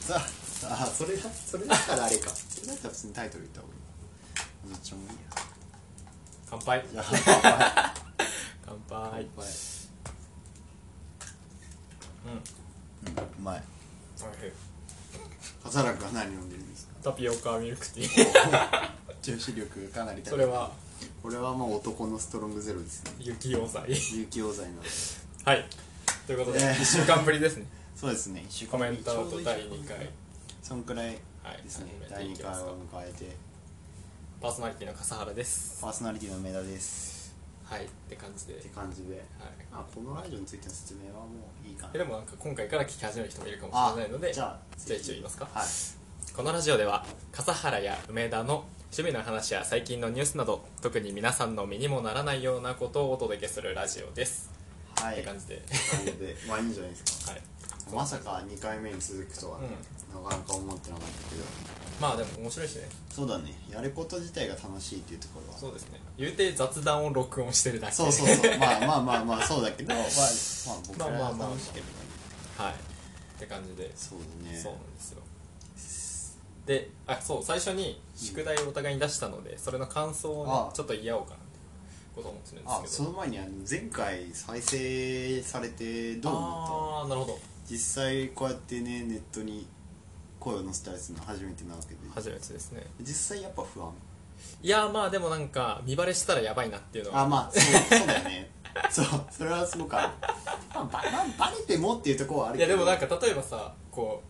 さあさあそれだそれだったらあれかそれだったら別にタイトル言った方がいいなどっちもいいや乾杯じゃあ乾杯乾杯うんうんうまいおいしい笠原君は何飲んでるんですかタピオカミルクティー 重視力かなり高いそれはこれはもう男のストロングゼロですね雪4歳有機溶剤なのではいということでね1週間ぶりですねそうですね一週コ間メントアウト第2回 そんくらいはいですね始め第てい2き回ますかを迎えてパーソナリティの笠原ですパーソナリティの梅田ですはいって感じで、はいって感じでまあこのラジオについての説明はもういいかなえ、でもなんか今回から聞き始める人もいるかもしれないのでじゃあじゃあ一応言いますかはいこのラジオでは笠原や梅田の趣味の話や最近のニュースなど特に皆さんの身にもならないようなことをお届けするラジオです、はいって感じで感じでまあいいんじゃないですはいかまさか2回目に続くとは、うんなかなか思ってなかったけどまあでも面白いしねそうだねやること自体が楽しいっていうところはそうですね言うて雑談を録音してるだけそうそうそうまあまあまあまあそうだ けどまあまあ僕らまあまあまあは楽しければいい はいって感じでそうだねそうなんですよであそう最初に宿題をお互いに出したので、それの感想を、ねああちょっと言い合おうかなってことを思ってるんであすそけどの前にあの前回再生されてどう思っあーなるほどた実際こうやってねネットに声を載せたりするの初めてなわけで初めてですね実際やっぱ不安いやーまあでもなんか見バレしたらやばいなっていうのはあまあそうそうだよねそうそれはすごくある、まあばまあ、バレてもっていうところはあるいけやどでもなんか例えばさこう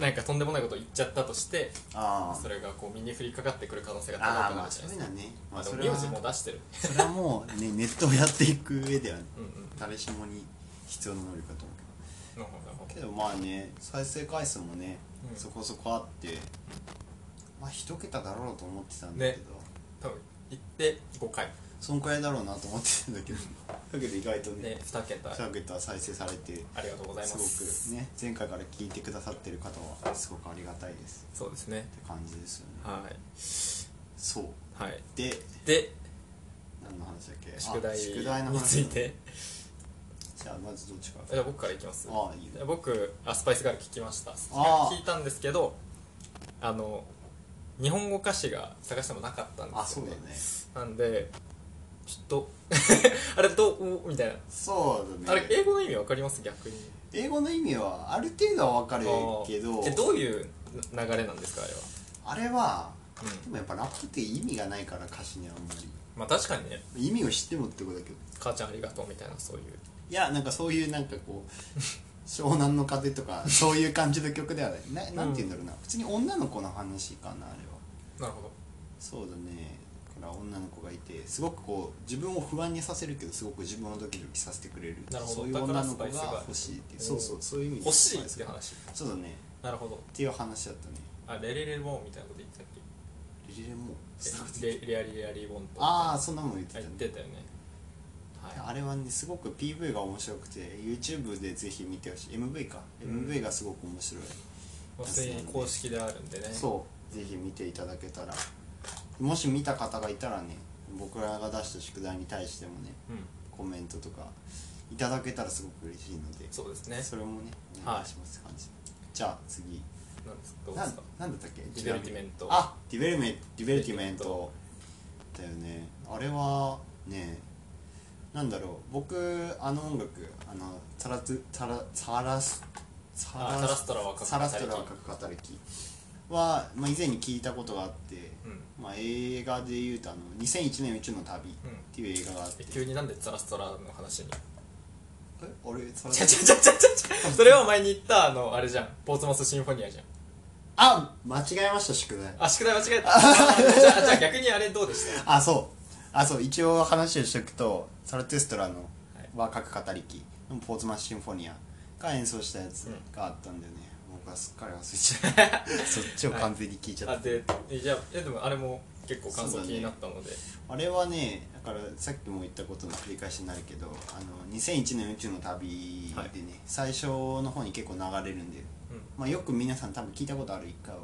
なんかとんでもないことを言っちゃったとしてあーそれがこう身に降りかかってくる可能性が高あくーなまるあじゃそなういいでうのはね、まあ、すかまあでそもれは名字も出してるそれはもうねネットをやっていく上ではうんうん誰しもに必要な能力だと思うけどなるほどなるほどけどまあね再生回数もね、うんそこそこあってまあ一桁だろうと思ってたんだけど、多分行って5回そんくらいだろうなと思ってたんだけどだけど意外とねで2桁2桁再生されてありがとうございますすごくね前回から聞いてくださってる方はすごくありがたいですそうですねって感じですよねはいそうはいでで何の話だっけあ宿題宿題のにつ話いてじゃあまずどっちからじゃあ僕からいきますああいいでよ僕あスパイスガール聞きましたああ聞いたんですけどあの日本語歌詞が探してもなかったんですよ、ね、あそうだねなんでちょっと あれどうみたいな、そうあだねれ英語の意味わかります逆に英語の意味はある程度は分かあるーけどえどういう流れなんですかあれはあれはうでんもやっぱラップって意味がないから歌詞にはあんままあ確かにねり意味を知ってもってことだけど「母ちゃんありがとう」みたいなそういういやなんかそういうなんかこ う湘南の風とかそういう感じの曲ではないななんて言うんだろうな、普通に女の子の話かなあれはなるほどそうだねだから女の子がいてすごくこう自分を不安にさせるけどすごく自分をドキドキさせてくれるなるほどそういうだか女らの子スパイスがが欲しいっていううんそうそうそういう意味で欲しいっスてパイスが話そうだねなるほどっていう話だったねあレレレボンみたいなこと言ってたっけリレレもレレアリレアリボンとあああそんなもん言ってた言ねってたよねはあれはねすごく PV が面白くて YouTube でぜひ見てほしい MV か、うん MV がすごく面白いい普通に公式であるんでねそうぜひ見ていただけたらもし見た方がいたらね僕らが出した宿題に対してもねうんコメントとかいただけたらすごく嬉しいのでそうですねそれもねおはい願いしますって感じ、じゃあ次なんですどうでなすんかなんだったっけディベルティメントあディベルメディベルティメンディベルトだよねあれはねなんだろう僕あの音楽あのサラツサラサラスサあサラストラ若くサラストラ働若くき語る気は、まあ、以前に聞いたことがあって、うんまあ、映画でいうとあの2001年宇宙の旅っていう映画があって、え急になんでザラストラの話にえあれサラちゃちゃちゃちゃちゃちゃそれは前に言ったあのあれじゃんポーツマスシンフォニアじゃんあ間違えました宿題あ宿題間違えたあじゃあじゃあ逆にあれどうでしたあそうあそう一応話をしておくとサルテストラのい若く語りきのポーツマンシンフォニアが演奏したやつがあったんだよね、僕はすっかり忘れちゃった そっちを完全に聞いちゃった、あでえじゃあえでもあれも結構感想気になったので、あれはねだからさっきも言ったことの繰り返しになるけどあの2001年宇宙の旅はいでね、最初の方に結構流れるんで、うんまあ、よく皆さん多分聞いたことある一回は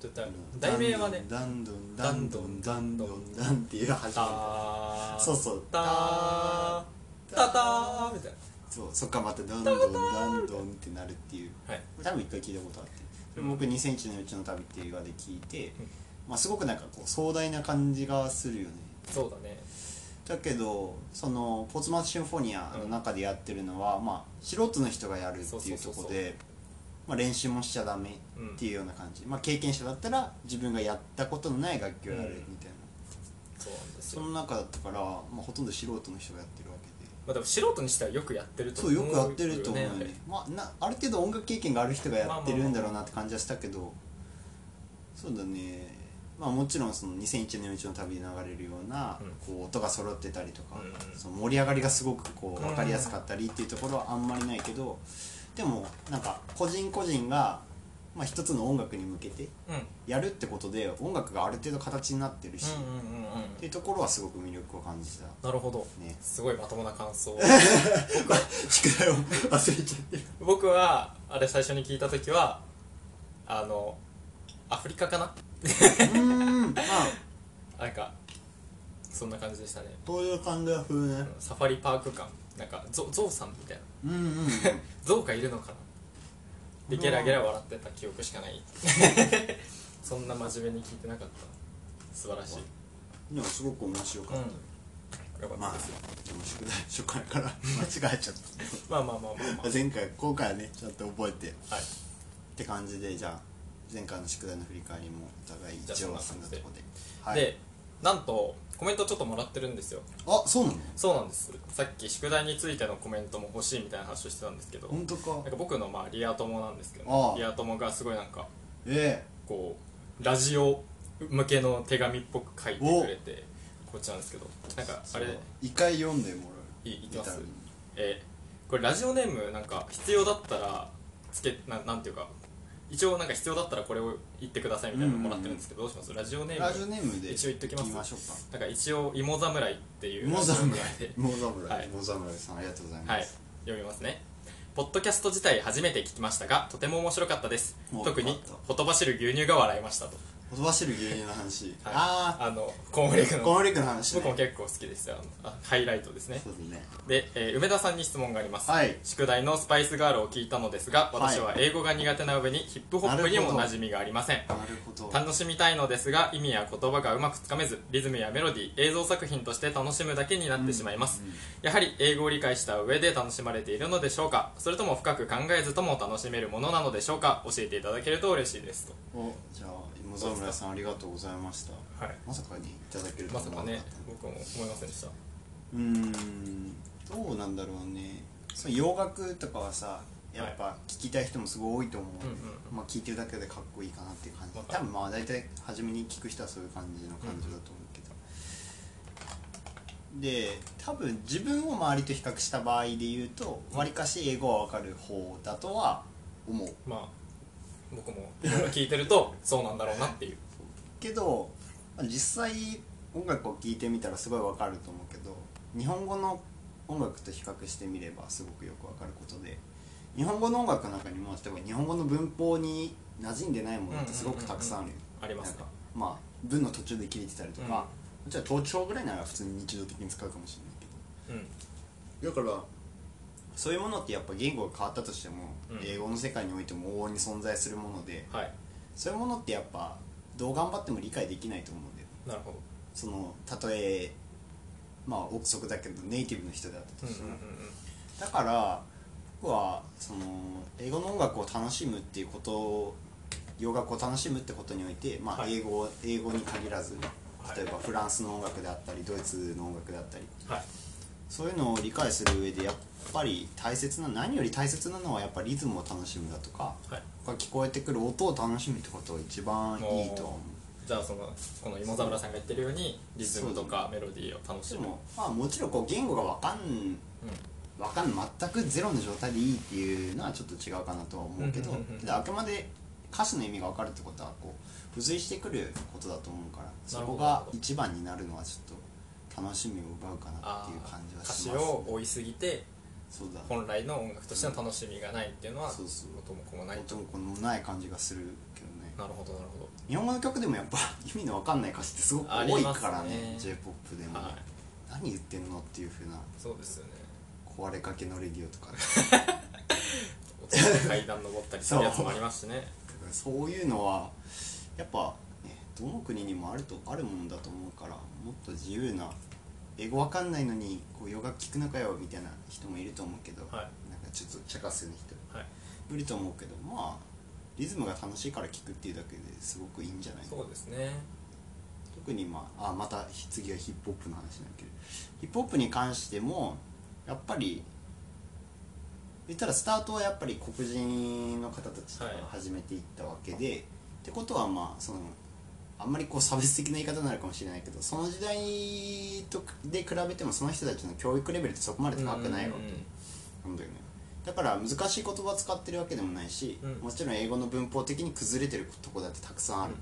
ちょっとあの題名はねダンドンダンドンダンドンダンっていう「始たまりーそうそうたーたたー」みたいそうそっからまたどんどんどんどんってなるっていうなはい多分一回聞いたことあってで僕2センチのうちの旅っていう映画で聞いてうん、まあ、すごくなんかこう壮大な感じがするよねそうだねだけどそのポーツマウスシンフォニアの中でやってるのは、まあ、素人の人がやるっていうとこそうそうそろうそうで、まあ、練習もしちゃダメうんっていうような感じ、まあ、経験者だったら自分がやったことのない楽器をやるみたいな、そうなんですそよの中だったから、まあ、ほとんど素人の人がやってるわけでまあでも素人にしてはよくやってるとそうよくやってると思うよね、まあ、なある程度音楽経験がある人がやってるんだろうなって感じはしたけどそうだねまあもちろんその2001年のうちの旅で流れるようなうんこう音が揃ってたりとか、うんうんその盛り上がりがすごくこううん分かりやすかったりっていうところはあんまりないけどでもなんか個人個人が、まあ、一つの音楽に向けてうんやるってことで音楽がある程度形になってるし、うっんうんうんうんていうところはすごく魅力を感じたなるほどねすごいまともな感想 宿題を忘れちゃってる僕はあれ最初に聞いた時はあのアフリカかなうーんまあなんかそんな感じでしたねこういう感じがするねサファリパーク感なんかゾゾウさんみたいなうんうんうんゾウがいるのかなでうんゲラゲラ笑ってた記憶し かないそんな真面目に聞いてなかった素晴らしい、でもすごく面白かうっんた、、よかったまあですよ、でも宿題初回から 間違えちゃっまあまあまあまあまた前回今回はねちゃんと覚えてっあはいて感じでじゃあ前回の宿題の振り返りもお互い一応そんなとこではいでなんとコメントちょっともらってるんですよあそうなのそうなんですさっき宿題についてのコメントも欲しいみたいな話をしてたんですけど本当かなんか僕のまあリア友なんですけど、ああリア友がすごいなんかえこうラジオ向けの手紙っぽく書いてくれてこっちなんですけどなんかえあれ一回読んでもらういいきますレターにえーこれラジオネームなんか必要だったらつけななんていうか一応なんか必要だったらこれを言ってくださいみたいなのもらってるんですけど、どうしますラジオネームラジオネームで一応言っときます言いましょうかなんか一応芋侍っていう芋ラジオネーム侍で芋侍、はい芋侍さんありがとうございはまいす、、読みますね。ポッドキャスト自体初めて聞きましたが、とても面白かったですお。特によかった、ほとばしる牛乳が笑いましたと。ほとばしる牛乳の話、はいああの、コーンフレークあこの。のレクの話、ね、僕も結構好きですよ。あのあハイライトですね。そうですねで、えー梅田さんに質問があります。はい宿題のスパイスガールを聞いたのですが、はい私は英語が苦手な上にヒップホップにも馴染みがありません。なるほど楽しみたいのですが意味や言葉がうまくつかめずリズムやメロディー映像作品として楽しむだけになってしまいまうす、んうんうんやはり英語を理解した上で楽しまれているのでしょうかそれとも深く考えずとも楽しめるものなのでしょうか教えていただけると嬉しいですと、おじゃあ芋侍さんありがとうございましたはい、まさかにいただけるとまさ思かわなかねったね僕も思いませんでしたうーんどうなんだろうねそう洋楽とかはさやっぱ聞きたい人もすごい多いと思う、うんうんまあ聞いてるだけでかっこいいかなっていう感じわかる多分まあ大体初めに聞く人はそういう感じの感情だと思うけど、で多分自分を周りと比較した場合で言うとわりかし英語はわかる方だとは思うまあ僕 もいろいろ聞いてるとそうなんだろうなっていうけどまあ実際音楽を聴いてみたらすごいわかると思うけど日本語の音楽と比較してみればすごくよくわかることで日本語の音楽の中にも例えば日本語の文法に馴染んでないものってすごくたくさんあるよありまなんすねかまあ文の途中で切れてたりとか、もちろん盗聴ぐらいなら普通に日常的に使うかもしれないけどうんだからそういうものってやっぱ言語が変わったとしても、うん英語の世界においても往々に存在するものではいそういうものってやっぱどう頑張っても理解できないと思うんだよなるほどそのたとえまあ憶測だけどネイティブの人であったうとんしてうんも、うんうんだから僕はその英語の音楽を楽しむっていうことを洋楽を楽しむってことにおいて、まあ、はい英語を、英語に限らずはい例えばフランスの音楽であったりドイツの音楽であったりはいそういうのを理解する上でやっぱり大切な何より大切なのはやっぱリズムを楽しむだとかはい聞こえてくる音を楽しむってことが一番いいとは思う。じゃあそのこの芋侍さんが言ってるようにリズムとかメロディーを楽しでむも、まあ、もちろんこう言語が分かんわかん全くゼロの状態でいいっていうのはちょっと違うかなとは思うけど、うんうんうんうんただあくまで歌詞の意味が分かるってことはこう付随してくることだと思うからそこなるがほど一番になるのはちょっと楽しみを奪うかなっあていうあ感じは歌し詞ます、を追いすぎてそうだ本来の音楽としての楽しみがないっていうのはそうそう元も子もないと音もこのない感じがするけどねなるほどなるほ日本語の曲でもやっぱ意味の分かんない歌詞ってすごく多いからありねます j ね p o p でもどね、はい何言ってんのっていうふうなそうですよね壊れかけのレディオとか音の階段登ったりするやつもありますしねから そういうのはやっぱ、ね、どの国にもあるとあるものだと思うからもっと自由な英語わかんないのにこう洋楽聴くのかよみたいな人もいると思うけど、はいなんかちょっと茶化すような人はい無理と思うけどまあリズムが楽しいから聴くっていうだけですごくいいんじゃないのそうですね特にまああまた次はヒップホップの話になるけどヒップホップに関してもやっぱり言ったらスタートはやっぱり黒人の方たちからはい始めていったわけで、ってことはまあそのあんまりこう差別的な言い方になるかもしれないけどその時代とで比べてもその人たちの教育レベルってそこまで高くないわけ、なんだよねだから難しい言葉使ってるわけでもないし、うんもちろん英語の文法的に崩れてるとこだってたくさんある、うん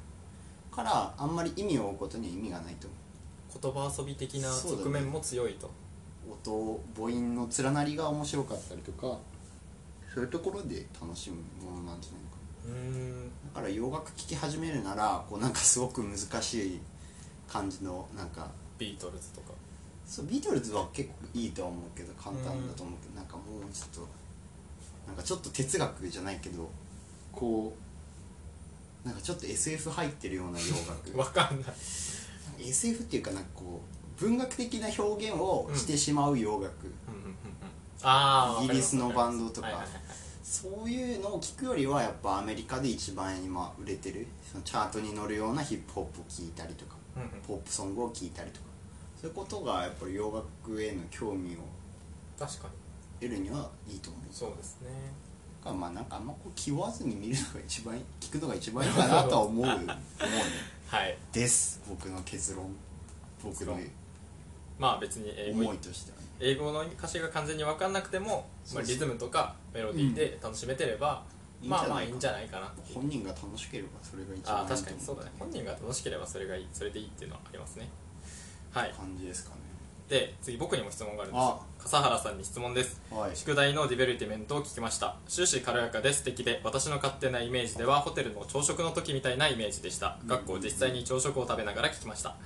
からあんまり意味を追うことには意味がないと思言葉遊び的な側面も強いと、う音母音の連なりが面白かったりとかそういうところで楽しむものなんじゃないのかうーんなだから洋楽聴き始めるならこうなんかすごく難しい感じのなんかビートルズとかそうビートルズは結構いいとは思うけど簡単だと思うけど、なんかもうちょっとなんかちょっと哲学じゃないけどこうなんかちょっと SF 入ってるような洋 わ楽かんない SF っていうかなんかこう文学的な表現をしてしまう洋楽、うんうんうんうんああイギリスのバンドとかはいはいはいそういうのを聞くよりはやっぱアメリカで一番今売れてるそのチャートに乗るようなヒップホップを聴いたりとかうんうんポップソングを聴いたりとかそういうことがやっぱり洋楽への興味を確かに得るにはいいと思うそうですねかまあなんかあんまこう気負わずに見るのが一番いい 聞くのが一番いいかなとは 思う思うねはいです僕の結論僕のまあ別に英語思いとしてはね英語の歌詞が完全に分かんなくても、そうそうまあ、リズムとかメロディーで楽しめてれば、うんまあまあいいいいんんじじゃゃないかなっていう本人が楽しければそれが一番いあいあと思確かにそうだね本人が楽しければそれがいいそれでいいっていうのはありますねはい感じですかねで次僕にも質問があるんですよあ笠原さんに質問ですはい宿題のディベルティメントを聞きました終始軽やかで素敵で私の勝手なイメージではホテルの朝食の時みたいなイメージでしたうん学校実際に朝食を食べながら聞きました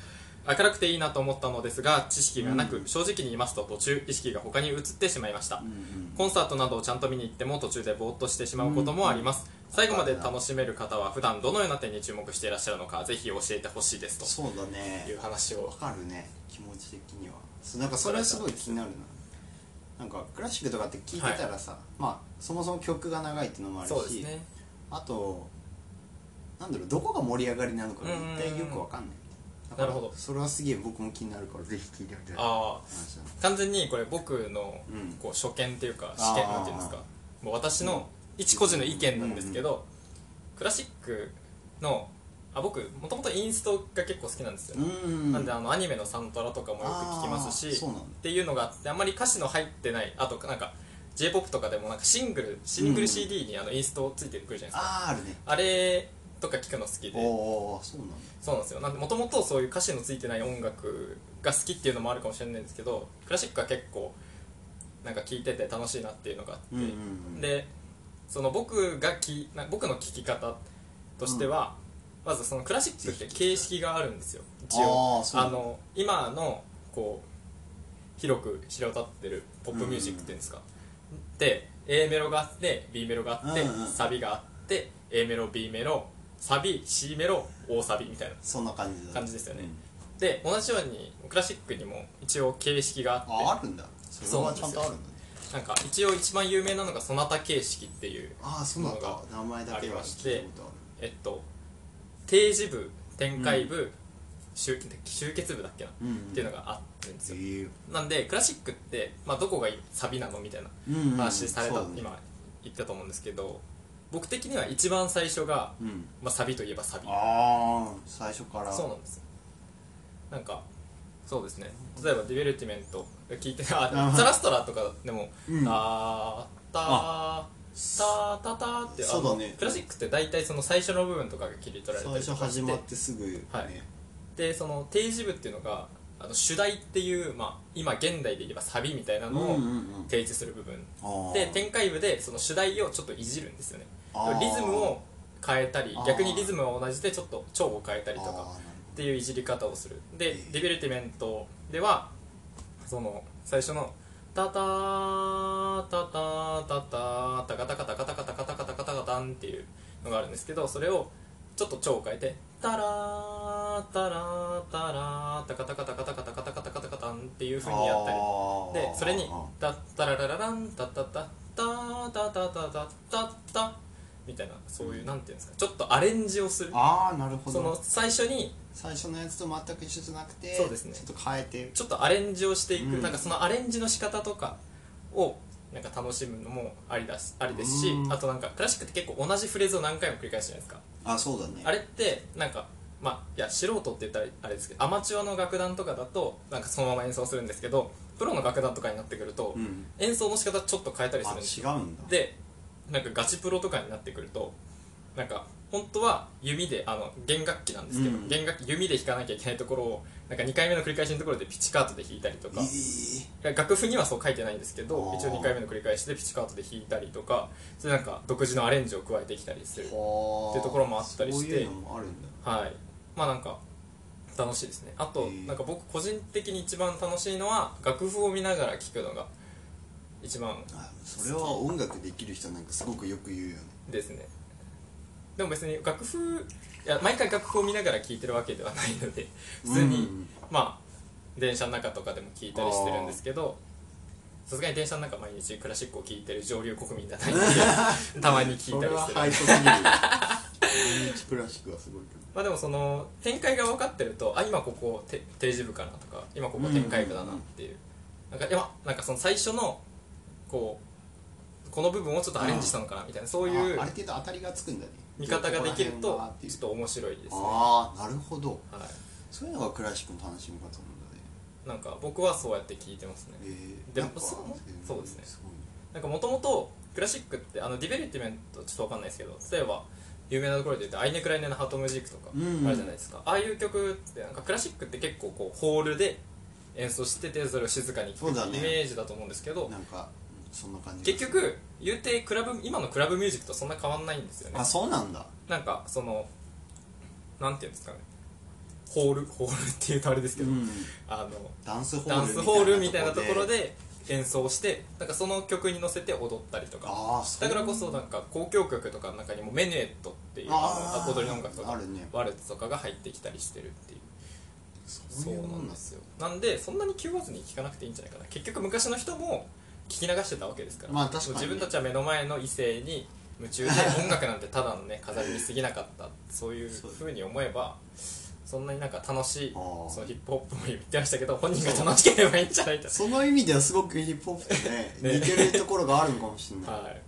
明るくていいなと思ったのですが知識がなうくん正直に言いますと途中意識が他に移ってしまいましたうんうんコンサートなどをちゃんと見に行っても途中でぼーっとしてしまうこともあります最後まで楽しめる方は普段どのような点に注目していらっしゃるのかぜひ教えてほしいですそうだといねう話わをかるね気持ち的にはそうなんかそれはすごい気になるななんかクラシックとかって聞いてたらさ、まあそもそも曲が長いっていうのもあるしそうですねあとなんだろうどこが盛り上がりなのかがうんうんうん一体よくわかんないだなるほどそれはすげえ僕も気になるからぜひ聞いてみたい話ああだね完全にこれ僕のうんこう所見っていうかあー試験なんていうんですかもう私の一個人の意見なんですけど、クラシックのあ僕もともとインストが結構好きなんですよ、うんなんであのアニメのサントラとかもよく聞きますあーしそうなんだっていうのがあってあんまり歌詞の入ってないあとなんか j p o p とかでもなんかシングルシングル CD にあのインストついてくるじゃないですか、あーあるねあれとか聞くの好きおでおーそうなんだそうなんですよなんでもともとそういう歌詞のついてない音楽が好きっていうのもあるかもしれないんですけどクラシックは結構なんか聴いてて楽しいなっていうのがあって、うんうんうんでその僕がきな僕の聴き方としては、まずそのクラシックって形式があるんですよ一あ応ーそうなんだの今のこう広く知れ渡ってるポップミュージックっていうんですか、で A メロがあって B メロがあって、うんうんサビがあって A メロ B メロサビ C メロ大サビみたいなそんな感じだ感じですよねで同じようにクラシックにも一応形式がうんああっあるんだそそれうなはんでちゃんすよとあるんだねてなんか一応一番有名なのがソナタ形式っていうああそうなんもだの名前だけは聞いたことあるえっと定時部展開部、集集結部だっけな、うんうんっていうのがあるんですよへえなんでクラシックって、まあ、どこがサビなのみたいなうんうん話された、そうだね今言ったと思うんですけど僕的には一番最初が、うんまあ、サビといえばサビああ最初からそうなんですよなんかそうですね例えば「ディベルティメント」聞いてああはいザラストラとかでも「うんターターターターター」ってあのそうだねクラシックって大体その最初の部分とかが切り取られ最たり初とかして始まってすぐねはいでその定時部っていうのがあの主題っていう、まあ、今現代で言えばサビみたいなうんのをうんうん提示する部分あーで展開部でその主題をちょっといじるんですよねあーリズムを変えたりあー逆にリズムは同じでちょっと調を変えたりとあーなるかほどっていういじり方をするえでえディベルティメントではその最初の「タタータタータタータカタカタカタカタカタカタカタカタン」っていうのがあるんですけどそれをちょっと調を変えて「タラータラータラータカタカタカタカタカタカタカタカタン」っていう風にやったりでそれに「タッタラララランタッタッタッタッタッタッタッタッタッタ」みたいなそういうなんていうんですかちょっとアレンジをするあーなるほそのど最初に最初のやつと全く一緒じゃなくてそうですねちょっと変えてちょっとアレンジをしていく、うんなんかそのアレンジの仕方とかをなんか楽しむのもありだしありですし、うんあとなんかクラシックって結構同じフレーズを何回も繰り返すじゃないですかあそうだねあれってなんかまあいや素人って言ったらあれですけどアマチュアの楽団とかだとなんかそのまま演奏するんですけどプロの楽団とかになってくると、うん演奏の仕方ちょっと変えたりすあるんです違ようんだでなんかガチプロとかになってくるとなんか本当は指であの弦楽器なんですけど、うん弦楽器指で弾かなきゃいけないところをなんか2回目の繰り返しのところでピチカートで弾いたりとかえー楽譜にはそう書いてないんですけどあー一応2回目の繰り返しでピチカートで弾いたりとかそれなんか独自のアレンジを加えてきたりするはあっていうところもあったりしてそういうのもあるんだはいまあなんか楽しいですねあへとーなんか僕個人的に一番楽しいのは楽譜を見ながら聴くのが一番あそれは音楽できる人なんかすごくよく言うよねですねでも別に楽譜いや毎回楽譜を見ながら聴いてるわけではないので普通に、うんまあ電車の中とかでも聞いたりしてるんですけどさすがに電車の中毎日クラシックを聴いてる上流国民じゃないの でたまに聞いたそれりしてはハイるト すぎるよ毎日クラシックはすごいけどまあでもその展開が分かってるとあ今ここて定時部かなとか今ここ展開部だなっていうなんかいやなんかその最初のこうこの部分をちょっとアレンジしたのかなみたいなそういうあある程度当たりがつくんだね見方ができるどことら辺はっていちうょっと面白いですねはああなるほどいそういうのがクラシックの楽しみ方なんだねなんか僕はそうやって聞いてますねえー、でもやっぱそうそうですねすごいなんかもともとクラシックってあのディベリティメントちょっとわかんないですけど例えば有名なところで言うと「アイネ・クライネのハート・ムジーク」とかうんあるじゃないですか、ああいう曲ってなんかクラシックって結構こうホールで演奏しててそれを静かに聴くそうだねイメージだと思うんですけど、なんかうんそんな感じが結局言うてクラブ今のクラブミュージックとそんな変わんないんですよねあそうなんだなんかそのなんていうんですかねホールホールっていうとあれですけど、うんあのダンスホールダンスホールみたいなところでで演奏してなんかその曲に乗せて踊ったりとかああそだうからこそなんか公共曲とかの中にもメヌエットっていうあーあのアコードリの音楽とあかるねワルツとかが入ってきたりしてるっていうそそうういうなもんんなでんすよなんでそんなに気負わずに聴かなくていいんじゃないかな結局昔の人も聞き流してたわけですから、まあ確かに自分たちは目の前の異性に夢中で音楽なんてただの ね飾りに過ぎなかったそういうそうですふうに思えばそんなになんか楽しいあーそのヒップホップも言ってましたけど本人が楽しければいいんじゃないかその意味ではすごくヒップホップとね ね似てるところがあるのかもしれ ない、はい、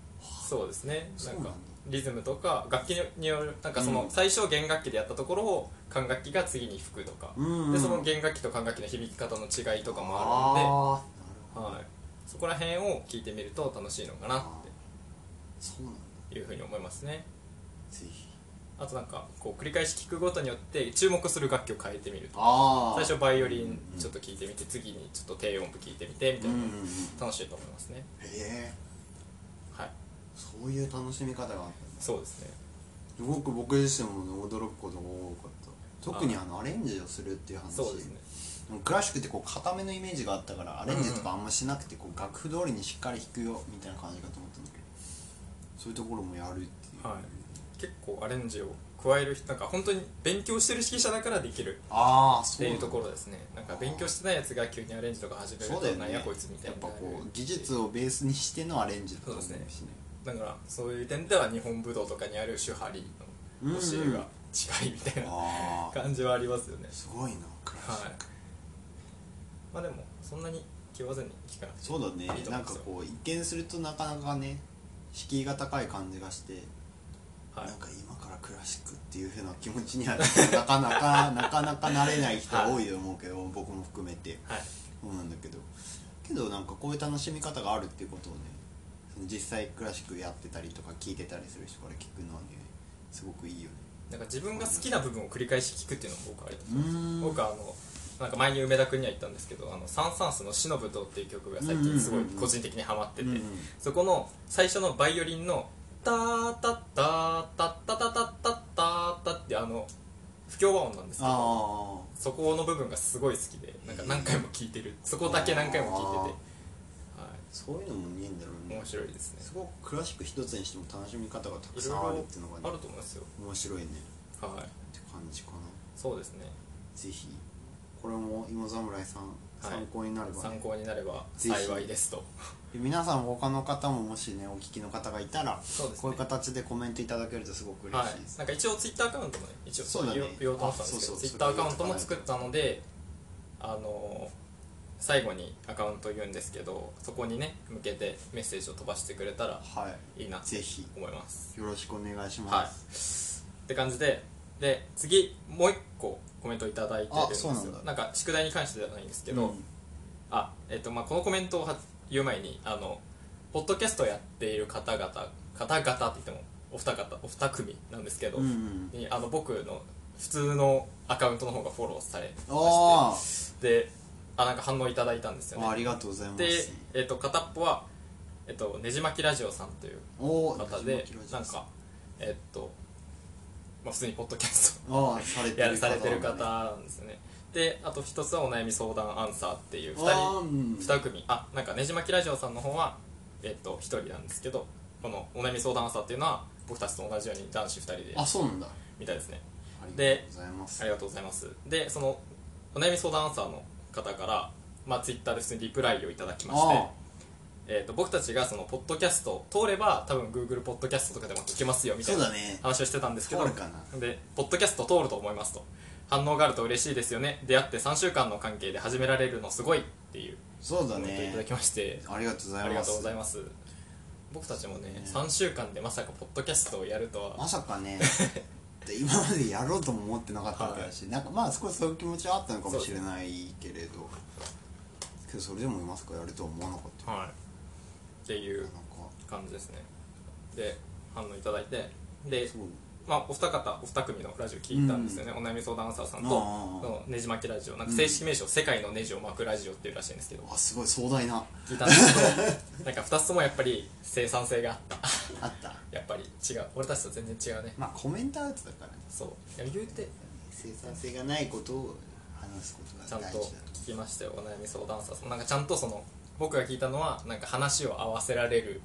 そうですねそなうんなんだかリズムとか楽器によるなんかそのうん最初弦楽器でやったところを管楽器が次に吹くとか、うんうんでその弦楽器と管楽器の響き方の違いとかもああるあのではい、そこら辺を聞いてみると楽しいのかなっそうなんだていうふうに思いますねぜひあとなんかこう繰り返し聞くごとによって注目する楽器を変えてみるとかあ最初バイオリンうんちょっと聞いてみて次にちょっと低音部聞いてみてみたういんなうのんうがんへ楽しいと思いますねえはいそういう楽しみ方があったんだそうですねすごく僕自身もね驚くことが多かった特にあのアレンジをするっていう話そうですねでもクラシックってこう固めのイメージがあったからアレンジとかあんましなくてこう楽譜通りにしっかり弾くよみたいな感じかと思ったんだけどそういうところもやるっていう、はい結構アレンジを加える人なんか本当に勉強してる指揮者だからできるああっそうてないんうだところですねなんか勉強してないやつが急にアレンジとか始めるそうとだよねなんやこいつみたいやっにぱなるこう技術をベースにしてのアレンジだと思うしねだからそういう点では日本武道とかにある手張りの教えが近いみたいなああ感じはありますよねすごいなクラシはッいク、まあでもそんなに気負わずに聞かなくてそうだねいいと思ないんまかすよこう一見するとなかなかね敷居が高い感じがしてはいなんか今からクラシックっていう風な気持ち にはなかなかなかなかなれない人多いと思うけど、僕も含めてはいそうなんだけどけどなんかこういう楽しみ方があるっていうことをねその実際クラシックやってたりとか聞いてたりする人から聞くのはねすごくいいよねなんか自分が好きな部分を繰り返し聞くっていうのも僕はありだと思いますうーん僕はあのなんか前に梅田君には言ったんですけど「あのサン・サーンスの死の舞踏」っていう曲が最近すごい個人的にハマってて、うんうんそこの最初のバイオリンの「タータッタータッタタタッタッタッタ」ってあの不協和音なんですけどあそこの部分がすごい好きでなんか何回も聴いてるそこだけ何回も聴いてて、はい、そういうのもいいんだろうね面白いですねすごくクラシック一つにしても楽しみ方がたくさんあるっていうのあが、るね、と思いますよ面白いねはいって感じかなそうですねぜひこれも芋侍さん、い参考になれば、参ね、考になればぜひ幸いですとで皆さん他の方ももしねお聞きの方がいたらそうですこうねいう形でコメントいただけるとすごく嬉はしいでい、す、なんか一応ツイッターアカウントもね一応そうだね言おう言おうと思ったんですけあそどうそうツイッターアカウントも作ったのであのー最後にアカウント言うんですけどそこにね向けてメッセージを飛ばしてくれたらはい、いいなとぜひ思いますよろしくお願いしはます、いって感じでで次もう一個コメントいただいてるんですよあそうなんだなんか宿題に関してではないんですけど、うんあえっとまあこのコメントをは言う前にあのポッドキャストをやっている方々方々って言ってもお二方お二組なんですけど、うんうんにあの僕の普通のアカウントの方がフォローされまあしてであなんか反応いただいたんですよーああねりがとうございますで、えっと片っぽは、えっと、ねじ巻きラジオさんというおお方でなんかえっと、まあ、普通にポッドキャスト ああされてやるる方さなれんだねてる方なんですよねであと一つはお悩み相談アンサーっていうあ2ー人うん2組あなんかねじまきラジオさんの方はえっと1人なんですけどこのお悩み相談アンサーっていうのは僕たちと同じように男子2人であそうなんだみたいですねありがでとうございますありがとうございますでそのお悩み相談アンサーの方から、まあ、ツイッターで普通にリプライをいただきましあて、えー、と僕たちがそのポッドキャスト通れば多分 Google ポッドキャストとかでも聞けますよみたいそうだなね話をしてたんですけど、通るかなでポッドキャスト通ると思いますと反応があると嬉しいですよね出会って3週間の関係で始められるのすごいっていうそうコだメントいただねきましてありがとうございますありがとうございます僕たちもね3週間でまさかポッドキャストをやるとはまさかねで今までやろうとも思ってなかったわけだし、なんかまあ少しそういう気持ちはあったのかもしれないけれど、けどそれでもまさかやるとは思わなかったはいっていなうんか、感じですねで反応いただいてですごいまあ、お二方お二組のラジオ聞いたんですよね、お悩み相談アンサーさんとああそのねじ巻きラジオなんか正式名称、世界のネジを巻くラジオっていうらしいんです けどあすごい壮大な聞いたんですけどなんか二つともやっぱり生産性があったあったやっぱり違う俺たちと全然違うねまあコメントアウトだからねそういや言うて生産性がないことを話すことちゃが大んと事だ聞きましたよお悩み相談者さんなんかちゃんとその僕が聞いたのはなんか話を合わせられる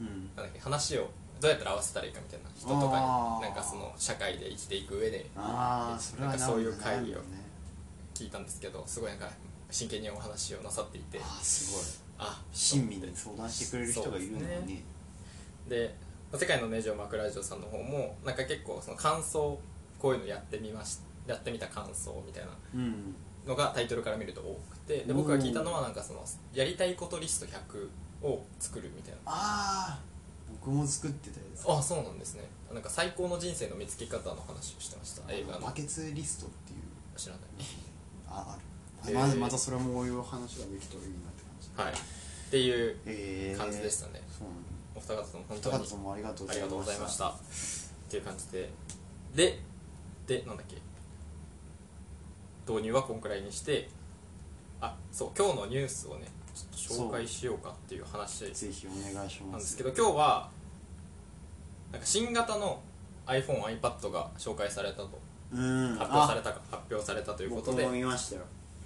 うんなんだっけ話をどうやったら合わせたらいいかみたいな人とあかーになんかその社会で生きていく上でああそれはなんかそういなうるほど会議なをるほどね聞いたんですけどすごいなんか真剣にお話をなさっていてあーすごいあ親身に相談してくれる人がいるのそうですにねで「世界のネジを巻くラジオ」さんの方もなんか結構その感想こういうのやってみましやってみた感想みたいなうんのがタイトルから見ると多くてで僕が聞いたのはなんかそのやりたいことリスト100を作るみたいなああ僕も作ってたやつあそうなんですねなんか最高の人生の見つけ方の話をしてました映画のバケツリストっていう知らないああえる、ーまずまたそれもこういう話ができたらいいなって感じはいっていうへー感じでしたねそうなお二方とも本当の高に田さんもありがとうあござりいがとうごまざいしまたしたっていう感じでででなんだっけ導入はこんくらいにしてあそう今日のニュースをねちょっと紹介しようかっていう話ぜひお願いしなまんですすけど今日はなんか新型の iPhoneiPad が紹介されたとうん発表されたか発表されたとということ僕もで見ましたよ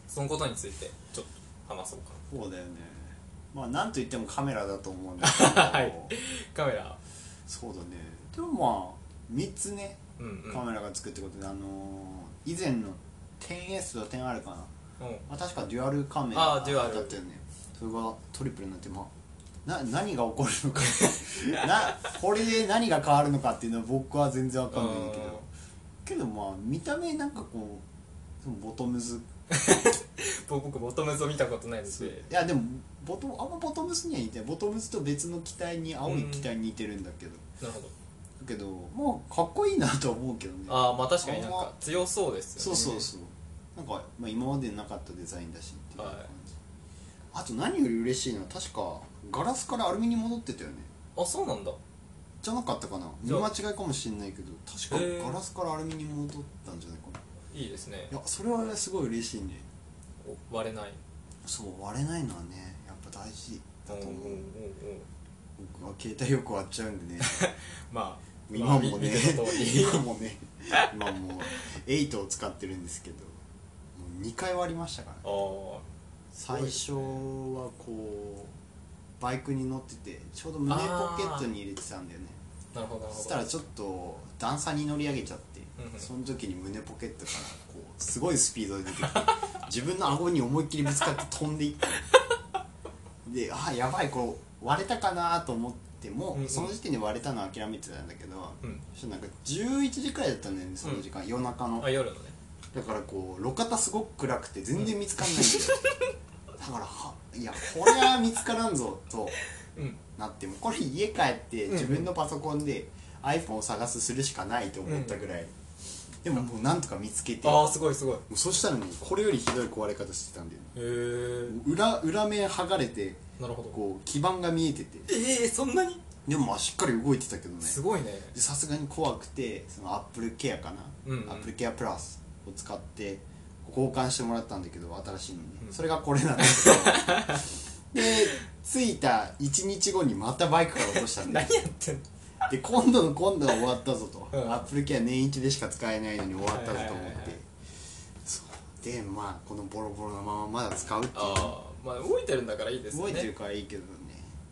そのことについてちょっと話そうかそうだよねまあなんといってもカメラだと思うんだけど、 はいカメラそうだねでもまあ3つねうんうんカメラがつくってことで、あのー以前の 10S と 10R かなうんまあ、確かデュアルカメラだあっーたデよュアねルそれがトリプルになってまあな何が起こるの かなこれで何が変わるのかっていうのは僕は全然わかんないんだけうんどけどまあ見た目なんかこうそのボトムズ僕僕ボトムズを見たことないのでいやでもボトムあんまボトムズには似てないボトムズと別の機体に青い機体に似てるんだけど、なるほどだけどもうかっこいいなとは思うけどねああまあ確かになんあんまか強そうですそようねそうそうなんか、まあ、今までなかったデザインだしっていう感はいじ、あと何より嬉しいのは確かガラスからアルミに戻ってたよねあそうなんだじゃなかったかな見じゃあ間違いかもしれないけどへ確ーかガラスからアルミに戻ったんじゃないかないいですねいやそれはすごい嬉しいねお割れないそう割れないのはねやっぱ大事だと思ううんうんうんうん僕は携帯よく割っちゃうん でねまあ今も見ねての通 り今もね今もう8を使ってるんですけどもう2回割りましたからああ最初はこうバイクに乗っててちょうど胸ポケットに入れてたんだよねなるほどなるそほしたどらちょっと段差に乗り上げちゃってうんうんその時に胸ポケットからこうすごいスピードで出 てきて自分の顎に思いっきりぶつかって飛んでいったであやばいこれ割れたかなと思っても、うんうんその時点で割れたのは諦めてたんだけど、うんそしたらなんか11時くらいだったんだよねその時間、夜中のあ夜のねだからこう路肩すごく暗くて全然見つかんないんだよ、だからはいやこれは見つからんぞとうんなってもうこれ家帰ってうん自分のパソコンで iPhone を探すするしかないと思ったぐらい、でももうなんとか見つけてああもすごいすごいうそしたらもうこれよりひどい壊れ方してたんだよねへえ裏裏面剥がれてなるほどこう基板が見えててええそんなにでもまあしっかり動いてたけどねす ごいねでさすがに怖くてそのアップルケアかな、うんうんアップルケアプラスを使って交換してもらったんだけど新しいのに、うんそれがこれなんだけ どで着いた1日後にまたバイクから落としたんだ何よやってんので今度の今度は終わったぞと、うんアップルケア年一でしか使えないのに終わったぞとはい思はいっはいはいてそうでまあこのボロボロのまままだ使うっていうああまあ動いてるんだからいいですよ覚ねえてるからいいけどね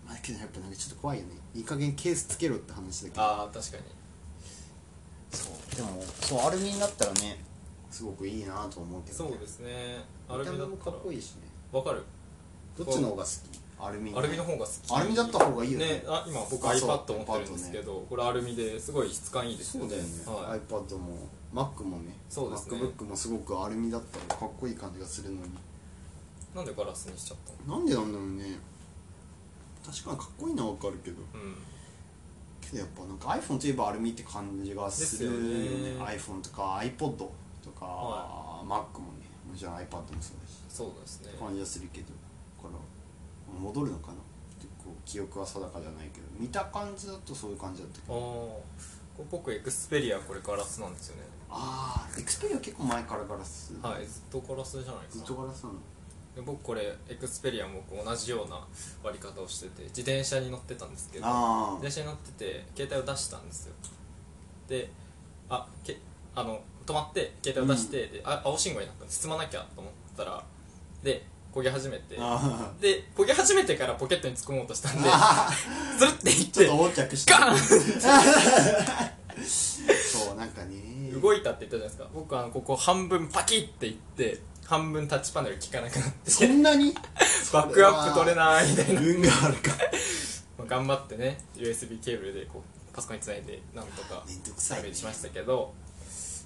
まあけどやっぱなんかちょっと怖いよねいい加減ケースつけろって話だけどああ確かにそうでもそうアルミになったらねすごくいいなと思うけどそね、うですねア見ルた目ミだっもたからっこいいしねわかるどっちの方が好きアルミアルミの方が好きアルミだった方がいいよねあ今僕あそう iPad 持ってるんですけど、これアルミですごい質感いいですそうだよね、はい iPad も Mac もねそうですね MacBook もすごくアルミだったらかっこいい感じがするのになんでガラスにしちゃったなんでなんだろうね確かにかっこいいのはわかるけどのうんけどやっぱなんか iPhone といえばアルミって感じがするよねですよね iPhone とか iPod とか、は Mac もねもちろん iPad もそうだしそうですね感じはするけどだから戻るのかな結構記憶は定かじゃないけど見た感じだとそういう感じだったけああどこれ僕エクスペリアこれガラスなんですよねああエクスペリア結構前からガラスはいずっとガラスじゃないかずっなとガラスなので僕これエクスペリアも僕同じような割り方をしてて自転車に乗ってたんですけどあ自転車に乗ってて携帯を出したんですよであけあの止まって携帯を出して、であ青信号になったんで進まなきゃと思ったらで焦げ始めてああで焦げ始めてからポケットに突っ込もうとしたんであ ずるっていちょっっと横着してガそうなんかねて動いたって言ったじゃないですか僕はあのここ半分パキっていって半分タッチパネル効かなくなってそんなにバックアップ取れないみたいな運があるかまあ頑張ってね USB ケーブルでこうパソコンにつないでなんとかめんどく調さい、べね、しましたけど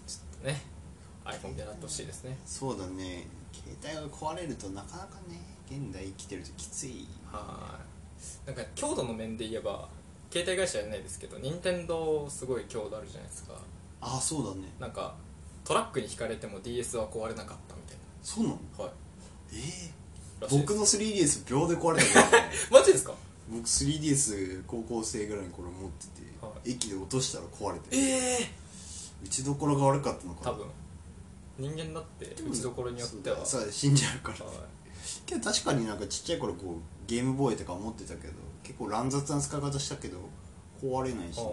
ちょっとね iPhone でなってほしいですねそうだね携帯が壊れるとなかなかね現代生きてるときついはいなんか強度の面で言えば携帯会社じゃないですけど任天堂すごい強度あるじゃないですかああそうだねなんかトラックにひかれても DS は壊れなかったみたいそうなのなはいええらしいです僕の 3DS 秒で壊れたからマジですか僕 3DS 高校生ぐらいにこれ持ってて、は駅で落としたら壊れてええ打ちどころが悪かったのかな多分人間だって打ちどころによってはそうだよそうだよ死んじゃうからはいけど確かになんかちっちゃい頃こうゲームボーイとか持ってたけど結構乱雑な使い方したけど壊れないし、ねは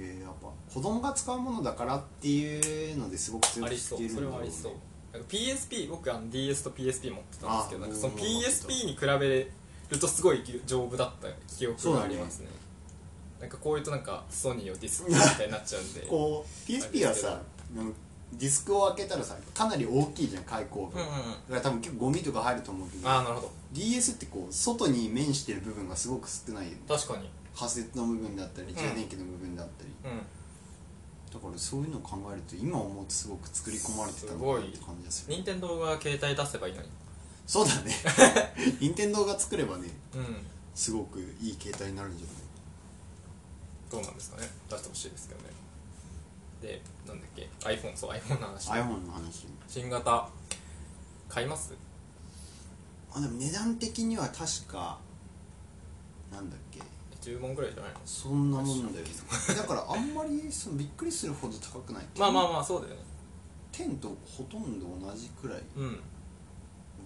えーやっぱ子供が使うものだからっていうのですごくい強あくりつそけうるんだそれろう、ね、はありそうなんか PSP 僕あの DS と PSP 持ってたんですけどあなんかその僕も持ってた PSP に比べるとすごい丈夫だった記憶がありますねなんかこういうとなんかソニーをディスってみ たいになっちゃうんでこう PSP はさあのディスクを開けたらさかなり大きいじゃん開口部、うんうんだうんから多分結構ゴミとか入ると思うけどああなるほ DS ってこう外に面してる部分がすごく少ないよねど確かに仮設の部分だったりん充電器の部分だったり、うんだからそういうのを考えると今思うとすごく作り込まれてたのかなって感じがする任天堂が携帯出せばいいのにそうだ ね任天堂が作ればねうんすごくいい携帯になるんじゃなどうなんですかね出してほしいですけどねでなんだっけ iPhone そう iPhone の話い iPhone の話新型買いますあでも値段的には確かなんだっけ10万ぐらいじゃないのそんなもんだよねだからあんまりそのびっくりするほど高くないまあまああまあそうだよね10とほとんど同じくらいうんみ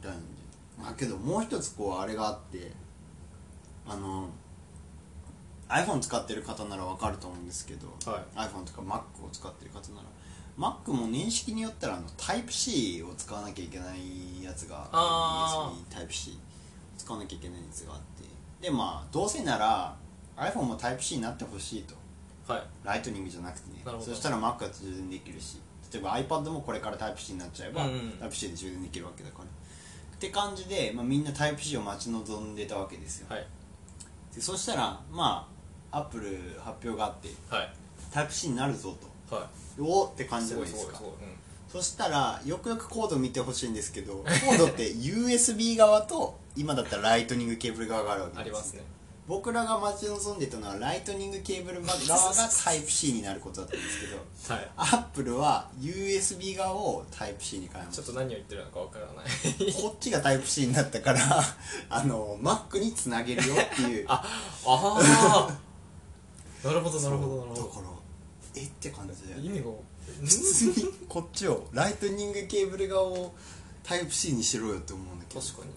たいなんでまあけどもう一つこうあれがあってあの iPhone 使ってる方ならわかると思うんですけど、は iPhone とか Mac を使ってる方なら Mac も認識によったらあの Type-C を使わなきゃいけないやつがあー USB Type-C 使わなきゃいけないやつがあってでまあどうせなら iPhone も Type-C になってほしいとはいライトニングじゃなくてねなるほどそしたら Mac が充電できるし例えば iPad もこれから Type-C になっちゃえば、うんうん Type-C で充電できるわけだからって感じで、まあ、みんな Type-C を待ち望んでたわけですよ、はいでそしたらまあ Apple 発表があってはいタイプ C になるぞはとおーって感いじじすゃごないいですすごいかすごい、うん、そしたらよくよくコード見てほしいんですけどコードって USB 側と今だったらライトニングケーブル側があるわけありでますすね僕らが待ち望んでたのはライトニングケーブル側がタイプ C になることだったんですけどはいアップルは USB 側をタイプ C に変えまちょしったと何を言ってるのかわからな いこっちがタイプ C になったから あの Mac につなげるよっていう あああ なるほどなるほどなるだほからえって感じだよどね意味が普通にこっちをライトニングケーブル側をタイプ C にしろよって思うんだけど確かに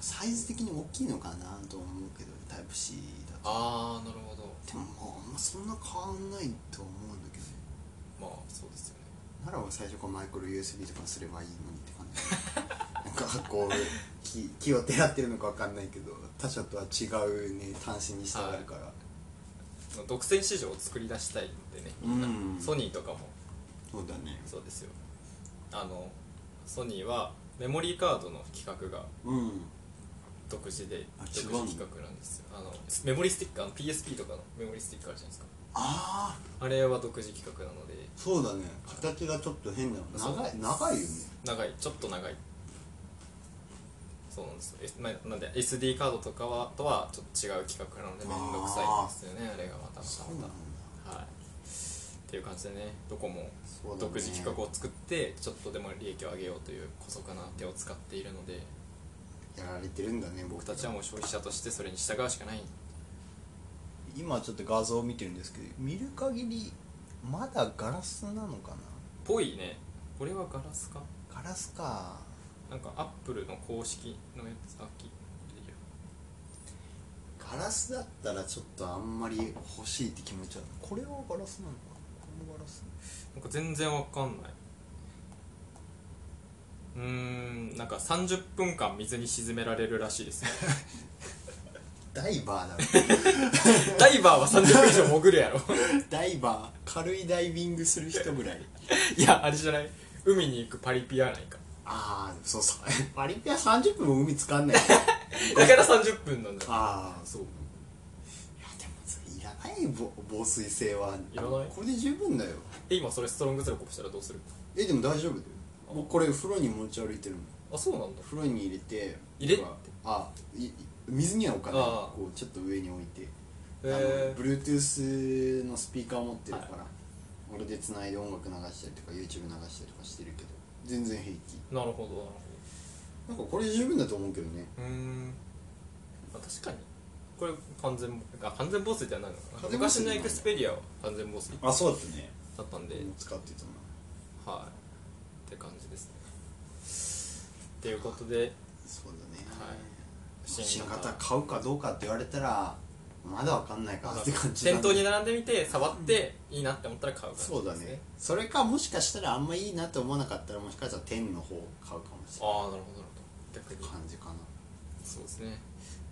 サイズ的に大きいのかなと思うけどタイプ C だとああなるほどでもまああんまそんな変わんないと思うんだけどまあそうですよねならば最初からマイクロ USB とかにすればいいのにって感じ なんかこう気気をてらってるのかわかんないけど他社とは違うね端子に従うから、その独占市場を作り出したいんでねみんな、うんソニーとかもそうだねそうですよあのソニーはメモリーカードの規格がうん独自であ独違自うの規格なんですよあのメモリースティックあの PSP とかのメモリースティックあるじゃないですかあああれは独自規格なのでそうだね形がちょっと変なの長い長いよね長いちょっと長いそうなんですよ、S まあ、なんで SD カードとかはとはちょっと違う規格なので面倒くさいんですよねあれがまたまそうなんだたはいっていう感じでねどこもそうだね独自企画を作ってちょっとでも利益を上げようという姑息な手を使っているのでやられてるんだね僕僕たちはもう消費者としてそれに従うしかない今ちょっと画像を見てるんですけど見る限りまだガラスなのかぽいねこれはガラスかなガラスかなんかアップルの公式のやつあきガラスだったらちょっとあんまり欲しいって気持ちはこれはガラスなのかなこれもガラスなんか全然わかんないうーんなんか30分間水に沈められるらしいです よダイバーだろダイバーは30分以上潜るやろ ダイバー軽いダイビングする人ぐらいいやあれじゃない海に行くパリピやないかああそうそう パリピは30分も海つかんないだから30分なんだ ああそういやでもそれいらないぼ防水性はいらないこれで十分だよえ今それストロングゼロコプしたらどうするえでも大丈夫だよ僕これ風呂に持ち歩いてるのあそうなんだ風呂に入れて入れとかあいい水には置かないああこうちょっと上に置いて、へあの Bluetooth のスピーカーを持ってるから、俺でつないで音楽流したりとか YouTube 流したりとかしてるけど全然平気えなるほどなるほなんかこれで十分だと思うけどねどうーん、まあ、確かにこれ完全あ完全防水ではないのかな完全防水昔じゃのないエクスペリアは完全防水あそうだったねだったんで、使ってたなはいって感じですねっていうことでそうだね、はい新型買うかどうかって言われたらまだわかんないかなって感じだね店頭に並んでみて触っていいなって思ったら買う感じです、ね、そうだねそれかもしかしたらあんまいいなって思わなかったらもしかしたら天の方を買うかもしれあなあなるほどなるほど逆いに感じかなそうですね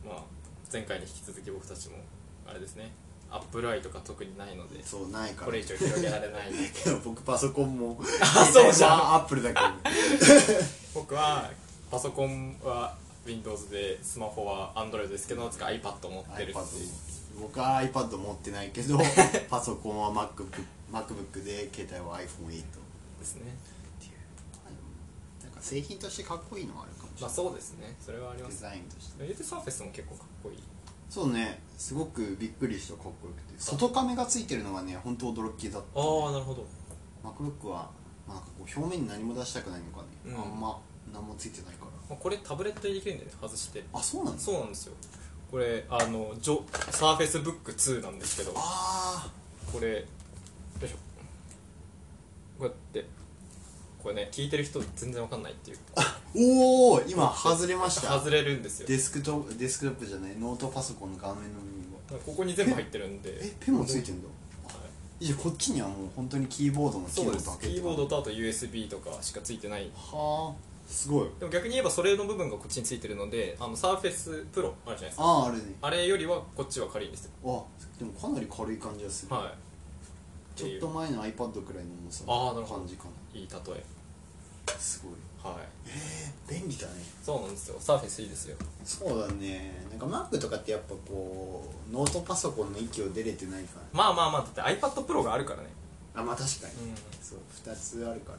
まあ前回に引き続き僕たちもあれですねアップルアイとか特にないのでそうないからこれ以上広げられないけど 僕パソコンも あそうじゃんん アップルだけど僕はパソコンは Windows でスマホは Android ですけどつか iPad 持ってる iPad しも僕は iPad 持ってないけ どパソコンは MacBook, MacBook で携帯は iPhone8 っていうですねなんか製品としてかっこいいのはあるかもしれまあない、そうですねそれはありまデすザインとして言うてサーフェスも結構かっこいいそうねすごくびっくりしたかっこよくて外亀がついてるのがね本当驚きだったああなるほど MacBook はまあなんかこう表面に何も出したくないのかね、うんあんま何もついてないからまあこれタブレットでできるんだよね外してあそうなんですそうなんですよこれあのジョサーフェスブック2なんですけどこあれよいしょこうやってこれね聞いてる人全然わかんないっていうあおお今外れました外れるんですよデスクトップデスクトップじゃないノートパソコンの画面の上にはここに全部入ってるんでえペンもついてんだはいじゃあこっちにはもう本当にキーボードのキーそうボでードすだけキーボードとあと USB とかしかついてないはすごいでも逆に言えばそれの部分がこっちについてるのであのサーフェスプロあるじゃないですかあああれねああれよりはこっちは軽いんですよでもかなり軽い感じがする、はちょっと前の iPad くらいの重さあーなるほど感じかいいい例えなすごいはい便利だねそうなんですよサーフェスいいですよそうだねなんか Mac とかってやっぱこうノートパソコンの域を出れてないかまあまあまあだって iPad Pro があるからねらあまあ確かに、うんそう2つあるから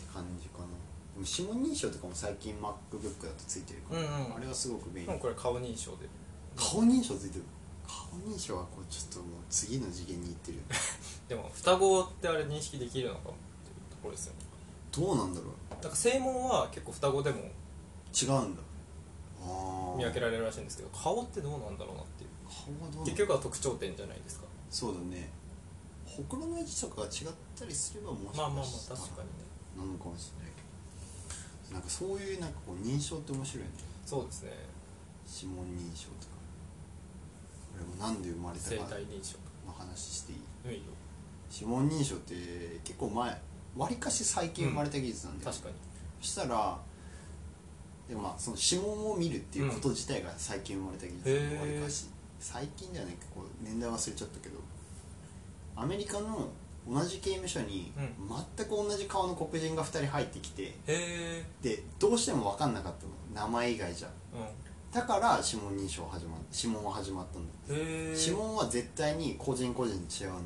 って感じかなでも指紋認証とかも最近 MacBook だとついてるから、うんうんあれはすごく便利もうこれ顔認証で顔認証ついてる顔認証はこうちょっともう次の次元にいってるよねでも双子ってあれ認識できるのかっていうところですよねどうなんだろうだから正門は結構双子でも違うんだああ見分けらられるらしいんですけど顔ってどうなんだろうなっていう顔はどうなんだろう結局は特徴点じゃないですかそうだねほくろの位置とかが違ったりすればもしまあまあまかあしたら確かにねなのかもしれないけどなんかそういうなんかこう認証って面白いよねそうですね指紋認証とかこれもなんで生まれ生たか体認証の話していいいいよ指紋認証って結構前わりかし最近生まれた技術なんで、よ確かにそしたらでもまあその指紋を見るっていうこと自体が最近生まれた技術うんわりかし最近ではないかこう年代忘れちゃったけどアメリカの同じ刑務所にうん全く同じ顔の黒人が2人入ってきてへえでどうしても分かんなかったの名前以外じゃうだから指紋認証始ま指紋は始まったんだんへえ指紋は絶対に個人個人に違うんだって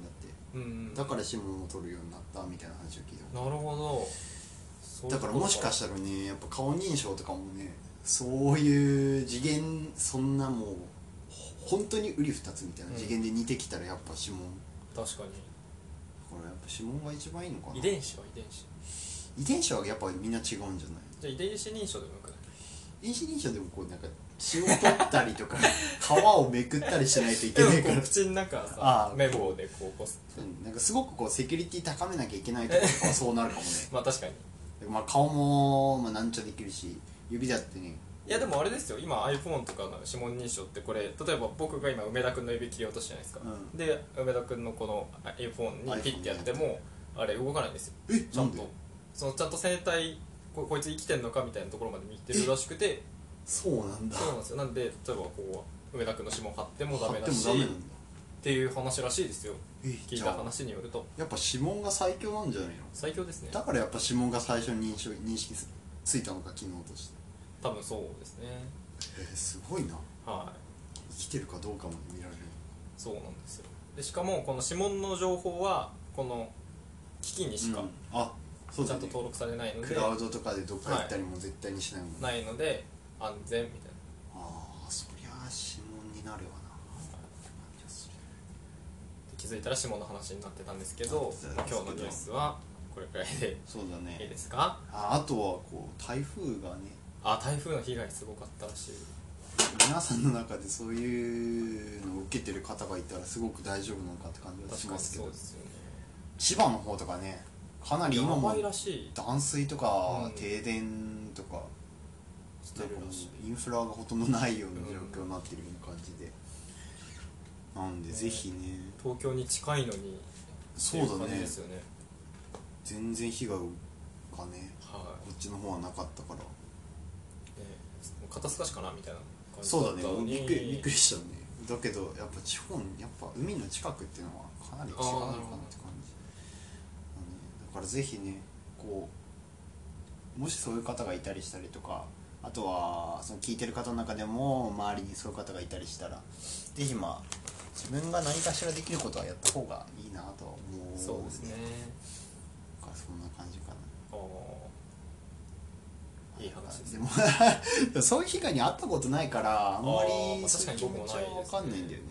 うんうんだから指紋を取るようになったみたいな話を聞いたなるほどそういうだこかとらもしかしたらねやっぱ顔認証とかもねそういう次元そんなもうほ本当に瓜二つみたいなうん次元で似てきたらやっぱ指紋、確かこれやっぱ指紋が一番いいのかなに遺伝子は遺伝子遺伝子はやっぱみんな違うんじゃないじゃあ遺伝子認証でもよくない遺伝子認証でもこうなんか血を取ったりとか 皮をめくったりしないといけでもないかこらう口の中あさー綿棒でこうこすうんなんかすごくこうセキュリティ高めなきゃいけないとかはそうなるかもねまあ確かにでまあ顔もまあなんちゃできるし指だってねいやでもあれですよ今 iPhone とかの指紋認証ってこれ例えば僕が今梅田君の指切り落としたじゃないですか、うんで梅田君のこの iPhone にピッてやってもあれ動かないんですよえちゃんなんでとそのちゃんと生態ここいつ生きてんのかみたいなところまで見てるらしくてそうなんだそうなんですよなんで例えばこう梅田君の指紋貼ってもダメだ買っしてもダメなっんだていう話らしいですよえ聞いじゃたあ話によるとやっぱ指紋が最強なんじゃないの最強ですねだからやっぱ指紋が最初に認証認識すついたのか機能として多分そうですねえー、すごいなはい生きてるかどうかも見られるそうなんですよでしかもこの指紋の情報はこの機器にしかうんあそうちゃだ、んとね、登録されないのクで、ラウドとかでどっか行ったりも絶対にしないもん、ないので安全みたいああそりゃあ指紋になるわな感じがするな気づいたら指紋の話になってたんですけどなってた今んですけど日のニュースはこれくら いでそうだいいねですかああとはこう台風がねあ台風の被害すごかったらしい皆さんの中でそういうのを受けてる方がいたらすごく大丈夫なのかって感じがし確かまにすけそうどですよね千葉の方とかねかなり今やもばいらしい断水とかうん停電とか,、しなてんるかもらしいうインフラがほとんどないような状況になってるような感じで、なんでねぜひね東京に近いのにそうっていだ感じねですよね全然被害がねはこっちの方はなかったからいねもう肩透かしかなみたいな感じそうだねったのびにっくりびっくりしたねだけどやっぱ地方にやっぱ海の近くっていうのはかなり違うのかなって感じあのねだからぜひねこうもしそういう方がいたりしたりとかあとはその聞いてる方の中でも周りにそういう方がいたりしたらぜひまあ自分が何かしらできることはやった方がいいなとは思うそうですねだからそんな感じかなあーいい話ですでねも そういう被害に遭ったことないからあんまあーまりあそういう気持ちは分かんないんだよね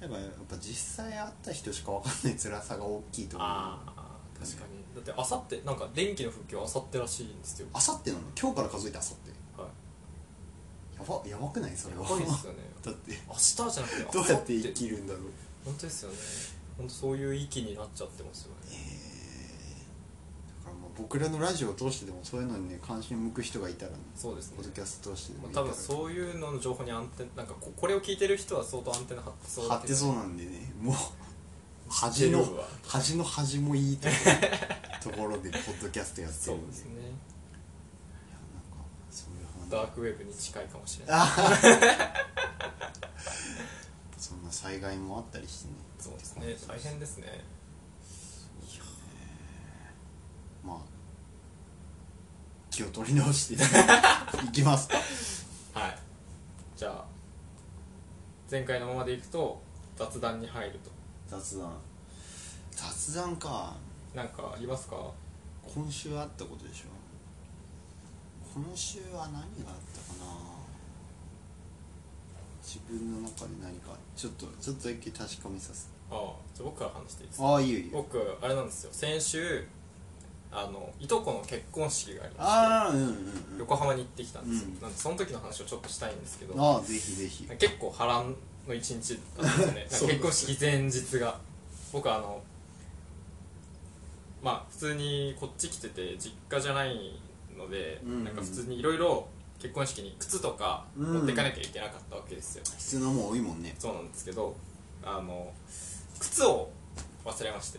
だからやっぱ実際会った人しか分かんない辛さが大きいと思うああ確かにだってあさってなんか電気の復旧あさってらしいんですよあさってなの今日から数えてあさってはいやばやばくないそれはやばいっすよね だって明日じゃなくて どうやって生るきるんだろう本当ですよね本当そういう域になっちゃってますよえねーだからまあ僕らのラジオを通してでもそういうのにね関心向く人がいたらねそうですねポッドキャスト通してでもまあいいか多ら分そういうのの情報にアンテナなんかここれを聞いてる人は相当アンテナ張ってそう張だっけてどそうなんでねもう端の出るわ端の端もいいとこところでポッドキャストやってそるうんでですねいやなんかそういうダー話クウェブに近いかもしれないあそんな災害もあったりしてねそうですね大変ですねまあ気を取り直していきますかはいじゃあ前回のままでいくと雑談に入ると雑談雑談かなんかありますか今週あったことでしょ今週は何があったかな自分の中で何かちょっとちょっとだけ確かめさせてああじゃあ僕から話していいですかああいいよいいよ僕あれなんですよ先週あのいとこの結婚式がありましてああうんうんうん横浜に行ってきたんですよ、うんなんでその時の話をちょっとしたいんですけどああぜひぜひ結構波乱の一日だったんですよねなん かそうです結婚式前日が僕あのまあ普通にこっち来てて実家じゃないので、うんうんなんか普通にいろいろ結婚式に靴とかうん持ってかなきゃいけなかったわけですよ、必要なもん多いもんねそうなんですけどあの靴を忘れまして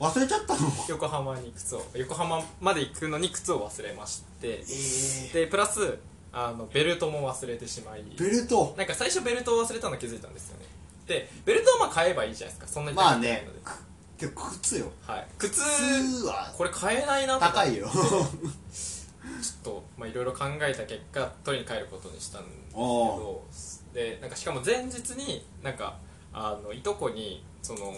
忘れちゃったの横浜に靴を横浜まで行くのに靴を忘れましてえでプラスあのベルトも忘れてしまいベルトなんか最初ベルトを忘れたの気づいたんですよねでベルトはまあ買えばいいじゃないですかそんなに高くないので、ま結構靴よはい、靴靴はこれ買えないなとか高いよちょっとまあいろいろ考えた結果取りに帰ることにしたんですけおどでなんかしかも前日になんかあのいとこにその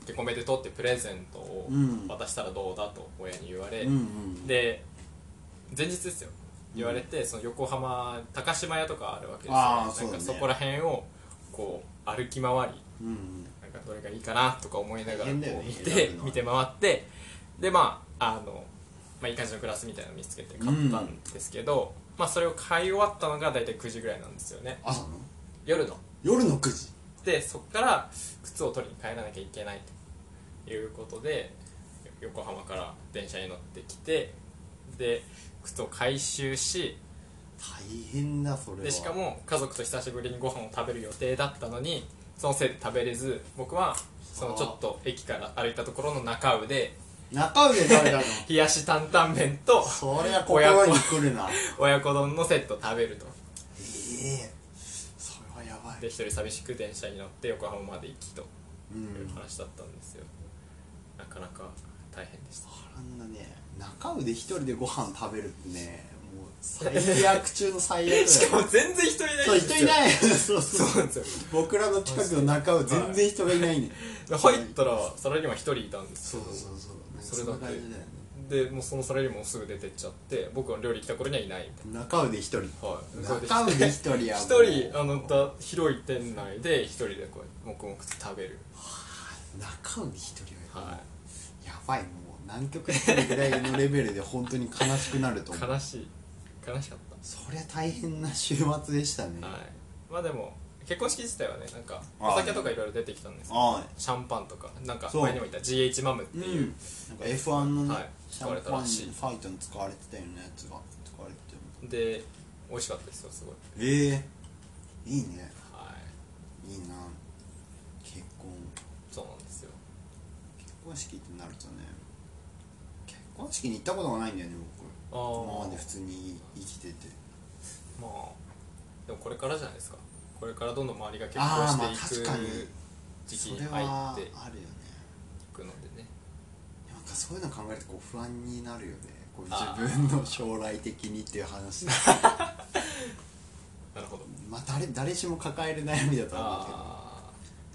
結婚おめでとうってプレゼントをうん渡したらどうだと親に言われ、うんうんで前日ですよ言われて、その横浜高島屋とかあるわけですよ、あーそうだねなんかそこら辺をこう歩き回りうんうんなんかどれがいいかなとか思いながらこ大変だよねう見選てぶのは見て回ってでまああの、まあ、いい感じのグラスみたいなの見つけて買ったんですけど、まあそれを買い終わったのが大体9時ぐらいなんですよね朝の夜の夜の9時でそこから靴を取りに帰らなきゃいけないということで横浜から電車に乗ってきてで靴を回収し大変だそれはでしかも家族と久しぶりにご飯を食べる予定だったのにそのせいで食べれず僕はそのちょっと駅から歩いたところの中尾で中上誰 だの冷やし担々麺とそりゃ心に来るな親子丼のセット食べるとええそれはやばでい一人寂しく電車に乗って横浜まで行きとういうん話だったんですよなかなか大変でしたあんなね中上で一人でご飯食べるってねもう最悪中の最悪だよ しかも全然人いないんですそうよ人いないそうそうそうなんです僕らの近くの中は全然人がいないねよ入ったらそれには一人いたんですそうそうそうそれだけんな感じだよねでもうそのそれよりもすぐ出てっちゃって僕が料理来た頃にはいないみたい中尾で一人なはい中尾で一人やもう一人あのだ広い店内で一人でこう黙々と食べる中尾で一人はやばいやばはいもう南極に来るぐらいのレベルで本当に悲しくなると思う悲しい悲しかっそりゃ大変な週末でしたねたはいまあでも結婚式自体はねなんかあーお酒とかいろいろ出てきたんですけどあシャンパンとかなんかそう前にも言った GH マムってうんいう、なんか F1 のねはいシャンパン使われたらフしいァイトに使われてたようなやつが使われてたよで美味しかったですよすごいええいいねはいいいな結婚そうなんですよ結婚式ってなるとね結婚式に行ったことがないんだよね僕あ今あまで普通に生きててまあでもこれからじゃないですかこれからどんどん周りが結あーまあ婚してい確かにく時期そにれ入はっあてるいよねくのでねなんかそういうの考えるとこう不安になるよねこうあー自分の将来的にっていう 話なるほどまあ誰誰しも抱える悩みだとは思うけどあ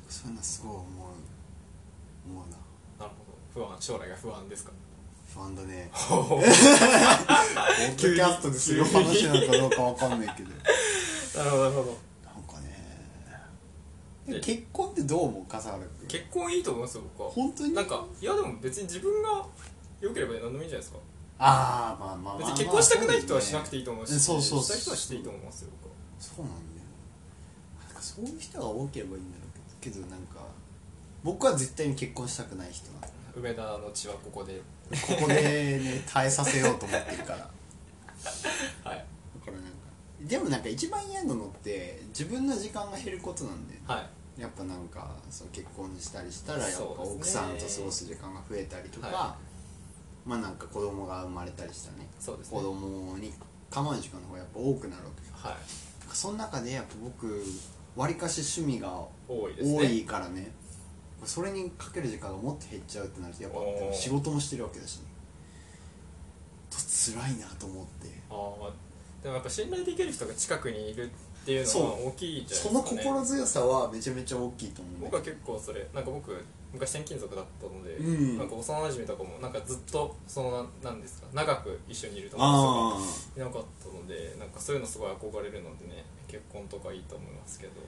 そういうのすごい思う思うなあなるほど不安将来が不安で すか不安だねなポッドキャストでする話なのかどうかわかんないけどるほどなるほどなんかえね結婚ってどう思う笠原君結婚いいと思いますよ僕は本当になんかいやでも別に自分が良ければ何でもいいんじゃないですかああまあまあまあ別に結婚したくない人はしなくていいいいと思うし、まあそうですねそうそうしたい人はしていいと思いますよ僕はそうなんだよなんかそういう人が多ければいいんだろうけどけどなんか僕は絶対に結婚したくない人なの梅田の血はここでここでね耐えさせようと思ってるからだかはいらなんかでもなんか一番嫌なのって自分の時間が減ることなんではいやっぱなんかその結婚したりしたらやっぱそうですね奥さんと過ごす時間が増えたりとか、はまあなんか子供が生まれたりしたらねそうですね子供に構える時間の方がやっぱ多くなるわけじゃんはいその中でやっぱ僕わりかし趣味が多いですね多いからねそれにかける時間がもっと減っちゃうってなるとやっぱおー仕事もしてるわけだしねと辛いなと思ってあーでもやっぱ信頼できる人が近くにいるっていうのはそう大きいじゃそなのいですか、ね、心強さはめちゃめちゃ大きいと思うんだ僕けどは結構それなんか僕昔転勤族だったので、うんなんか幼馴染とかもなんかずっとそのなんなんですか長く一緒にいる友あ達とあかいなかったのでなんかそういうのすごい憧れるのでね結婚とかいいと思いますけどやっ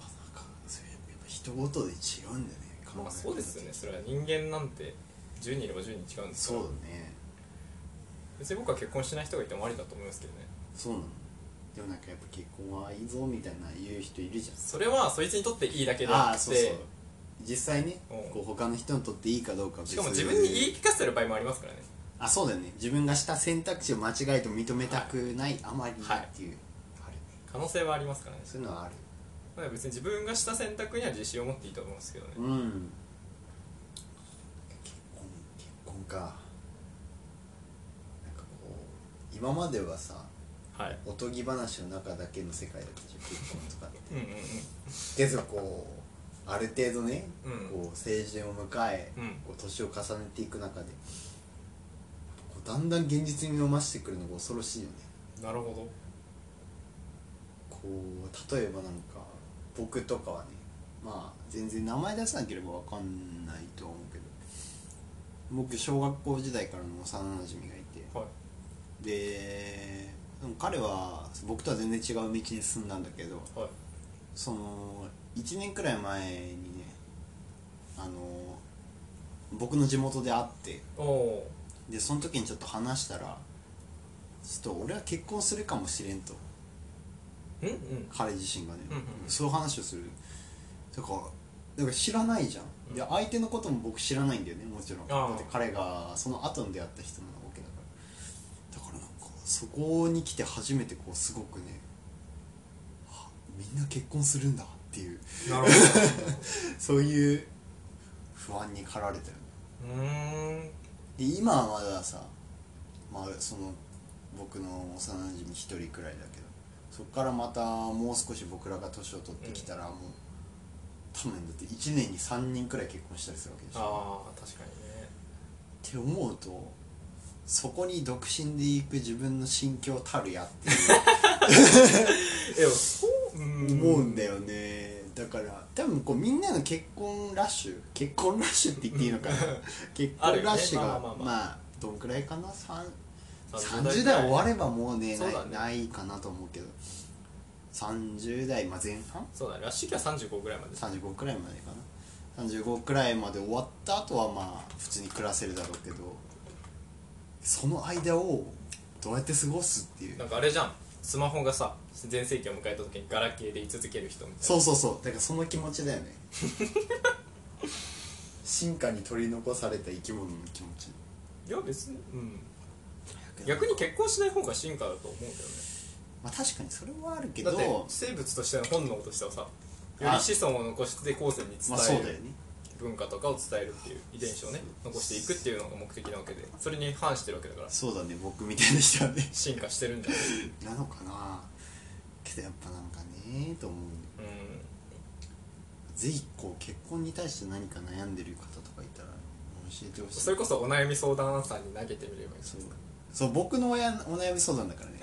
ぱなんかそれやっぱ人ごとで違うんだよね考え方まあそうですよねそれは人間なんて10人いれば10人違うんですそかうらだね別に僕は結婚しない人がいてもありだと思いますけどねそうなのでもなんかやっぱ結婚はいいぞみたいな言う人いるじゃんそれはそいつにとっていいだけであああっそうそうて実際ねうんこう他の人にとっていいかどうかは別しかも自分に言い聞かせてる場合もありますからねあそうだよね自分がした選択肢を間違えても認めたくない、あまりはいっていう、ある可能性はありますからねそういうのはあるだから別に自分がした選択には自信を持っていいと思うんですけどねうん結婚結婚かなんかこう今まではさはいおとぎ話の中だけの世界だったじゃん結婚とかってうんうんうんけどこうある程度ね、うんこう成人を迎え、うんこう年を重ねていく中でこうだんだん現実に飲ましてくるのが恐ろしいよねなるほこう例えばなんか僕とかはねまあ全然名前出さなければわかんないとは思うけど僕小学校時代からの幼なじみがいてどはいででも彼は僕とは全然違う道に進んだんだけどはいその1年くらい前にねあの僕の地元で会っておおでその時にちょっと話したらちょっと俺は結婚するかもしれんとーうんうん彼自身がね、うんうんうんそういう話をするだからだから知らないじゃん、うんいや相手のことも僕知らないんだよねもちろんああだって彼がその後に出会った人なわけだからだからなんかそこに来て初めてこうすごくねあみんな結婚するんだっていうなるほどそういう不安に駆られたよね うーんで今はまださ、まあ、その僕の幼なじみ一人くらいだけどそこからまたもう少し僕らが年を取ってきたらもう、多分だって1年に3人くらい結婚したりするわけでしょああ確かにねって思うとそこに独身で行く自分の心境たるやってでもそううんいう思うんだよねだから多分こうみんなの結婚ラッシュ結婚ラッシュって言っていいのかな結ある婚よねラッシュがままああまあまあどんくらいかな3 30 30代終わればもうねそうなだいねないかなと思うけど30代、まあ、前半そうだねラッシュ期は35ぐらいまで35くらいまでかな35くらいまで終わった後はまあ普通に暮らせるだろうけどその間をどうやって過ごすっていうなんかあれじゃんスマホがさ全盛期を迎えた時にガラケーで居続ける人みたいなそうそうそうだからその気持ちだよね進化に取り残された生き物の気持ちいや別にうん逆に結婚しない方が進化だと思うんだよねまあ確かにそれはあるけだどって生物としての本能としてはさよりあ子孫を残して後世にまあそう伝だえよるね文化とかを伝えるっていう遺伝子をねそう残していくっていうのが目的なわけでそれに反してるわけだからそうだね僕みたいな人はね進化してるんじゃないなのかなけどやっぱなんかねと思ううぜひこう結婚に対して何か悩んでる方とかいたら教えてほんしいそれこそお悩み相談アンサーに投げてみればいいそうそう僕の親お悩み相談だからね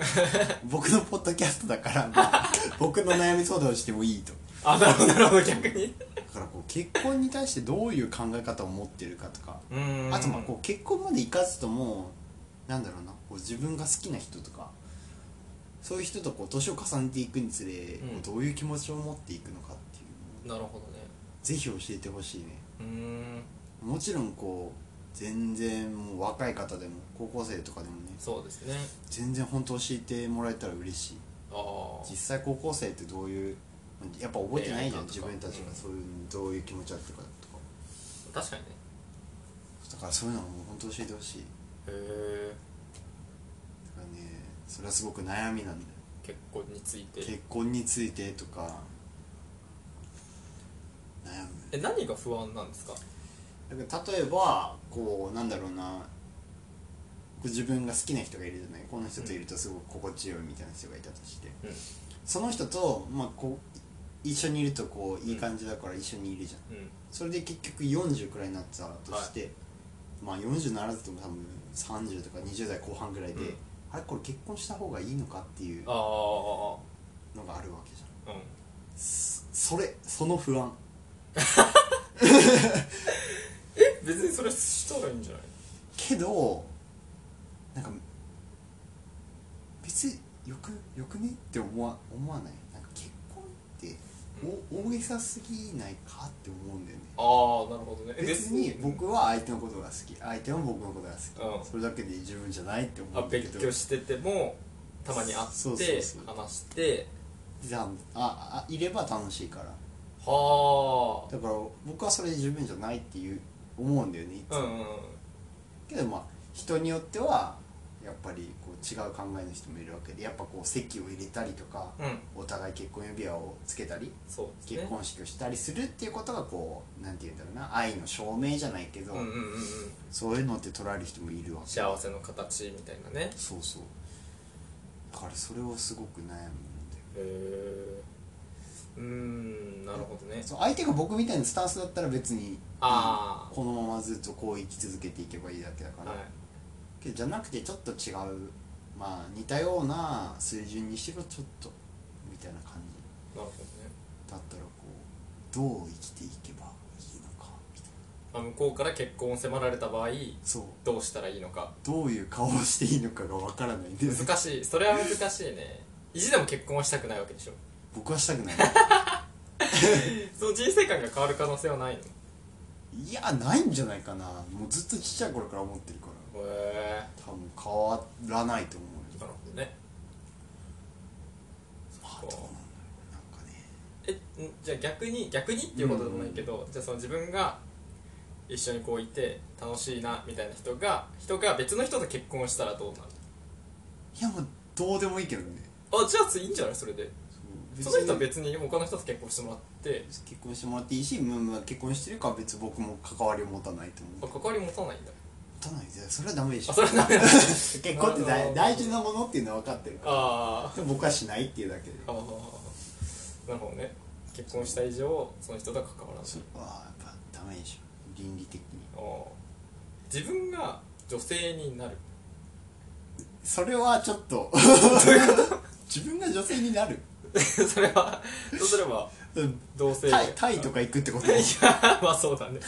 僕のポッドキャストだから、まあ、僕の悩み相談をしてもいいとあなるほどなるほど逆にだからこう結婚に対してどういう考え方を持ってるかとかうんあとまあこう結婚までいかずともなんだろうなこう自分が好きな人とかそういう人とこう年を重ねていくにつれ、うんどういう気持ちを持っていくのかっていうのをなるほどねぜひ教えてほしいねうんもちろんこう全然もう若い方でも高校生とかでもねそうですね全然本当教えてもらえたら嬉しいああ実際高校生ってどういうやっぱ覚えてないじゃん自恋愛分観とかたちがそういう、どういう気持ちだったかとか確かにねだからそういうのはもう本当教えてほしいだへえからねそれはすごく悩みなんだよ結婚について結婚についてとか悩むえ何が不安なんですかだから例えばこうなんだろうなこう自分が好きな人がいるじゃないこの人といるとすごく心地よいみたいな人がいたとして、うんその人と、まあ、こう一緒にいるとこういい感じだから一緒にいるじゃん、うんそれで結局40くらいになったとして、まあ40ならずとも多分30とか20代後半ぐらいで、うんあれこれ結婚した方がいいのかっていうああのがあるわけじゃんうんそそれその不安え別にそれしたらいいんじゃないけどなんか別によくよくねって思わ思わないなんか結婚ってお大げさすぎないかって思うんだよねああなるほどねえ別に僕は相手のことが好き相手も僕のことがうん好きそれだけで十分じゃないって思あうんだけ別ど居しててもたまに会そうっそうてそう話してじゃあああいれば楽しいからはだから僕はそれで十分じゃないっていう思うんだよねいつあもうんうんけどまあ人によってはやっぱりこう違う考えの人もいるわけでやっぱこう籍を入れたりとかうんお互い結婚指輪をつけたりそうですね結婚式をしたりするっていうことがこうなんて言うんだろうな愛の証明じゃないけど、うんうんうんうんそういうのって捉える人もいるわけ幸せの形みたいなねそうそうだからそれをすごく悩むんだよへえうーんなるほどねそう相手が僕みたいなスタンスだったら別にあーこのままずっとこう生き続けていけばいいだけだから、はいけどじゃなくてちょっと違うまあ似たような水準にしろちょっとみたいな感じなるほどねだったらこうどう生きていけばいいのかみたいなあ向こうから結婚を迫られた場合そうどうしたらいいのかどういう顔をしていいのかがわからないんです難しいそれは難しいね意地でも結婚はしたくないわけでしょ僕はしたくない その人生観が変わる可能性はないのへいやないんじゃないかなもうずっとちっちゃい頃から思ってるからえ多分変わらないと思うなよるほどねまあどうなんだろうなんかねえんじゃあ逆に逆にっていうことでもないけど、じゃあその自分が一緒にこういて楽しいなみたいな人が人が別の人と結婚したらどうなるいやもうどうでもいいけどねあじゃあいいんじゃないそれでそうその人には別に他の人と結婚してもらって結婚してもらっていいし、まあまあ、結婚してるから別に僕も関わりを持たないと思うあ関わり持たないんだ持たないでそれはダメでしあょそれはダメだ結婚ってあ大の大事なものっていうのは分かってるからあでも僕はしないっていうだけでーあーなるほどね結婚した以上その人とは関わらないそれはやっぱダメでしょ倫理的にあー自分が女性になるそれはちょっと 自分が女性になる それはそうすれば同性タイタイとか行くってことでしいや まあそうだね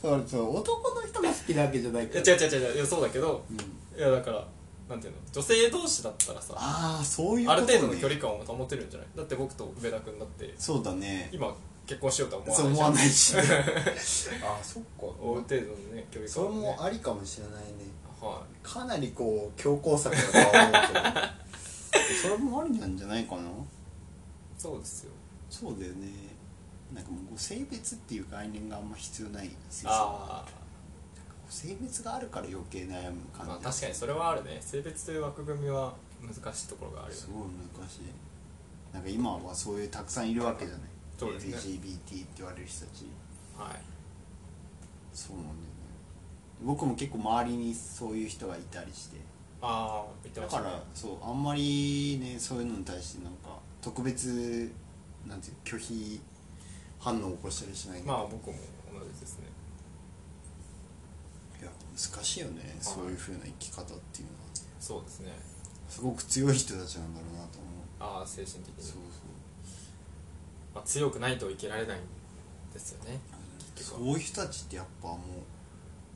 そうそう男の人が好きなわけじゃないいかやら違う違う違ういやそうだけどうん、いやだからなんていうの女性同士だったらさあ,、ああそういうこと、るね、程度の距離感を保てるんじゃないだって僕と上田君だってそうだね今結婚しようとはそう思思わわないなじいし ああそっゃんある程度のね距離それ感をねもありかもしれないねはかなりこう強硬策だとは思うけどそれもありなんじゃないかないそうですよそうだよねなんかもうこう性別っていう概念があんま必要ないですよあ性別があるから余計悩むあ感じ、まあ確かにそれはあるね性別という枠組みは難しいところがあるよねすごい難しいなんか今はそういうたくさんいるわけじゃないそうですね LGBT って言われる人たちはいそうなんだよね僕も結構周りにそういう人がいたりしてああ言ってだましかたねらそうあんまりねそういうのに対してなんか特別なんていう拒否反応を起こしたりしないんだけどまあ僕も同じですねいや難しいよね、そういう風な生き方っていうのはそうですねすごく強い人たちなんだろうなと思う、ああ精神的にそうまあ、強くないと生きられないんですよねそうそういう人たちってやっぱもう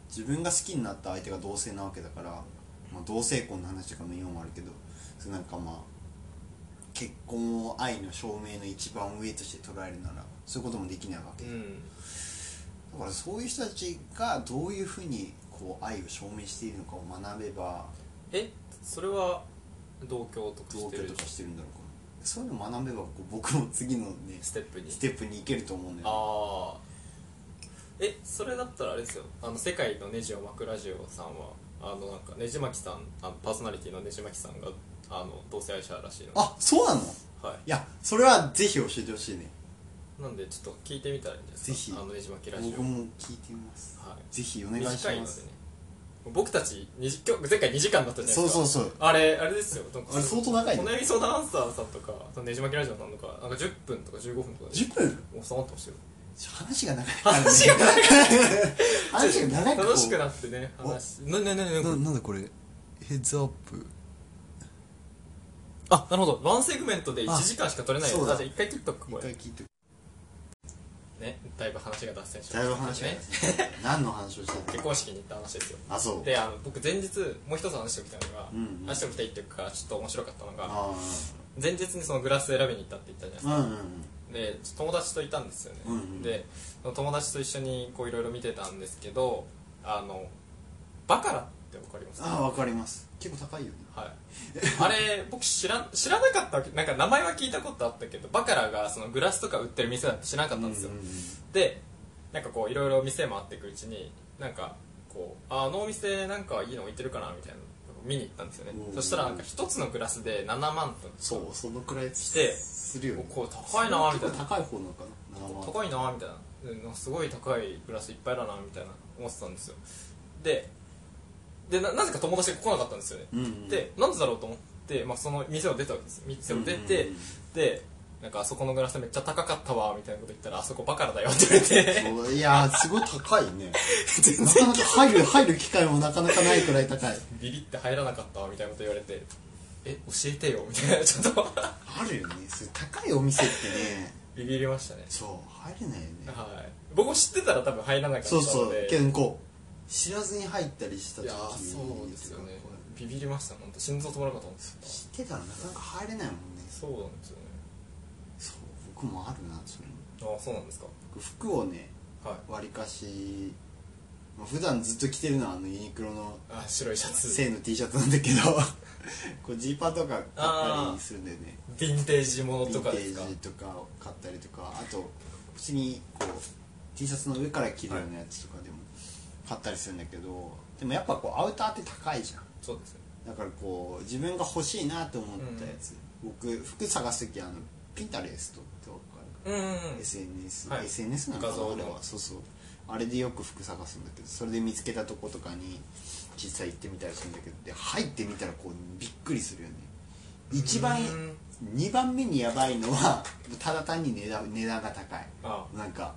自分が好きになった相手が同性なわけだから、まあ、同性婚の話とかも今もあるけどそうなんかまあ結婚を愛の証明の一番上として捉えるならそういうこともできないわうけだんからそういう人たちがどういうふうにこう愛を証明しているのかを学べばえそれは同居とか同して居るとかしてるんだろうかなそういうの学べばこう僕も次のねステップにステップに行けると思うんだよ、ね、ああえそれだったらあれですよあの世界のネジを巻くラジオさんはあのなんかネジ巻きさんあのパーソナリティのネジ巻きさんがあの同性愛者らしいのあそうなのはいいやそれはぜひ教えてほしいねなんでちょっと聞いてみたらいいんじゃないですぜかひあのねじ巻きラジ僕オも聞いてみますはいぜひお願いし短いまのですね僕たち二時今日前回2時間だったじゃないですそかうそうそうあれあれですよなんかあれ相当長いおね悩み相談アンサーさんとかそのねじ巻きラジオさんとかなんか10分とか15分とかで10分収まってましたよちょ話が長いからね話が長い 話が長いから楽しくなってねお話ななななななんだこれヘッズアップあなるほどワンセグメントで1時間しか取れないよあそうだあじゃあ1回切っとく一これ回聞いてねだいぶ話が脱線しまだいしぶた話がね 何の話をした結の婚式に行った話ですよあそうであの僕前日もう一つ話しておきたいのが、うんうん話しておきたいっていうかちょっと面白かったのがあ前日にそのグラス選びに行ったって言ったじゃなあういですか、んうんうんで友達といたんですよね、うんうんでその友達と一緒にこういろいろ見てたんですけどあのバカラってわかりますああわかります結構高いよねはい、あれ僕知ら知らなかったわけなんか名前は聞いたことあったけどバカラがそのグラスとか売ってる店だって知らなかったんですよ、うんうんうんでなんかこういろいろ店回っていくうちになんかこうああのお店なんかいいの置いてるかなみたいなの見に行ったんですよねうんそしたらなんか一つのグラスで7万とかそうそのくらいしてするよねこう高いなみたいな結構高い方なのかな7万高いなみたいなうんなんかすごい高いグラスいっぱいだなみたいな思ってたんですよででななぜか友達が来なかったんですよね、うんうんでなんでだろうと思って、まあ、その店を出たわけです店を出て、うんうんうんでなんかあそこのグラスめっちゃ高かったわみたいなこと言ったらあそこバカラだよって言われてそういやーすごい高い ねなかなか入る入る機会もなかなかないくらい高いビビって入らなかったわみたいなこと言われてえ教えてよみたいなちょっとあるよねそれ高いお店ってねビビりましたねそう入れないよねはい僕も知ってたら多分入らなかったそのうでそうけどこう知らずに入ったりしたい時やーにそうですよねこうビビりました本当心臓止まらなかったんですよ知ってたらなかなか入れないもんねそうなんですよねそう僕もあるなそれああそうなんですか僕服をねはいわりかし、まあ、普段ずっと着てるのはあのユニクロのあ白いシャツ正の T シャツなんだけど こうジーパーとか買ったりするんだよねヴィンテージものヴィとンかテですかージとかを買ったりとかあと普通にこう T シャツの上から着るようなやつとかでも買ったりするんだけどでもやっぱこうアウターって高いじゃんそうですねだからこう自分が欲しいなと思ったやつ、僕服探す時あのピンタレストってわかうんうんうんる SNS、はい SNS なのかな画像のあれはそうそうあれでよく服探すんだけどそれで見つけたとことかに実際行ってみたりするんだけどで入ってみたらこうびっくりするよね一番うん2番目にやばいのはただ単に値段値段が高いあなんか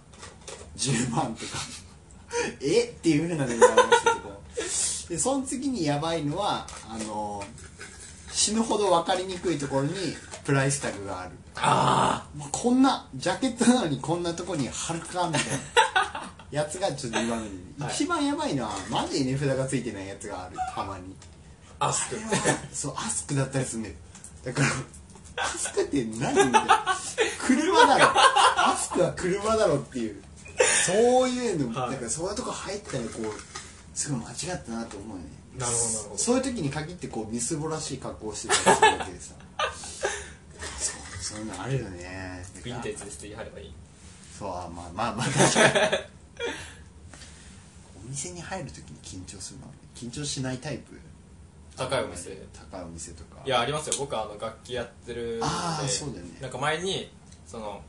10万とか えっていうふうな値段がしててこうでその次にやばいのはあの死ぬほど分かりにくいところにプライスタグがあるあもうこんなジャケットなのにこんなとこに貼るかみたいなやつがちょっと2番目に、はい一番やばいのはマジで値札がついてないやつがあるたまにーアスクそうアスクだったりするんだよだからアスクって何みたいな車だろアスクは車だろっていうそういうの、はいだからそういうとこ入ったらこうすごい間違ったなと思うよねなるほどなるほどそういう時に限ってこうみすぼらしい格好をしてたりするわけでさそうそういうのあるよねヴィンテージですって言い張ればいいそうあまあまあまあ確かにお店に入る時に緊張するの緊張しないタイプ高いお店高いお店とかいやありますよ僕あの楽器やってるのであーそうだよねなんか前にその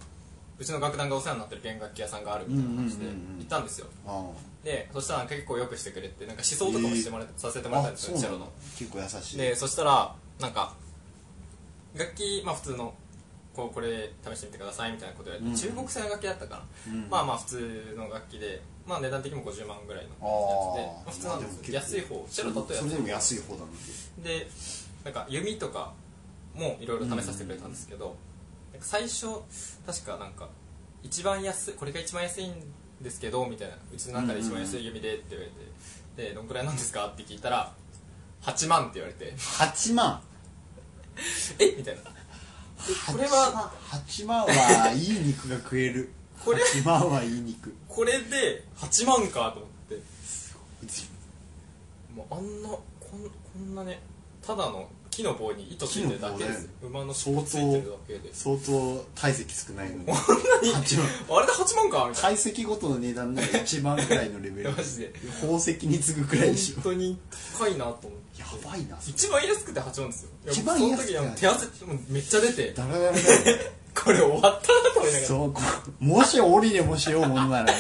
うちの楽団がお世話になってる弦楽器屋さんがあるみたいな話でうんうんうんうん行ったんですよあでそしたら結構よくしてくれてなんか思想とかもしてもらえさせてあもらあったんですそうよなチェロんだの結構優しいでそしたらなんか楽器まあ普通のこうこれ試してみてくださいみたいなことやって、うん中国製の楽器だったかな、うんまあまあ普通の楽器でまあ値段的にも50万ぐらいのあやあつで、まあ普通なんですよ安い方チェロだとそ安いれ方でも安い方だもんねでなんか弓とかもいろいろ試させてくれたんですけど、なんか最初確かなんか一番安いこれが一番安いんですけどみたいなうちの中で一番安い弓でって言われて、でどんくらいなんですかって聞いたら8万って言われて8万えみたいなえこれは8万はいい肉が食えるこれ8万はいい肉これで8万かと思って自もうあんなこんこんなねただの木の棒に糸ついてるだけです木馬の尻尾ついてるだけです相当体積少ないのに 8万あれで8万かみたいな体積ごとの値段なら1万ぐらいのレベルマジで宝石に次ぐくらいでしょ本当に高いなと思ってやばいなそれ一番安くて8万ですよ一番安くていや僕その時はもう手汗もうめっちゃ出てダラダラだよね これ終わったなと思いながらそうこもし降りでもしようものならね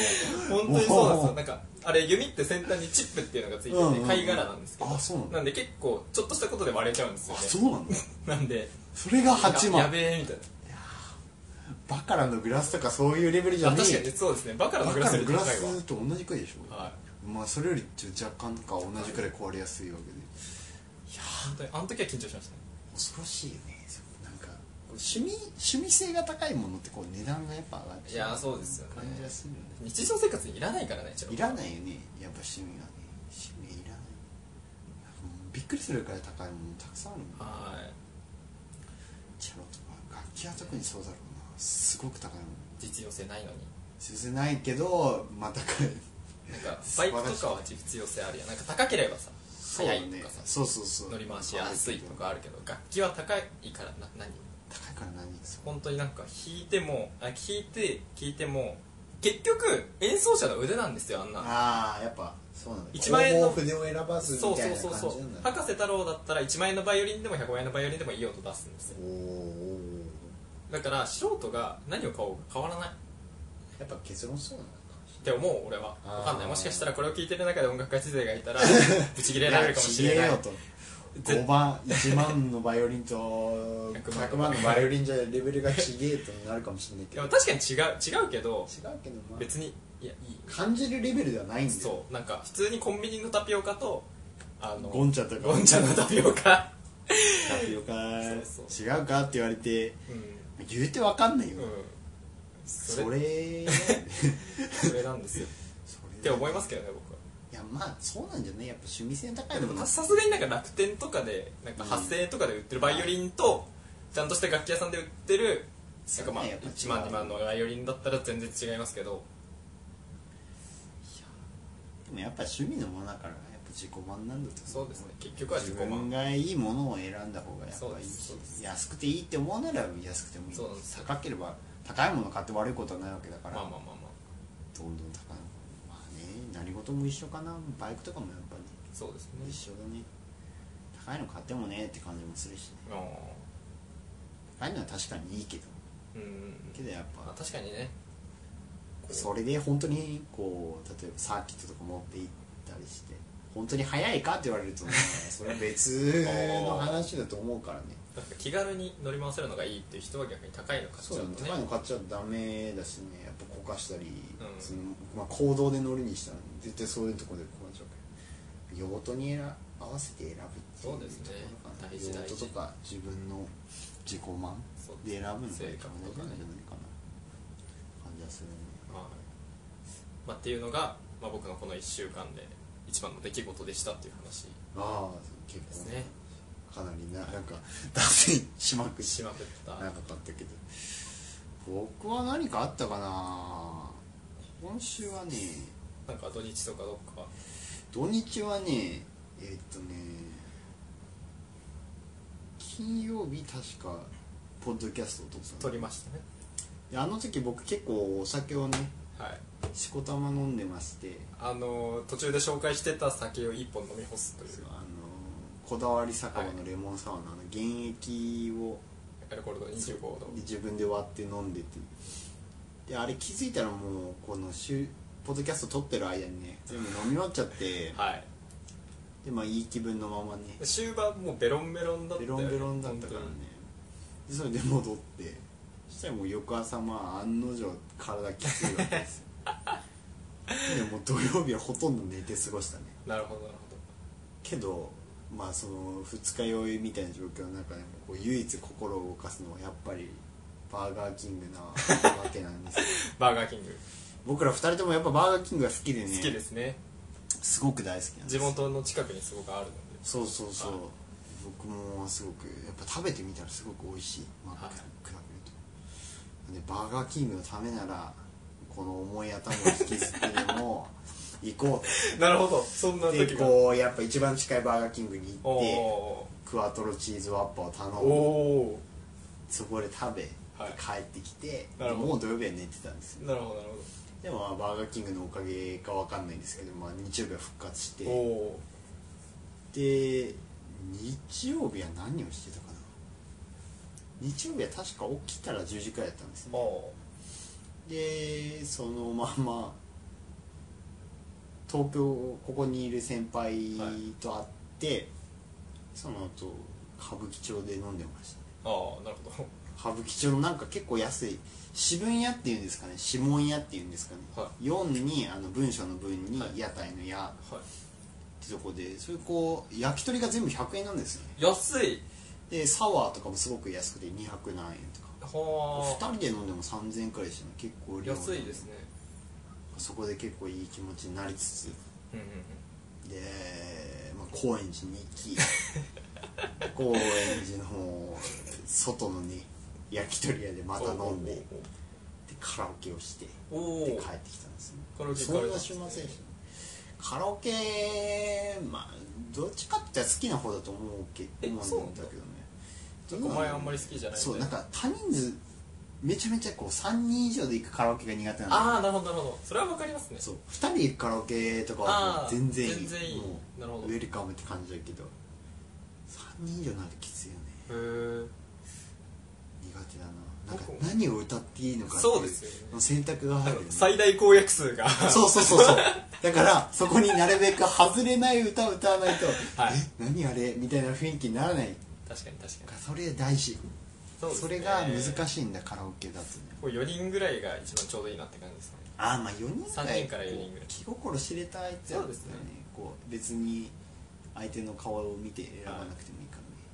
本当にそうなんですおよーなんかあれ弓って先端にチップっていうのがついてうんうんうてん貝殻なんですけどあそうなんだなんで結構ちょっとしたことで割れちゃうんですあよねそうなんだなんでそれが8や万べえみたいなバカラのグラスとかそういうレベルじゃあね確かえにそうですねバカラバのカグララスよのりグ高ラいスわと同じくらいでしょ、はいまあそれよりちょ若干か同じくらい壊れやすいわけでいやー本当にあの時は緊張しましたね恐ろしいよねなんか趣味趣味性が高いものってこう値段がやっぱ上がっいちゃうやーそうですよね感じがするよね日常生活にいらないからねちょっといらないよねやっぱ趣味はね趣味いらないびっくりするくらい高いものたくさんあるもんはいチェロとか楽器は特にそうだろうなすごく高いもの実用性ないのに全然ないけどまあ高いなん かバイクとかは実用性あるやんなんか高ければさそう速だいねとかさそうそうそう乗り回しやすいとかあるけど楽器は高いからな何高いから何そう本当になんか弾いてもあ弾いて弾いても結局演奏者の腕なんですよあんなああやっぱそうなんだ一万円のこう筆を選ばずみそうたいそうなそ感うそうじなんだね博士太郎だったら1万円のバイオリンでも105円のバイオリンでもいい音出すんですよおーおーだから素人が何を買おうか変わらないっやっぱ結論そうなのかて思う俺はあーわかんないもしかしたらこれを聞いてる中で音楽家知勢がいた らブチギレられるかもしれないやちげえよと5万1万のバイオリンと100万100万のバイオリンじゃレベルがちげえとなるかもしれないけでど違もう確かに違う違うけどけどまあ別にいやいい感じるレベルではないんだよそうなんか普通にコンビニのタピオカとあのゴンチャとかゴンチャのタピオタカピオカそうそ違うかって言われてうん、言うてわかんないよ、うん、 そそれれそれなんですよそっれて思いますけどね僕はいやまあそうなんじゃないやっぱ趣味性高いでもものささすがになんか楽天とかでなんか8000円とかで売ってるバイオリンとちゃんとした楽器屋さんで売ってるなんかまあそうねやっぱ違う1万2万のバイオリンだったら全然違いますけどでもやっぱ趣味のものだからやっぱ自己満なんだとそうですね結局は自自己分満がいいものを選んだ方がやっぱいいしそうです安くていいって思うなら安くてもいいそうなんです高ければ高いもの買って悪いことはないわけだかまら、あまあまあまあどんどん高いのまあね何事も一緒かなバイクとかもやっぱり、そうです一ね緒だね高いの買ってもねって感じもするしねあ高いのは確かにいいけどーうんけどやっまあぱ確かにねそれで本当にこう例えばサーキットとか持って行ったりして本当に速いかって言われるとね それは別の話だと思うからねなんか気軽に乗り回せるのがいいっていう人は逆に高いの買っそうちゃだうねと高いのね買っちゃダメだしねやっぱこかしたり、んそのまあ、行動で乗るにしたら絶対そういうところでこかちゃうけど用途に選合わせて選ぶっていうそうですねところかな大事大事用途とか自分の自己満そうで選ぶのが一番性格大と事かなんねじゃないかな感じはするねはいまあ、っていうのが、まあ、僕のこの1週間で一番の出来事でしたっていう話ああ結です構ねかなりななんか脱線しまくししまくったなかったけど僕は何かあったかな今週はねなんか土日とかどっか土日はねえーっとね金曜日確かポッドキャストを撮撮ったりのましたねであの時僕結構お酒をねはいしこたま飲んでましてあのー途中で紹介してた酒を1本飲み干すといあのうこだわり酒場のレモンサワーのあの原液をアルコール度25度自分で割って飲んでてであれ気づいたらもうこの週ポッドキャスト撮ってる間にね全部飲み終わっちゃってはいでまあいい気分のままねで終盤もうベロンベロンだったベよロねンベロンだったからね本でそれで戻ってそしたらもう翌朝まあ案の定体きついわけです よでもう土曜日はほとんど寝て過ごしたね当になるほどなるけどまあその二日酔いみたいな状況の中でもこう唯一心を動かすのはやっぱりバーガーキングなわけなんですよほどバーガーキング僕ら二人ともやっぱバーガーキングが好きでね好きですねすごく大好きなんです地元の近くにすごくあるので そうそうそうはい僕もすごくやっぱ食べてみたらすごく美味しいマックはいに比べると、でバーガーキングのためならこの重い頭を引きずってでも 行こなるほどそんうなって時でがこうやっぱ一番近いバーガーキングに行おってークワトロチーズワッパーを頼おむおそこで食べ、はい帰ってきてなるほどもう土曜日は寝てたんですよーなるほどなるでもまあバーガーキングのおかげかわかんないんですけど、まあ、日曜日は復活してほどおで日曜日は何をしてたかな日曜日は確か起きたら10時くらいだったんですおねおでそのまま東京ここにいる先輩と会って、その後歌舞伎町で飲んでましたねああなるほ歌舞伎町のなんか結構安い四分屋っていうんですかね四門屋っていうんですかね、は4にあの文章の文にはい屋台の屋ど っはてとこでそれこう焼き鳥が全部100円なんですよねい安いでサワーとかもすごく安くて200何円とかはあ2人で飲んでも3000円くらいしたの結構量安いですねそこで結構いい気持ちになりつつうんうんうんで、まあ、高円寺に行き 高円寺の方外のね焼き鳥屋でまた飲んででカラオケをしてでおうおうおうおう帰おっうてきたんですねカラオケ行そかれんなたん週末でしたねねカラオケまあどっちかって言ったら好きな方だと思うけえ思そうなうんんだだけどねちょっとお前あんまり好きじゃないそうなんか他人数めちゃめちゃこう3人以上で行くカラオケが苦手なんだよああなるほどなるほどそれはわかりますねそう2人で行くカラオケとかはもあうー全然いい全然いいもうなるほどウェルカムって感じだけど3人以上になるときついよねへえ苦手だななんか僕も何を歌っていいのかっていそうですよねの選択が入るよね最大公約数がそうそうそうそうだからそこになるべく外れない歌を歌わないと、はいえ何あれみたいな雰囲気にならない 確かに確かにそれ大事そ,、うですねれが難しいんだカラオケだとねこう4人ぐらいが一番ちょうどいいなって感じですねああまあ4人三人から四人ぐらい気心知れた相手だったらねそうですねこう別に相手の顔を見て選ばなくてもいいからね、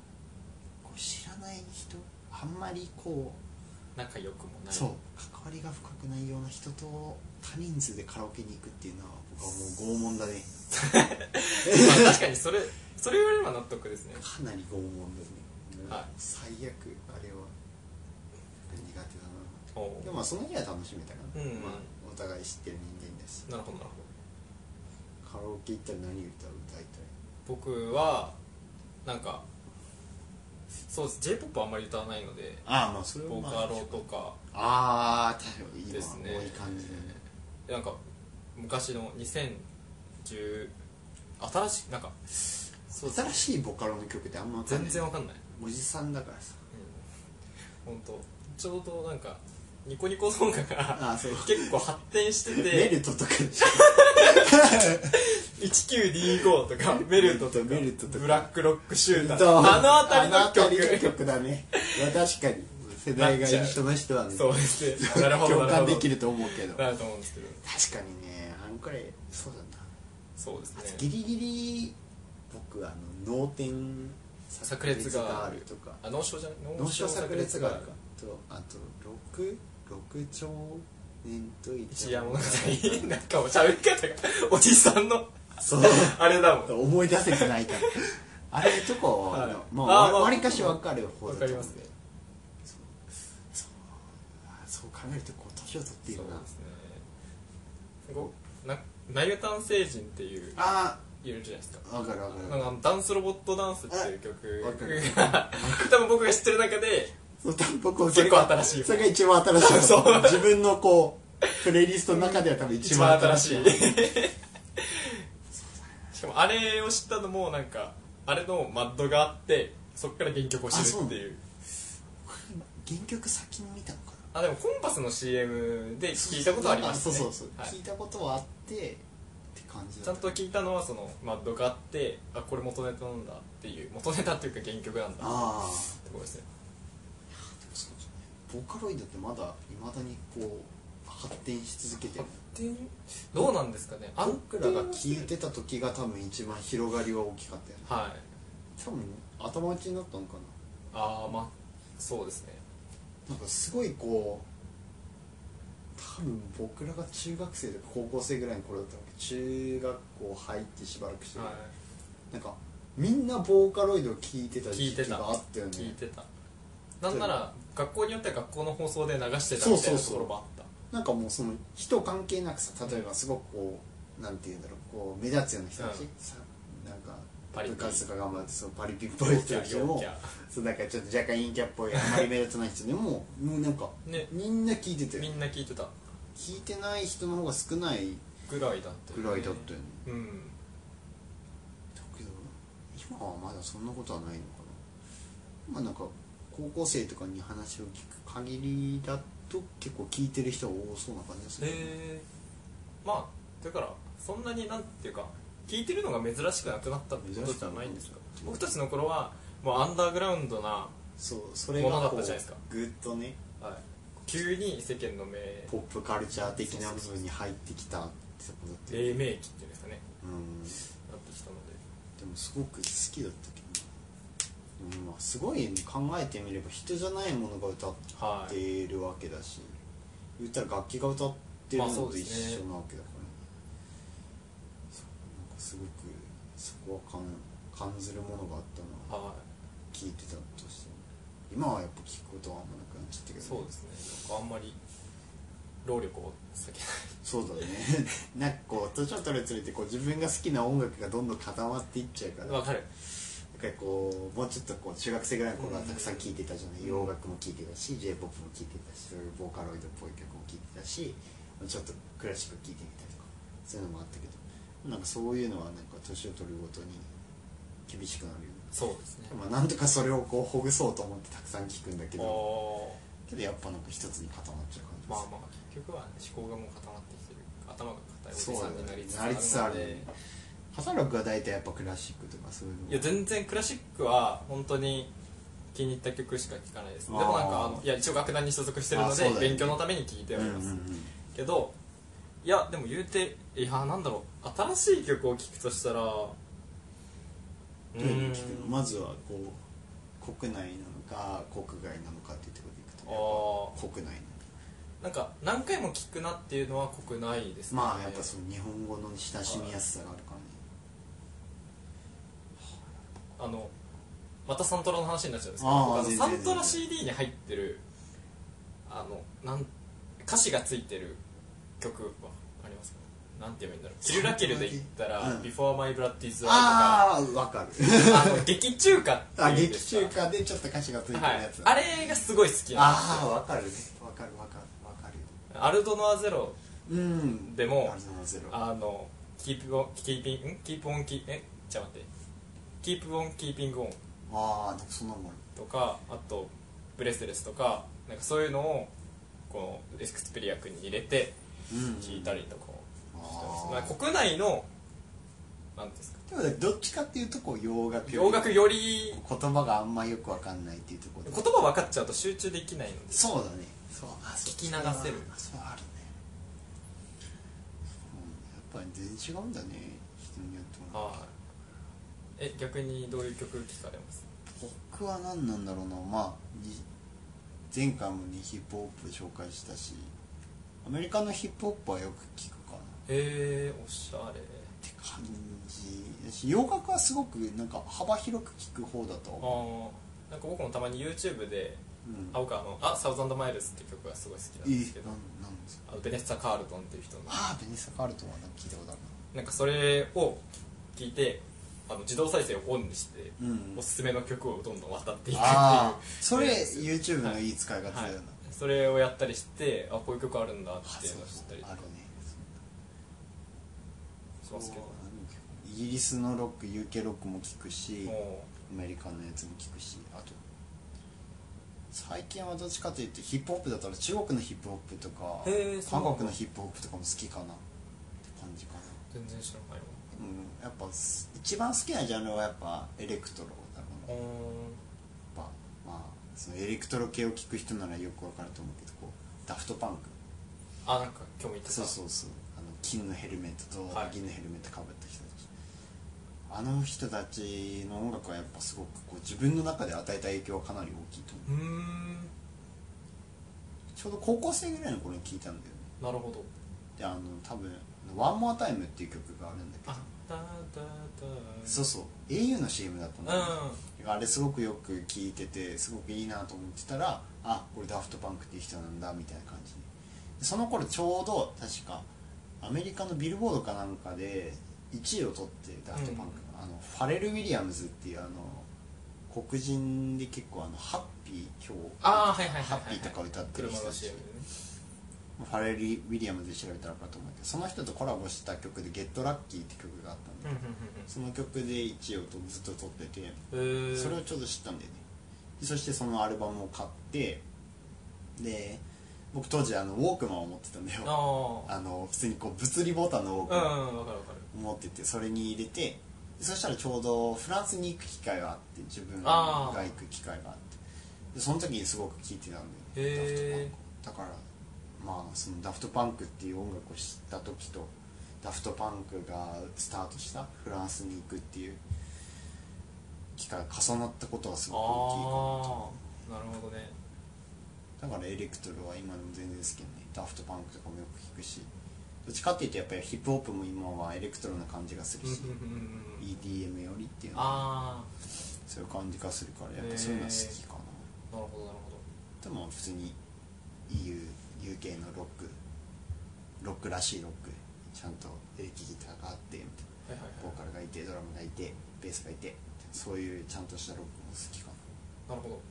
こう知らない人あんまりこ仲良くもう、ないそう関わりが深くないような人と多人数でカラオケに行くっていうのは僕はもう拷問だねまあ確かにそれそれ言われれば納得ですねかなり拷問だねもうはい最悪あれは苦手だなおおでもまあその日は楽しめたかな、うんまあ、お互い知ってる人間だしなるほどなるほカどラオケ行ったら何歌う歌いたい僕はなんかそうです j p o p あんまり歌わないのでああまあそれはボまあカロとかああ確かに今ですね多い感じだねなんか昔の2010新しいなんかそうです新しいボカロの曲ってあんまわかんな全い然わかんないおじさんだからさ本当ちょうどなんかニコニコ動画がああそう 結構発展 してメてルトとか1925と かメルトとかメルトとかブラックロックシューターと あの辺りあの曲辺りの曲だねまあ確かに世代がいい人の人はねそうですねなる ほど共なる感ほどできると思うけど確なると思うんですけどかにねあんくらいそうだなそうですねギリギリ僕あの脳天炸裂があるとかあ脳症じゃない脳症炸裂があるかとあと六六兆年と一夜物語なんかもう喋り方がおじさんのそう あれだもん思い出せてないからあれとかは、はいまああわまあわりかし分かる方わだと思うんでかりますねそうそうあそう考えるとこう年を取っていそうるなですねごなナイアタン星人っていうあいるじゃないですかあ分かる分かあるのダンスロボットダンスっていうわか曲るが 多分僕が知ってる中でそう多分僕も結構新しいそれが一番新しい方そう自分のこうプレイリストの中では多分一一番番新新しいしいしかもあれを知ったのもなんかあれのマッドがあってそっから原曲を知るっていう原曲先に見たのかなあでもコンパスの CM で聞いたことありましたねそうそうそう、はい聞いたことはあってって感じちゃだんと聞いたのはそのマッドがあってあこれ元ネタなんだっていう元ネタっていうか原曲なんだっああてことですねそうですねボーカロイドってまだいまだにこう発展し続けてる発展どうなんですかねアン僕らが聴いてた時が多分一番広がりは大きかったよねはい多分頭打ちになったのかああまあそうですねななんかすごいこう多分僕らが中学生とか高校生ぐらいの頃だったわけ中学校入ってしばらくして、はなんかみんなボーカロイドを聴いてた時聞いて期たがあったよね聞いてたなんなら学校によっては学校の放送で流してたそうみたそいうなそとうころもあったなんかもうその人関係なくさ例えばすごくこうなんて言うんだろうこう目立つような人たち、うんさなんパかリピ部活とか頑張ってそうパリピっぽい人たちで陽もキャそうなんかちょっと若干陰キャっぽいあまり目立たない人でももうなんか、ねみんな聞いてたみよんな聞いてた聞いてない人の方が少ないぐらいだったよぐねらいだったよねうんだけど今はまだそんなことはないのかなまあなんか高校生とかに話を聞く限りだと結構聞いてる人が多そうな感じでするえー、まあだからそんなになんていうか聞いてるのが珍しくなくなったってことじゃないんですか珍しくなくなった僕たちの頃はもうアンダーグラウンドな、そうそれがこうものだったじゃないですかぐっとね急に世間の名ポップカルチャー的な部分に入ってきたってとこだって黎明期っていうんですかねうんなってきたのででもすごく好きだったけどでもまあすごい考えてみれば人じゃないものが歌っはいてるわけだし、言ったら楽器が歌ってるのまあそうとで一すね緒なわけだから、そうなんかすごくそこは感感ずるものがあったのはは聞いてたとしても今はやっぱ聞くことはあんまなくなっちゃったけいどね、そうですねなんかあんまり労力を避けそうだね なんかこう年を取るにつれてこう自分が好きな音楽がどんどん固まっていっちゃうからないわかるなんかこうもうちょっとこう中学生ぐらいの頃はたくさん聴いてたじゃない、うん洋楽も聴いてたし j p o p も聴いてたしそういうボーカロイドっぽい曲も聴いてたしちょっとクラシック聴いてみたりとかそういうのもあったけどなんかそういうのはなんか年を取るごとに厳しくなるよねそうですねまあ、なんとかそれをこうほぐそうと思ってたくさん聴くんだけあどけどやっぱなんか一つに固まっちゃう感じまがすあるまあ結局は、ね、思考がもう固まってきてる頭が固いおじそうさだんねになりなりつつつつああるるのでね畑楽は大体やっぱクラシックとかそういうのいや全然クラシックは本当に気に入った曲しか聴かないですでもなんあかーあのいや一応楽団に所属してるのあで、そうだよね勉強のために聴いてはいうんうまんす、うんけどいやでも言うていやなんだろう新しい曲を聴くとしたらうどういうのーんを聞くのまずはこう国内なのか国外なのかっていうところでいくとやあっぱ国内なのなんか何回も聴くなっていうのは国内ですねまあやっぱその日本語の親しみやすさがあるからねあのまたサントラの話になっちゃうんですけあーど僕あの全然サントラ全然 CD に入ってるあのなん歌詞がついてる曲はありますかなんて言えばいいんだろう「キルラキル」で言ったらうん「Before My Blood Is White」とかああわ かるあの劇中歌ってあいうん劇ですか中歌でちょっと歌詞がついてるはやいつ、あれがすごい好きなんあですあよわかるねわかるわかるわかるよアルドノアゼロうんでもあれのゼロあのキープオンキーピンんキープオンキーえちょっと待ってキープオンキーピングオンああなんかそんなもんあるとかあとブレスレスとかなんかそういうのをこのエクスペリア君に入れてうん聞いたりとかをしてます、まあああ国内のなんていうんですかでもどっちかっていうとこう洋楽より洋楽より言葉があんまよくわかんないっていうところで言葉分かっちゃうと集中できないのでそうだねそうあそう聞き流せるそうあるね、うん、やっぱり全然違うんだね人によってもはいえ逆にどういう曲聞かれます僕は何なんだろうなまあに前回もねヒップホップ紹介したしアメリカのヒップホップはよく聞くかなっへえおしゃれて感じだし洋楽はすごくなんか幅広く聞く方だとあ思ーなんか僕もたまに YouTube でう、うん、あ僕あの「あサウザンドマイルズ」って曲がすごい好きなんいいですけどなんなんですかあのベネッサ・カールトンっていう人のああベニス・カールトンはなんか聞いたことあるなんかそれを聞いてあの自動再生をオンにして、なうんおすすめの曲をどんどん渡っていくっていうああそれやつ YouTube のいい使い方だよな、はい、それをやったりしてあこういう曲あるんだっていうのを知ったりとあかるねしますけどイギリスのロック UK ロックも聞くしもアメリカのやつも聞くしあと最近はどっちかというとヒップホップだったら中国のヒップホップとかへーそう韓なんだ国のヒップホップとかも好きかなって感じかなう全然知らないわうんやっぱす一番好きなジャンルはやっぱエレクトロだろうなうーやっんぱまあそのエレクトロ系を聞く人ならよくわかると思うけどこうダフトパンクあなんか興味いたそうそうそうあの金のヘルメットとはい銀のヘルメットかぶった人たち、あの人たちの音楽はやっぱすごくこう自分の中で与えた影響はかなり大きいと思ううーんちょうど高校生ぐらいの頃に聞いたんだよねなるほどであの多分「One More Time」っていう曲があるんだけどあだだだそうそう au の CM だったんだけどうあれすごくよく聞いててすごくいいなと思ってたらあこれダフトパンクっていう人なんだみたいな感じででその頃ちょうど確かアメリカのビルボードかなんかで1位を取ってダフトパンクが、あのファレル・ウィリアムズっていうあの黒人で結構あのハッピー表あーはいはいはいはいハッピーとか歌っんてる車人のたち CM でねファレル・ウィリアムズで調べたら分かると思うけどその人とコラボした曲で「ゲットラッキーって曲があったんうだんけうんど、その曲で1位をとずっと取っててうんうんへーそれをちょうど知ったんだよねでそしてそのアルバムを買ってで僕当時あのウォークマンを持ってたんだよああの普通にこう物理ボタンのウォークマンあうんわかるわかる持っててそれに入れてそしたらちょうどフランスに行く機会があって自分があー行く機会があってでその時にすごく聴いてたんだよへダフトパンクをだからまあそのダフトパンクっていう音楽を知った時とダフトパンクがスタートしたフランスに行くっていう機会が重なったことはすあごく大きいかあーなるほどねなだからエレクトロは今でも全然好きだねダフトパンクとかもよく聴くしどっちかっていうとやっぱりヒップホップも今はエレクトロな感じがするうんうんし、うんうん EDM よりっていうのあそういう感じがするからやっぱそういうのは好きかな、あなるほどなるほどでも普通に EUUK のロックロックらしいロックちゃんとエレキギターがあってみたいはいはいはいなボーカルがいてドラムがいてベースがいてそういうちゃんとしたロックも好きかななるほ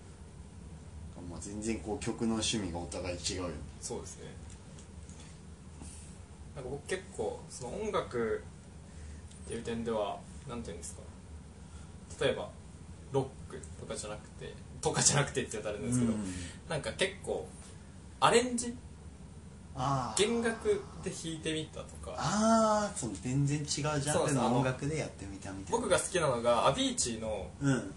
どまあ全然こう曲の趣味がお互い違うよねそうですねなんか僕結構その音楽っていう点ではなんていうんですか例えばロックとかじゃなくてとかじゃなくてって言ったらあれなんですけど、なんか結構アレンジああ弦楽で弾いてみたとかああその全然違うジャンルそうそうの音楽でやってみたみたいな僕が好きなのがアビーチーのうん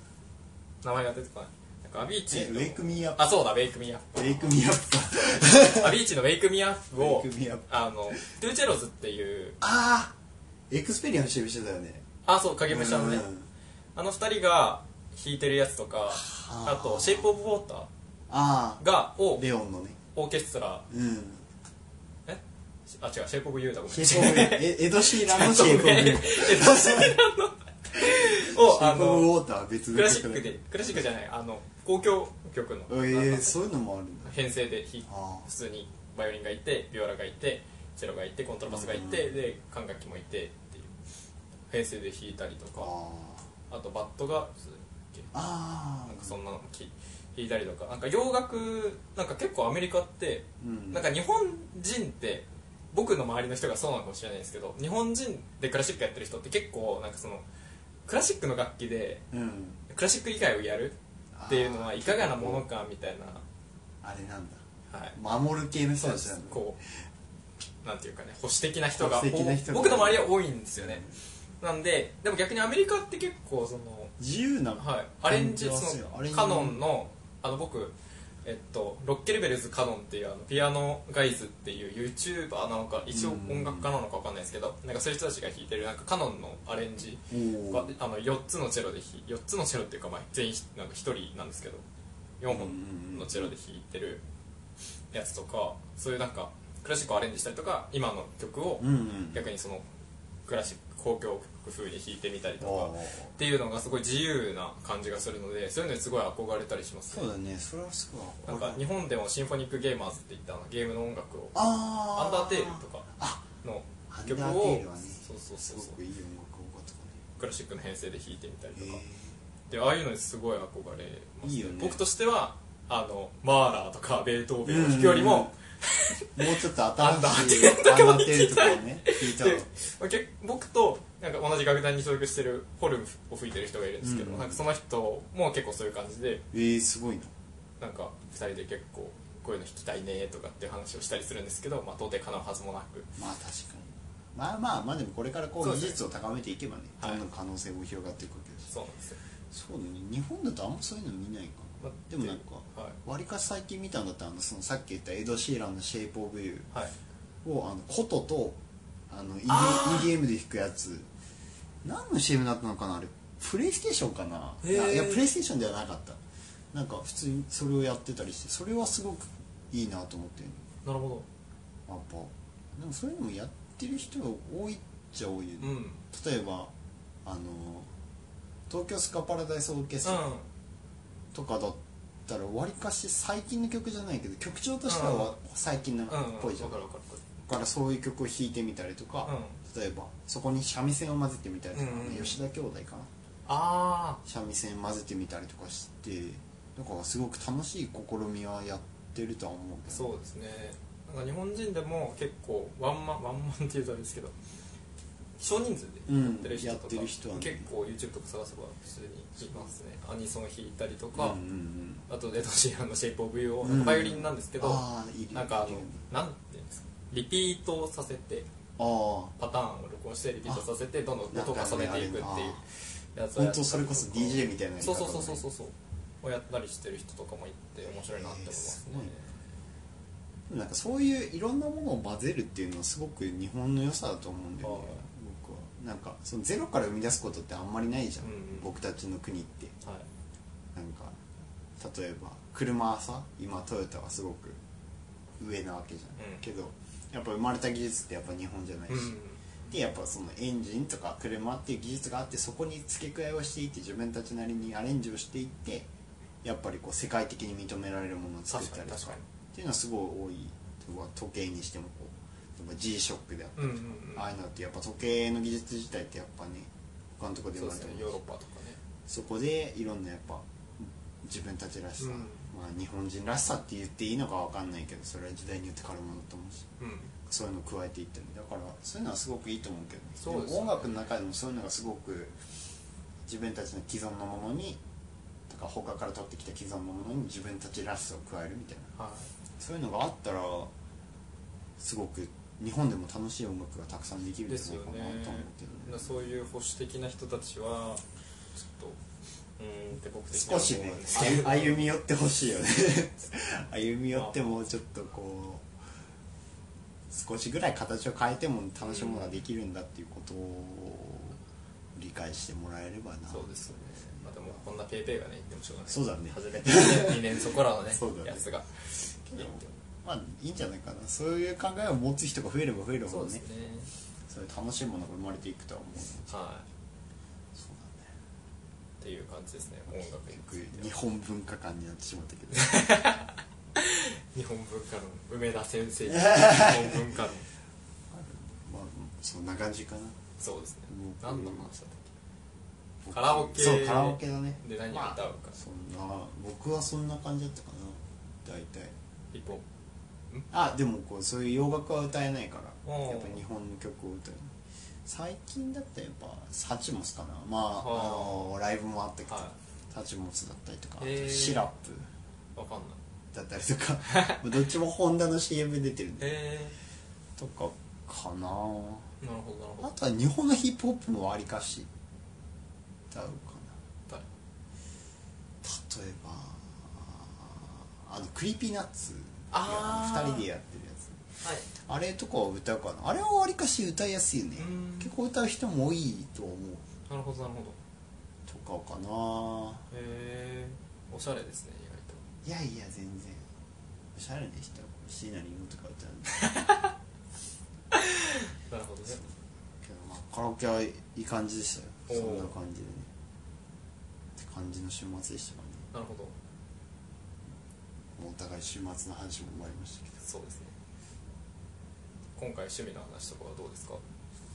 名前が出てこないなんかアビーチえーウのェイクミーアッあそうだウェイクミアップウェイクミーアップかプアビーチーのウェイクミアップをウェイクミーアップあのトゥーチェロズっていうああエクスペリアンしてる人だよねあそう影武者のね、うんあの二人が弾いてるやつとかああと「シェイプ・オブ・ウォータあーが」あをレオンのねオーケストラうんえあ違う「シェイプ・オブ・ユータ」ごめんシェイプオブ えエド・シーランのシェイプオブえっとシェイプシェイプオブウオブあの ォーターは別のクラシック曲だでクラシックじゃないあの交響曲のえあー、のそういうのもあるんだ編成で弾いあ普通にバイオリンがいてビオラがいてチェロがいてコントラバスがいてうんで管楽器もいてっていう編成で弾いたりとあかあとバットが普通にあなんかあそんなのき弾いたりとかなんか洋楽なんか結構アメリカってうんなんか日本人って僕の周りの人がそうなのかもしれないですけど日本人でクラシックやってる人って結構なんかそのクラシックの楽器でうんクラシック以外をやるっていうのあはーいかがなものかみたいな、あれなんだはい、守る系の人そうたでちなすんだこうなんていうかね保守的な人が保守的な人がお僕の周りは多いんですよねなんででも逆にアメリカって結構その自由なはい、アレンジ感そじはするアレンのジカノンのあの僕、えっと、ロッケルベルズカノンっていうあのピアノガイズっていう YouTuber なのか一応うん音楽家なのかわかんないですけどなんかそういう人たちが弾いてるなんかカノンのアレンジおーがあの4つのチェロで弾4つのチェロっていうか、まあ、全員なんか1人なんですけど4本のチェロで弾いてるやつとかそういうなんかクラシックをアレンジしたりとか今の曲をうんうん逆にそのクラシック交響曲風に弾いてみたりとかあーっていうのがすごい自由な感じがするのでそういうのにすごい憧れたりしますそねうだねそれはすごいなんか日本でもシンフォニックゲーマーズっていったあのゲームの音楽をああアンダーテールとかあのアンダ曲ーをテールはねそうそうすそうごそうくいい音楽多かったかクラシックの編成で弾いてみたりらとかねでああいうのにすごい憧れますいいよね僕としてはあのマーラーとかベートーベンを弾くうんよりもえーもうちょっとアンダー新しテいールとかもアンダーテールとかをね聞いたでのまあけ僕となんか同じ楽団に所属してるホルンを吹いてる人がいるんですけど、うんなんかその人も結構そういう感じで えー、すごいななんか2人で結構こういうの弾きたいねとかっていう話をしたりするんですけど、まあ、到底かなうはずもなくまあ確かにまあまあまあでもこれからこそううで技すね術を高めていけばねはいどんどん可能性も広がっていくわけですそうなんですよ、そうだね日本だとあんまそういうの見ないかまあでもなんかはなわりかし最近見たんだったらあのそのさっき言ったエド・シーランの「シェイプ・オブ・ユい、はい、ー」をあの琴とあの ED あ EDM で弾くやつ何の CM だったのかなあれプレイステーションかなへいーやいやプレイステーションではなかったなんか普通にそれをやってたりしてそれはすごくいいなと思ってるなるほやっぱでもそういうのもやってる人が多いっちゃ多いよね、どうんうん例えばあの東京スカパラダイスオーケストラとかだったらわりかし最近の曲じゃないけど曲調としてはわ最近のっうんぽいじゃん、わかだるわかるからそういう曲を弾いてみたりとかわかる、うん、例えばそこに三味線を混ぜてみたりとか、うんうんうん吉田兄弟かなあ三味線混ぜてみたりとかしてだからすごく楽しい試みはやってるとは思うあけどそうですねなんか日本人でも結構ワンマンワンマンって言うとあれですけど少人数でうんやってる人やとっか、てる人はね結構 YouTube とか探せば普通にいますねアニソン弾いたりとうんうんかう、んあとデッドシーランの「シェイプ・オブ・ユー」をうんバイオリンなんですけど、ああいいねなんかあいいのねなんていうんですかリピートさせてあーパターンを録音してリピートさせてどんどん音を重ねていくっていうやつを本やったりとか当それこそ DJ みたいなやりそ方うだねそうそうそうそうそうをやったりしてる人とかもいて面白いなって思いますね、なんかそういういろんなものを混ぜるっていうのはすごく日本の良さだと思うんだよねはい僕はなんかそのゼロから生み出すことってあんまりないじゃん、うんうん僕たちの国ってはいなんか例えば車はさ今トヨタはすごく上なわけじゃん、うんけどやっぱ生まれた技術ってやっぱ日本じゃないし、でやっぱそのエンジンとか車っていう技術があってそこに付け加えをしていって自分たちなりにアレンジをしていってやっぱりこう世界的に認められるものを作ったりと確かかに確かにっていうのはすごい多い僕は時計にしてもこうやっぱ G ショックであったうんうんうんうんああいうのってやっぱ時計の技術自体ってやっぱね他のとこでそうもであるとす思ねうヨーロッパとかねそこでいろんなやっぱ自分たちらしさ、うんまあ、日本人らしさって言っていいのかわかんないけどそれは時代によって変わるものだと思うしうんそういうのを加えていったりだからそういうのはすごくいいと思うけどそうですねも音楽の中でもそういうのがすごく自分たちの既存のものにとか他から取ってきた既存のものに自分たちらしさを加えるみたいなはそういうのがあったらすごく日本でも楽しい音楽がたくさんできいるんでじすゃよないかねなと思うけどねそういう保守的な人たちはちょっとうーんって僕的に少はし思ねうんですけど歩み寄ってほしいよね 歩み寄ってもうちょっとこう少しぐらい形を変えても楽しむものができるんだっていうことを理解してもらえればなそうですよねまあでもこんなペイペイがね言ってもしょうがないそうだね外れて2年そこらのね そうだねやつがけどまあいいんじゃないかなそういう考えを持つ人が増えれば増えるほそどうですねねそういう楽しいものが生まれていくとは思うそうはだねいっていう感じですね音楽につい結て局は日本文化館になってしまったけ ど日本文化論梅田先生日本文化ま論あそんな感じかなそうですねうん何の話だったっけカラオケそうカラオケだねで何を歌うかそんな僕はそんな感じだったかな大体一方あでもこうそういう洋楽は歌えないからおうやっぱ日本の曲を歌う最近だったらやっぱサチモスかなまああはあのライブもあったけど、はサチモスだったりとかあへとえシラップわかんないだったりと かどっちもホンダの CM 出てるんでへとかかなえなるほどなるほあどとは日本のヒップホップもわりかし歌うかな誰例えばあのクリーピーナッツあー2人でやってるやつはいあれとかは歌うかなあれはわりかし歌いやすいよねうん結構歌う人も多いと思うなるほどなるほどとかかなへえおしゃれですね意外といやいや全然おしゃれでした椎名林檎とか歌うんだなるほどねけど、まあ、カラオケはいい感じでしたよそおーんな感じでねって感じの週末でしたからねなるほどもうお互い週末の話も終わりましたけどそうですね今回趣味の話とかはどうですか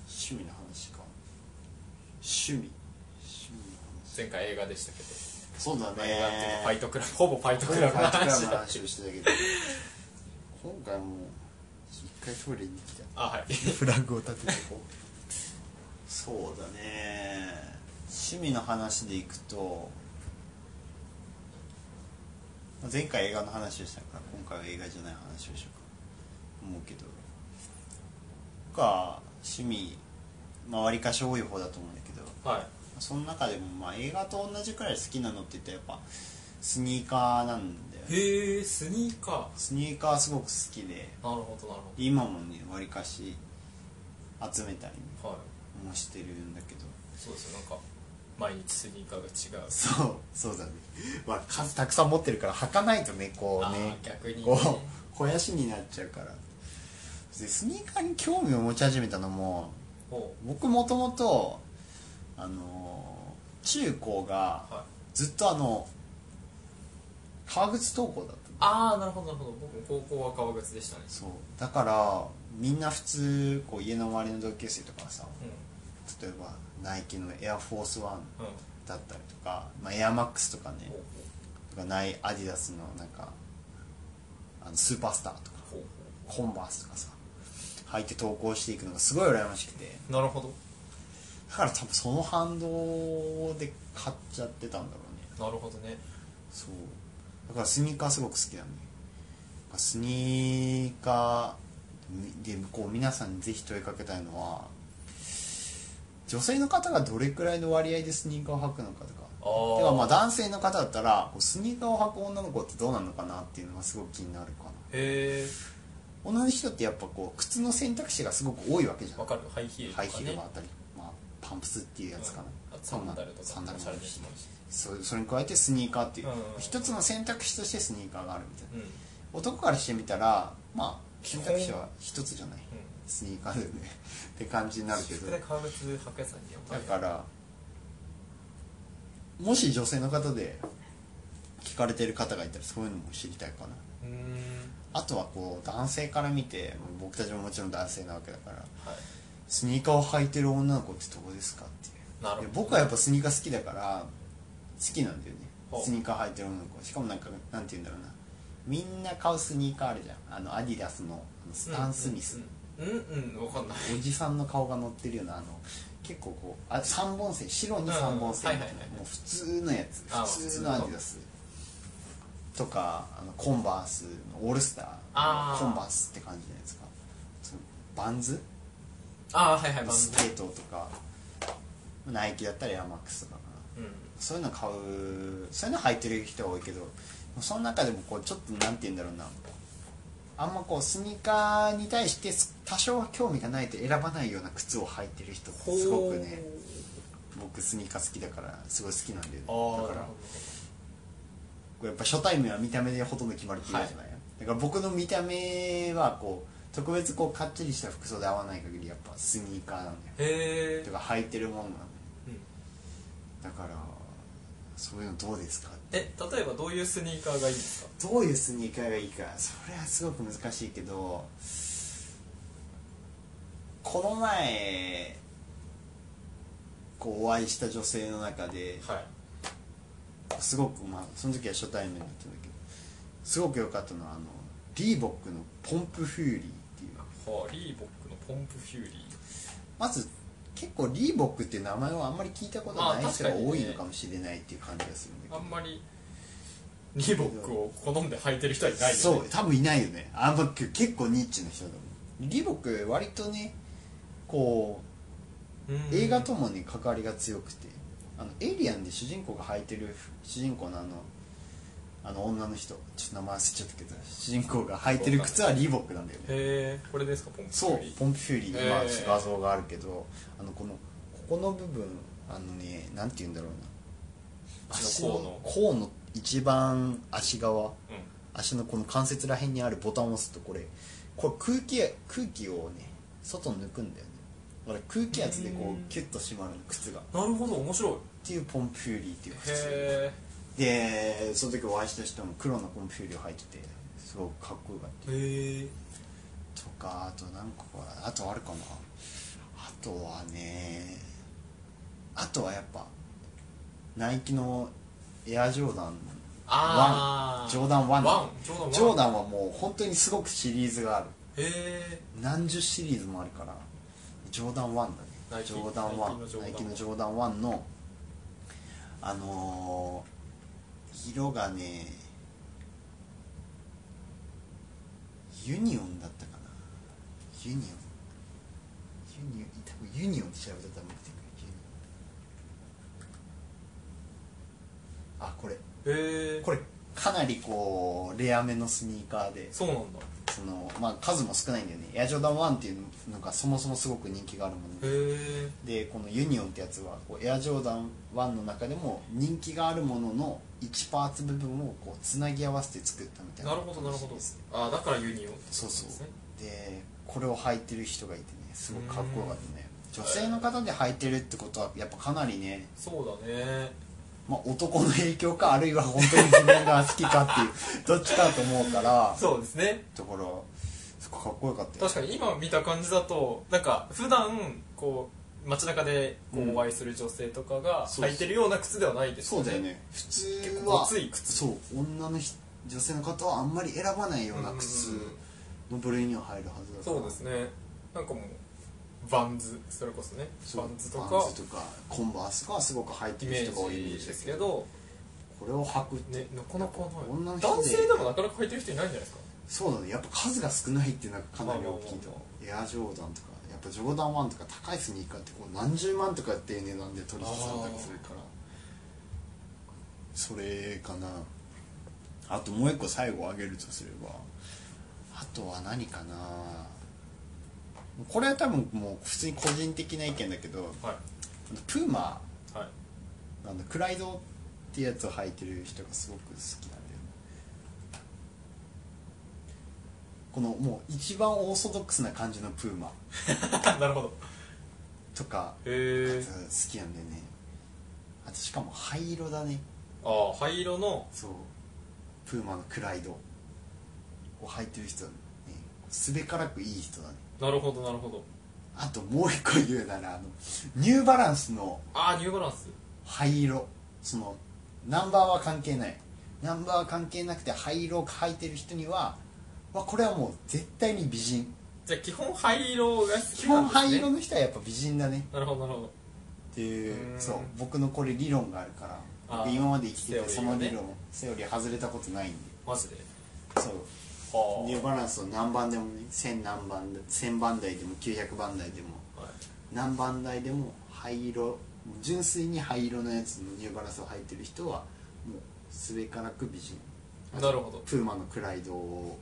趣味の話か趣味趣味の話前回映画でしたけどそうだね映画っていうかファイト僕クラブほぼファイトクらラファブのイトクラブの話だ話をしてたけど今回もう一回トイレに来たあはいフラグを立ててこうそうだね趣味の話でいくとまあ前回映画の話をしたから今回は映画じゃない話をしようか思うけど僕は趣味まあ割かし多い方だと思うんだけどはいその中でもまあ映画と同じくらい好きなのって言ったらやっぱスニーカーなんだよねへえスニーカースニーカーすごく好きでなるほどなる今もねわりかし集めたりほどはいもしてるんだけどそうですよなんか毎日スニーカーが違うそうそうだね、まあ、数たくさん持ってるから履かないとねこあうねー逆にねこう肥やしになっちゃうからでスニーカーに興味を持ち始めたのもほ僕もともとあのー中高がうはいずっとあの革靴登校だったのああなるほどなるほど僕も高校は革靴でしたねそうだからみんな普通こう家の周りの同級生とかはさう例えばナイキのエアフォースワンんうんだったりとか、まあ、エアマックスとかねほうとかないアディダスのなんかあのスーパースターとかほうほうほコンバースとかさ履いて投稿していくのがすごい羨ましくてうなるほどだから多分その反動で買っちゃってたんだろうねなるほどねそうだからスニーカーすごく好きだねスニーカーでこう皆さんにぜひ問いかけたいのは女性の方がどれくらいの割合でスニーカーを履くのかとかあーではまあ男性の方だったらこうスニーカーを履く女の子ってどうなのかなっていうのがすごく気になるかなへえ同じ人ってやっぱこう靴の選択肢がすごく多いわけじゃんわかるハイヒールとかハねイヒールがあったり、まあ、パンプスっていうやつかな、うんあサンダルとかサンダルもあるおしゃれにししますしそそれに加えてスニーカーっていう、うんうんうん一つの選択肢としてスニーカーがあるみたいなうん、うん、男からしてみたらまあ基選本択肢は一つじゃないスニーカーだよね って感じになるけ私ど服で革靴履くやつなんてやばだいからもし女性の方で聞かれてる方がいたらそういうのも知りたいかなうーんあとはこう男性から見て僕たちももちろん男性なわけだからはいスニーカーを履いてる女の子ってどうですかっていうなるほいどや僕はやっぱスニーカー好きだから好きなんだよねほうスニーカー履いてる女の子しかもなんかなんて言うんだろうなみんな買うスニーカーあるじゃんあのアディダスのあのスタン・スミス、うんうん、うん、わかんないおじさんの顔が乗ってるようなあの結構こうあ3本線白に3本線みたいうんはいはいはいなもう普通のやつあ普通のアディダスとかあのコンバースのオールスターあーコンバースって感じじゃないですかそのバンズああはいはいバンスズケートとかナイキだったらエアマックスとかかなうんそういうの買うそういうの履いてる人が多いけどその中でもこうちょっとなんて言うんだろうなあんまこうスニーカーに対してす多少興味がないと選ばないような靴を履いてる人ってすごくね僕スニーカー好きだからすごい好きなんだよねほだうああなかるらほこうやっぱ初対面は見た目でほとんど決まる気がじゃない、だから僕の見た目はこう特別こうかっちりした服装で合わない限りやっぱスニーカーなんだよどへえてか履いてるもんなんだようんだからそういうのどうですかってえ例えばどういうスニーカーがいいんですかどういうスニーカーがいいかそれはすごく難しいけどこの前こうお会いした女性の中ではいすごくまあその時は初対面だったんだけどすごく良かったのはあのリーボックのポンプフューリーっていうはあリーボックのポンプフューリまず結構リーボックって名前はあんまり聞いたことない人がまあ確か多にいねのかもしれないっていう感じがするんだけーどあんまりリーボックを好んで履いてる人はいないよねそう多分いないよねあんまけ結構ニッチな人だもんリボック割とねこうんう映画ともね関わりが強くてあのエイリアンで主人公が履いてる主人公のあのあの女の人ちょっと名前忘れちゃったけど主人公が履いてる靴はリボックなんだよねへえこれですかポンプフそュうーリーポンプフューリー、まあえー画像があるけどあのこのここの部分あのねなんて言うんだろうな足の甲の一番足側うん足のこの関節ら辺にあるボタンを押すとこれこれ空気空気をね外抜くんだよねだから空気圧でこうんうキュッと締まるの靴がっなるほど面白いていうポンプフューリーっていう靴へでその時お会いした人も黒のポンプフューリーを履いててすごくかっこよかったえへえとかあと何個かあとあるかなあとはねあとはやっぱナイキのエアジョーダンああジョーダンワンワンジョーダンワンジョーダンはもう本当にすごくシリーズがあるへえ何十シリーズもあるからジョーダン1だナイねキジョーダン1ナナイイキキののジジョーダン1のあのー色がねユニオンだったかなユニオンユニオン多分ユニオンって調べたら多分出てくるユニオンあこれへえこれかなりこうレアめのスニーカーでそうなんだそのまあ数も少ないんだよねエアジョーダン1っていうのがそもそもすごく人気があるものでへえでこのユニオンってやつはこうエアジョーダン1の中でも人気があるものの1パーツ部分をこうつなぎ合わせて作ったみたいななるほどなるほどですねああだからユニオンそうそうですねでこれを履いてる人がいてねすごくかっこよかったね女性の方で履いてるってことはやっぱかなりね、そうだねまあ、男の影響かあるいは本当に自分が好きかっていうどっちかだと思うから そうですねところすごくかっこよかったよ確かに今見た感じだとなんか普段こう街中でこううんお会いする女性とかがそうそう履いてるような靴ではないですそうだよね普通結構はごつい靴そう女の人女性の方はあんまり選ばないような靴うんうんの部類には入るはずだからそうですねなんかもうバンズそれこそねそうバンズとバかンズとかコンバースがすごく入っイてるメ人が多いイメーージジでですすけけどどこれを履くって、ねなかなか女なのい人で男性でもなかなか履いてる人いないんじゃないですかそうだねやっぱ数が少ないっていうのがかなり大きいとまあまあまあエアジョーダンとかやっぱジョーダン1とか高いスニーカーってこう何十万とかっていう値段で取引されたりするからそれかなあともう一個最後挙げるとすればあとは何かなこれは多分もう普通に個人的な意見だけどはいプーマはいなんだクライドってやつを履いてる人がすごく好きなんだよねこのもう一番オーソドックスな感じのプーマ なるほどとかへやえつ好きなんだよねあとしかも灰色だねああ灰色のそうプーマのクライドを履いてる人はねすべからくいい人だねなるほどなるほどあともう一個言うならあのニューバランスのああニューバランス灰色そのナンバーは関係ないナンバーは関係なくて灰色を履いてる人には、まあ、これはもう絶対に美人じゃあ基本灰色が好基き本なんですね灰色の人はやっぱ美人だねなるほどなるほどっていううんそう僕のこれ理論があるからあー僕今まで生きててセそオリーがのね理論セオリー外れたことないんでマジでそうはニューバランスの何番でもね1000何番で1000番台でも900番台でもあ、はい、何番台でも灰色もう純粋に灰色のやつのニューバランスを履いてる人はもうすべからく美人なるほどプーマのクライドを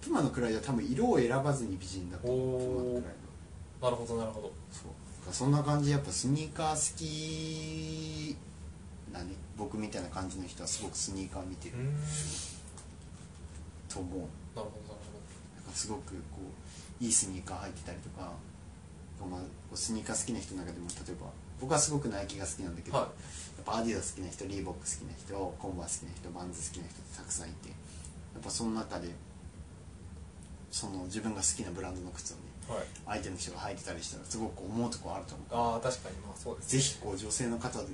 プーマのクライドは多分色を選ばずに美人だと思うプーマおーのクライなるほどなるほどドそうだからそんな感じでやっぱスニーカー好きなね僕みたいな感じの人はすごくスニーカー見てるうーんなると思うなんほどなるかすごくこういいスニーカー履いてたりとか、まあ、こうスニーカー好きな人の中でも例えば僕はすごくナイキが好きなんだけほどど、はいやっぱアディダス好きな人リーボック好きな人コンバース好きな人バンズ好きな人ってたくさんいてやっぱその中でその自分が好きなブランドの靴をねはい相手の人が履いてたりしたらすごく思うとこあると思うああ確かにまあそうですぜひこう女性の方でね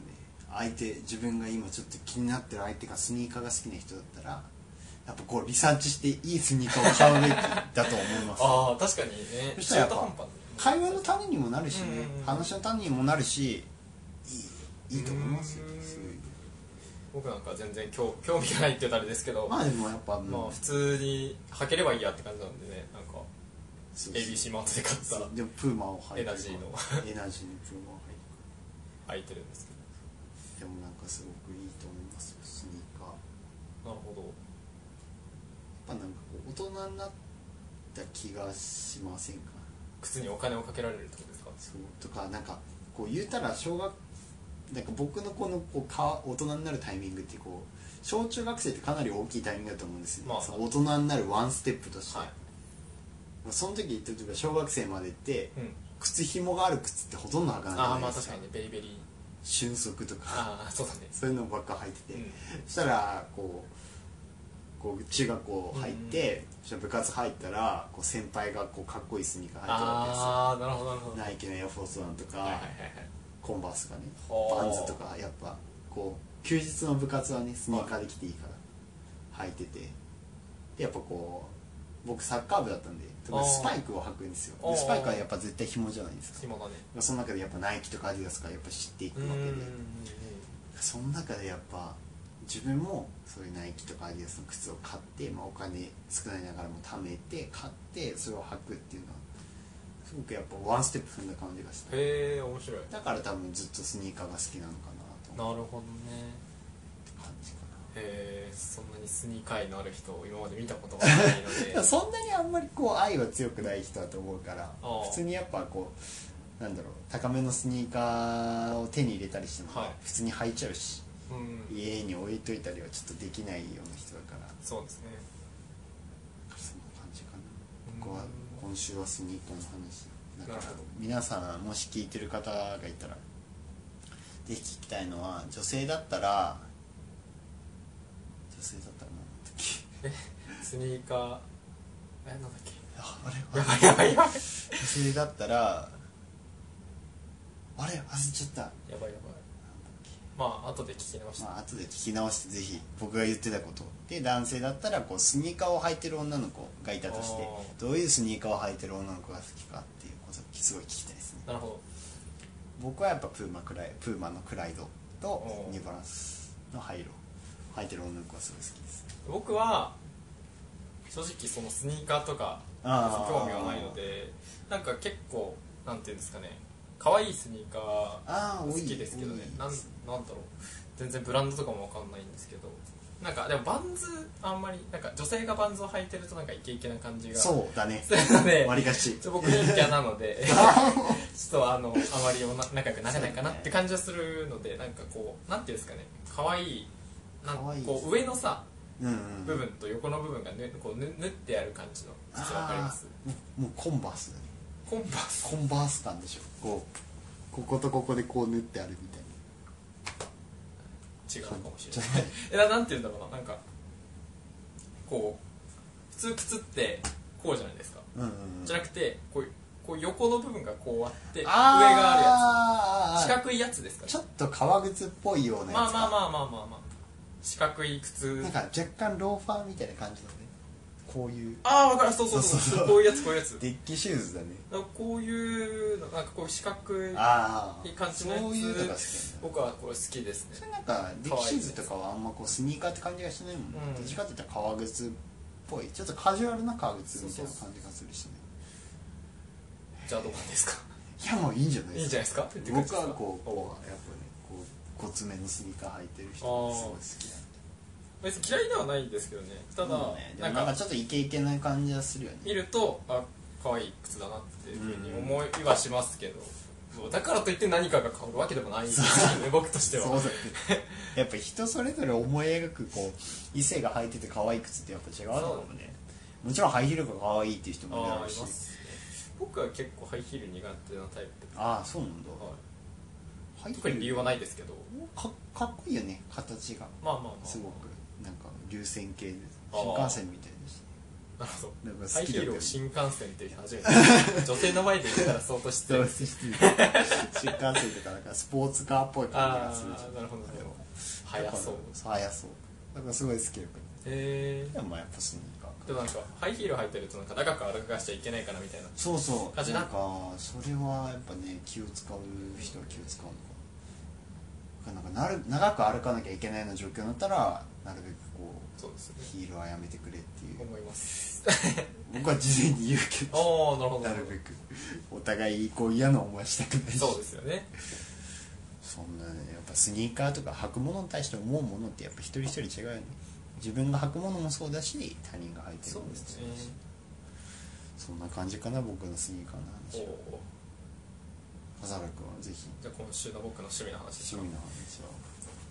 相手自分が今ちょっと気になってる相手がスニーカーが好きな人だったらやっぱこうリサーチしていいスニーカーを買うべきだと思いますああ確かにねそ中し途たらやっぱ半端会話の種にもなるしねうんうんうん話の種にもなるしいいいいと思いますようんすご僕なんか全然興興味がないって言うとあれですけど、いまあでもやっぱ、うんまあ普通に履ければいいやって感じなんでねなんかそうそう ABC マートで買そうっでもプーマを履いてエナジーのエナジーのプーマを履いてた履いてるんですけくるでもなんかすごくいいと思いますよスニーカーやっどなるほぱなんかこう大人になった気がしませんかど靴にお金をかけられるってことですかそうとかなんかこう言うたら小学なんか僕のこのこうか大人になるタイミングってこう小中学生ってかなり大きいタイミングだと思うんですよ、まあその大人になるワンステップとして、はいその時例えば小学生までってうん靴紐がある靴ってほとんど履かないじゃああなまいあです確かかにねベリベリ瞬足とかああそうだねそういうのばっか入ってて、うんそしたらこうこう中学校入って、そしたら部活入ったらこう先輩がこうかっこいいスニーカー履いてるわけですよああなるほどなるほどナイキのエアフォースワンとか、はいはいはいコンバースとかねほうバンズとかやっぱこう休日の部活はねスニーカーで来ていいから履いててでやっぱこう僕サッカー部だったんであースパイクを履くんですよあーでスパイクはやっぱ絶対紐じゃないですか紐がねその中でやっぱナイキとかアディダスとかやっぱ知っていくうわんけでその中でやっぱ自分もそういうナイキとかアディダスの靴を買って、まあ、お金少ないながらも貯めて買ってそれを履くっていうのはすごくやっぱワンステップ踏んだ感じがしてへえ面白いだから多分ずっとスニーカーが好きなのかなとな思っるほどねて感じかへえそんなにスニーカーのある人を今まで見たことがないのな ででもそんなにあんまりこう愛は強くない人だと思うからああ普通にやっぱこうなんだろう高めのスニーカーを手に入れたりしてもはい普通に履いちゃうし、うん家に置いといたりはちょっとできないような人だからそうですねそんな感じかなうん僕は今週はスニーカーの話だからなるほど皆さんもし聞いてる方がいたらぜひ聞きたいのは女性だったら女性だったらなんだっけスニーカーえなんだっけああれやばいやばいやばい女性だったらあれ忘れちゃったなんだやばいやばいっけまあ後で聞き直したまあ後で聞き直してぜひ僕が言ってたことで男性だったらこうスニーカーを履いてる女の子がいたとしてあーどういうスニーカーを履いてる女の子が好きかっていうことを聞すごい聞きたいですねなるほど僕はやっぱプーマクライプーマのクライドとおーニューバランスのハイロー履いてる女の子がすごい好きです僕は正直そのスニーカーとかあー興味はないのでなんか結構なんていうんですかね可愛いスニーカあーー多好いきですけどね多いなんなんだろう全然ブランドとかもわかんないんですけどなんかでもバンズあんまりなんか女性がバンズを履いてるとなんかイケイケな感じがそうだ ねするので割りがちちょ僕陰キャな のでちょっとあのあまりおな仲良くなれないかなって感じはするのでなんかこうなんていうんですかね可愛いなんか可愛いこう上のさうんうん部分と横の部分がぬこうぬ縫ってある感じの実はわかりますあーもうもうコンバースだねコンパスコンバース感でしょこうこことここでこう縫ってあるみたいな違うかもしれないえななんて言うんだろうななんかこう普通靴ってこうじゃないですかうんうんうんじゃなくてこうこう横の部分がこうあって上があるあやつー四角いやつですかちょっと革靴っぽいようなやつまあかまあまあまあまあまあ四角い靴なんか若干ローファーみたいな感じだねこういうああ分かるそうそうそうそうそうそうこういうやつこういうやつだデッキシューズだねからこういうのなんかこう四角いああいい感じのやつそういうのが好きなんだ僕はこれ好きですねそれなんかデッキシューズとかはあんまこうスニーカーって感じがしないもんね、うんどっちかって言ったら革靴っぽいちょっとカジュアルな革靴みたいな感じがするしねじゃあどうなんですかいやもういいんじゃないいいんじゃないですかって感じ僕ですかはこうおこうやっぱねこうごつめのスニーカー履いてる人がすごい好きなんで別に嫌いではないんですけどねただ、うんねでもなんなんかかちょっとイケイケな感じはするよね見るとあ可愛い靴だなっていうふうに思いはしますけど、そうだからといって何かが変わるわけでもないんですよね僕としてはそうだねやっぱ人それぞれ思い描くこう異性が履いてて可愛い靴ってやっぱ違うのかもねもちろんハイヒールが可愛いっていう人もいるだあろあういしますね僕は結構ハイヒール苦手なタイプで、ああそうなんだ、はハイい、ヒール特に理由はないですけどかかっこいいよね形がまあまあまあすごくなんか流線形であー新幹線みたいでしなるほなんか好どきだハイヒールけをど新幹線っていう人初 めて女性の前で言ったら相当失た礼新幹線とかなんかスポーツカーっぽい感じあがするじゃんあなるほどなるほどあれは速そうやっぱ速そうだからすごい好きだけどへえでもまあやっぱスニーカーかでもなんかハイヒール履いてるとなんか長く歩かしちゃいけないからみたいなそうそう感じななんかそれはやっぱね気を使う人は気を使うのかななんかなる長く歩かなきゃいけないような状況になったらなるべくこそうですうねヒールはやめてくれっていう思います 僕は事前に言うけあどあなるほどなるべくお互いこう嫌な思いしたくないしそうですよねそんなねやっぱスニーカーとか履くものに対して思うものってやっぱ一人一人違うよね自分が履くものもそうだし他人が履いてるものもそうだしそんな感じかな僕のスニーカーのお話はお笠原君はぜひじゃあ今週の僕の趣味の趣話味の話を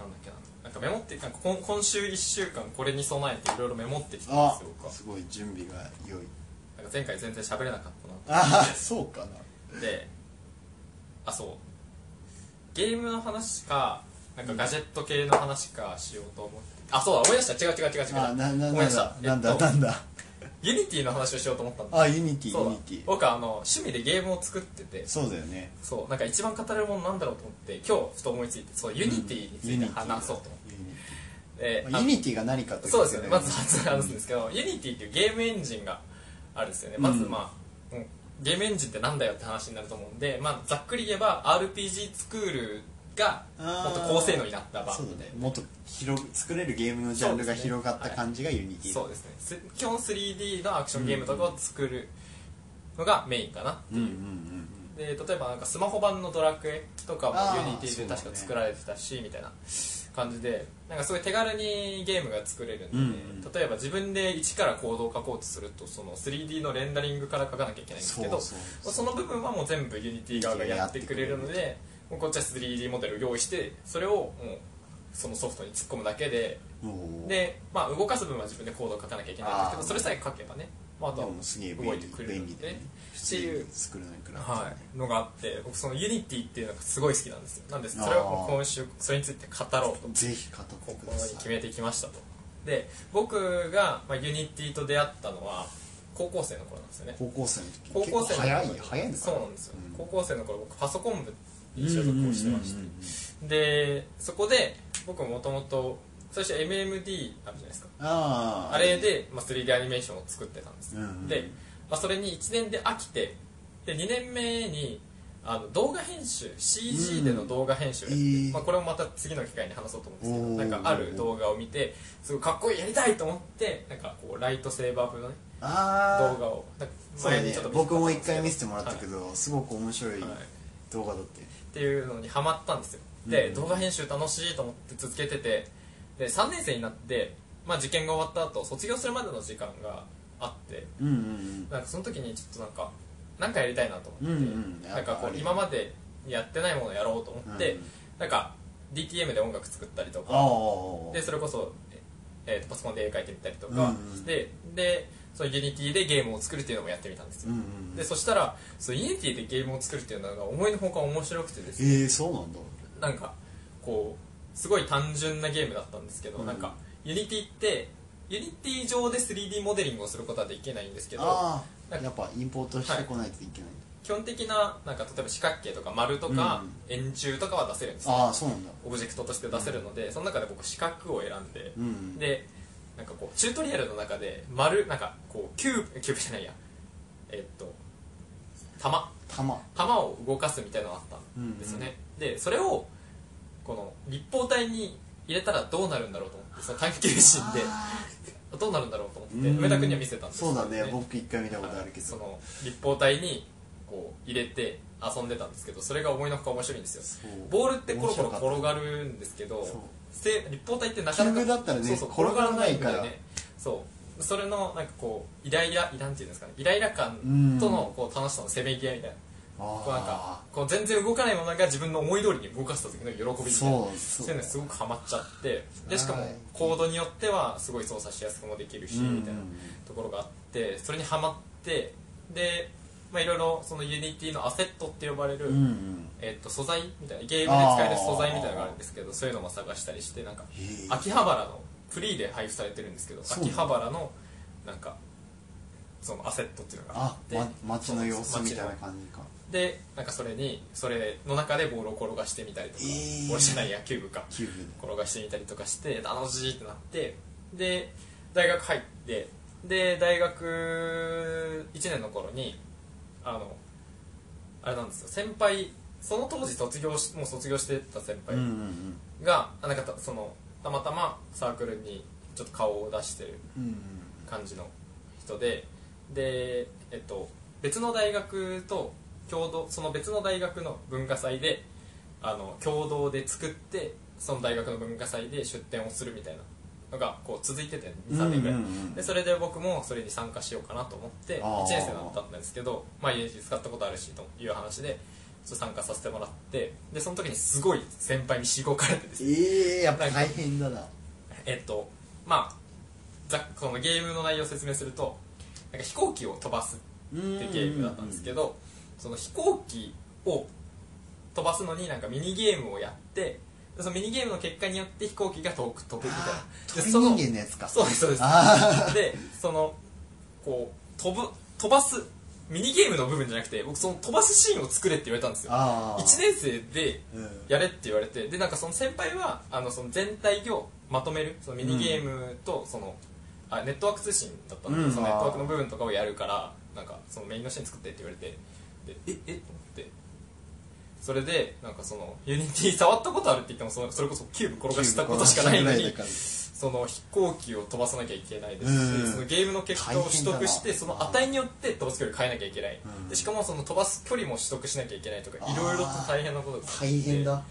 なんだっけななんかメモってなんかこん今週1週間これに備えていろいろメモってきたんであすよ僕はすごい準備が良いなんか前回全然喋れなかったなああ そうかなであそうゲームの話かなんかガジェット系の話かしようと思ってあそうだ思い出した違う違う違う違うあなな思いな出したんだなんえだっとなんだユニティの話をしようと思ったんだあユニティそうユだニティ僕はあの趣味でゲームを作っててそうだよねそうなんか一番語れるものなんだろうと思って今日ふと思いついてそうユニティについて話そうと思ユニテって、でィまああユニティが何かといそうですよねまず説発話すんですけど、ユニティっていうゲームエンジンがあるんですよねまずうんまあ、うんゲームエンジンってなんだよって話になると思うんで、まあ、ざっくり言えば RPG スクールがあーもっと高性能になった明場そうみだたいねもっと広く作れるゲームのジャンルが広がった感じがユニティなそうですねす基本 3D のアクションゲームとかを作るのがメインかなうんうんうんで例えばなんかスマホ版の「ドラクエ」とかあもーユニティそうでだね確か作られてたし、みたいな感じでなんかすごい手軽にゲームが作れるんうで、んうん例えば自分で一からコードを書こうとするとその 3D のレンダリングから書かなきゃいけないんですけどそうそうその部分はもう全部ユニティ側がやってくれるのでもうこっちは 3D モデルを用意してそれをもうそのソフトに突っ込むだけでもうで、まあ、動かす分は自分でコードを書かなきゃいけないんですけどあーそれさえ書けばね、まあ、あとではもすげえ動便い利てくれる便の利でだねねっていう作らなくなったねはい、のがあって僕そのユニティっていうのがすごい好きなんですよなんでそれあをーもう今週それについて語ろうとぜひ買っとってく心だにさい決めてきましたとで僕が、まあ、ユニティと出会ったのは高校生の頃なんですよね高校生の時高校結構生の頃早い早いのかそうなんですよ、うん高校生の頃僕パソコン部に所属をしてましてうんうんうんうんでそこで僕もともと最初 MMD あるじゃないですかあああれで、まあ、3D アニメーションを作ってたんですよ、うんうんで、まあ、それに1年で飽きてで2年目にあの動画編集 CG での動画編集をやってて、うんえーまあ、これもまた次の機会に話そうと思うんですけおーどなんかある動画を見てすごいかっこいいやりたいと思ってなんかこうライトセーバー風の、ね、動あ画あをなんかそうだねちょっと見せ僕たんもです一回見せてもらったはいけど、すごく面白いはい動画だって、っていうのにハマったんですよで、うん動画編集楽しいと思って続けててで3年生になって、まあ、受験が終わった後卒業するまでの時間があってうんうんなんかその時にちょっとなんかなんかやりたいなと思って、うんうんなんかこう今までやってないものをやろうと思うんって、うんなんか DTM で音楽作ったりとあかあでそれこそ、ええーとパソコンで絵描いてみたりとうかんうんして、でその Unity でゲームを作るっていうのもやってみたんですうよ、んうんでそしたらそう Unity でゲームを作るっていうのが思いのほか面白くてですねええそうなんだなんかこうすごい単純なゲームだったんですけど、うんなんか Unity ってユニティ上で 3D モデリングをすることはできないんですけどああやっぱインポートしてこないといけない、基本的ななんか例えば四角形とか丸とか円柱とかは出せるんですねああそうなんだオブジェクトとして出せるのでその中で僕四角を選んでうんうんでなんかこうチュートリアルの中で丸なんかこうキューブキュ ーブじゃないやえっと玉玉玉を動かすみたいなのがあったんですよね、でそれをこの立方体に入れたらどうなるんだろうと思ってその探求心でどうなるんだろうと思ってうん梅田君には見せたんですけそどうだね僕一回見たことあるけそどの立方体にこう入れて遊んでたんですけどそれが思いのほか面白いんですよそうボールってコロコロ転面白かっがるんですけどそうせ立方体ってなかなキュかーブだったらねそうそう転がらないから転がんだよねそうそれのなんかこうイライラなんていうんですかねイライラ感とのこう楽しさのせめぎ合いみたいなたこうなんかあこう全然動かないものが自分の思い通りに動かした時の喜びみたいなそうそそうういうのにすごくハマっちゃってでしかはもいコードによってはすごい操作しやすくもできるしうんみたいなところがあってそれにハマってでまあいろいろその Unity のアセットって呼ばれる、あうんうんえっと素材みたいなゲームで使える素材みたいなのがあるんですけどそういうのも探したりしてなんかへえ秋葉原のフリーで配布されてるんですけどそうな秋んだ葉原のなんかそのアセットっていうのがああってま街の様子みたいそうなそう感じかでなんかそれにそれの中でボールを転がしてみたりとか、えーボールじゃない野球部かキューブで転がしてみたりとかして楽しいってなってで大学入ってで大学1年の頃にあのあれなんですよ先輩その当時卒業しもう卒業してた先輩うんうんうんが、あなんかたそのたまたまサークルにちょっと顔を出してるうん感じの人でで、えっと、別の大学と共同その別の大学の文化祭であの共同で作ってその大学の文化祭で出展をするみたいなのがこう続いてて23年ぐらい、うんうんうんでそれで僕もそれに参加しようかなと思ってあー1年生だったんですけどまあ UNG 使ったことあるしという話でちょっと参加させてもらってでその時にすごい先輩にしごかれてですねええやっぱ大変だなえっとまあざっこのゲームの内容を説明するとなんか飛行機を飛ばすうんっていうゲームだったんですけどその飛行機を飛ばすのになんかミニゲームをやってでそのミニゲームの結果によって飛行機が遠く飛ぶみたいあなーで鳥その人間のやつかそうですそうですあでそのこう飛ぶ飛ばすミニゲームの部分じゃなくて僕その飛ばすシーンを作れって言われたんですよあ1年生で年やれって言われてでなんかその先輩はあのその全体をまとめるそのミニゲームとその、あネットワーク通信だったので、うんそのネットワークの部分とかをやるからなんかそのメインのシーン作ってって言われてでええと思ってそれでなんかそのユニティ触ったことあるって言ってもそのそれこそキューブ転がしたことしかないのにその飛行機を飛ばさなきゃいけないですし、うんそのゲームの結果を取得し大変てだなその値によって飛ばす距離を変えなきゃいけない、うんでしかもその飛ばす距離も取得しなきゃいけないとかいろいろと大変なことがあって大変だ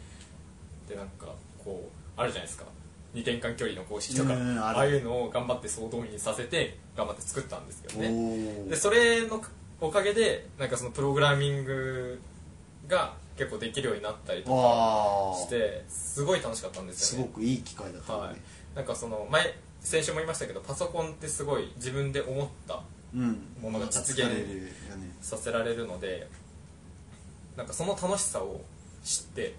でなんかこうあるじゃないですか二点間距離の公式とかうんあるああいうのを頑張って総動員させて頑張って作ったんですけどおねーでそれのおかげでなんかそのプログラミングが結構できるようになったりとかわしーてすごい楽しかったんですすよごねくいい機会だったはねいなんかその前先週も言いましたけどパソコンってすごい自分で思ったうんものが実現疲れるよねさせられるのでなんかその楽しさを知って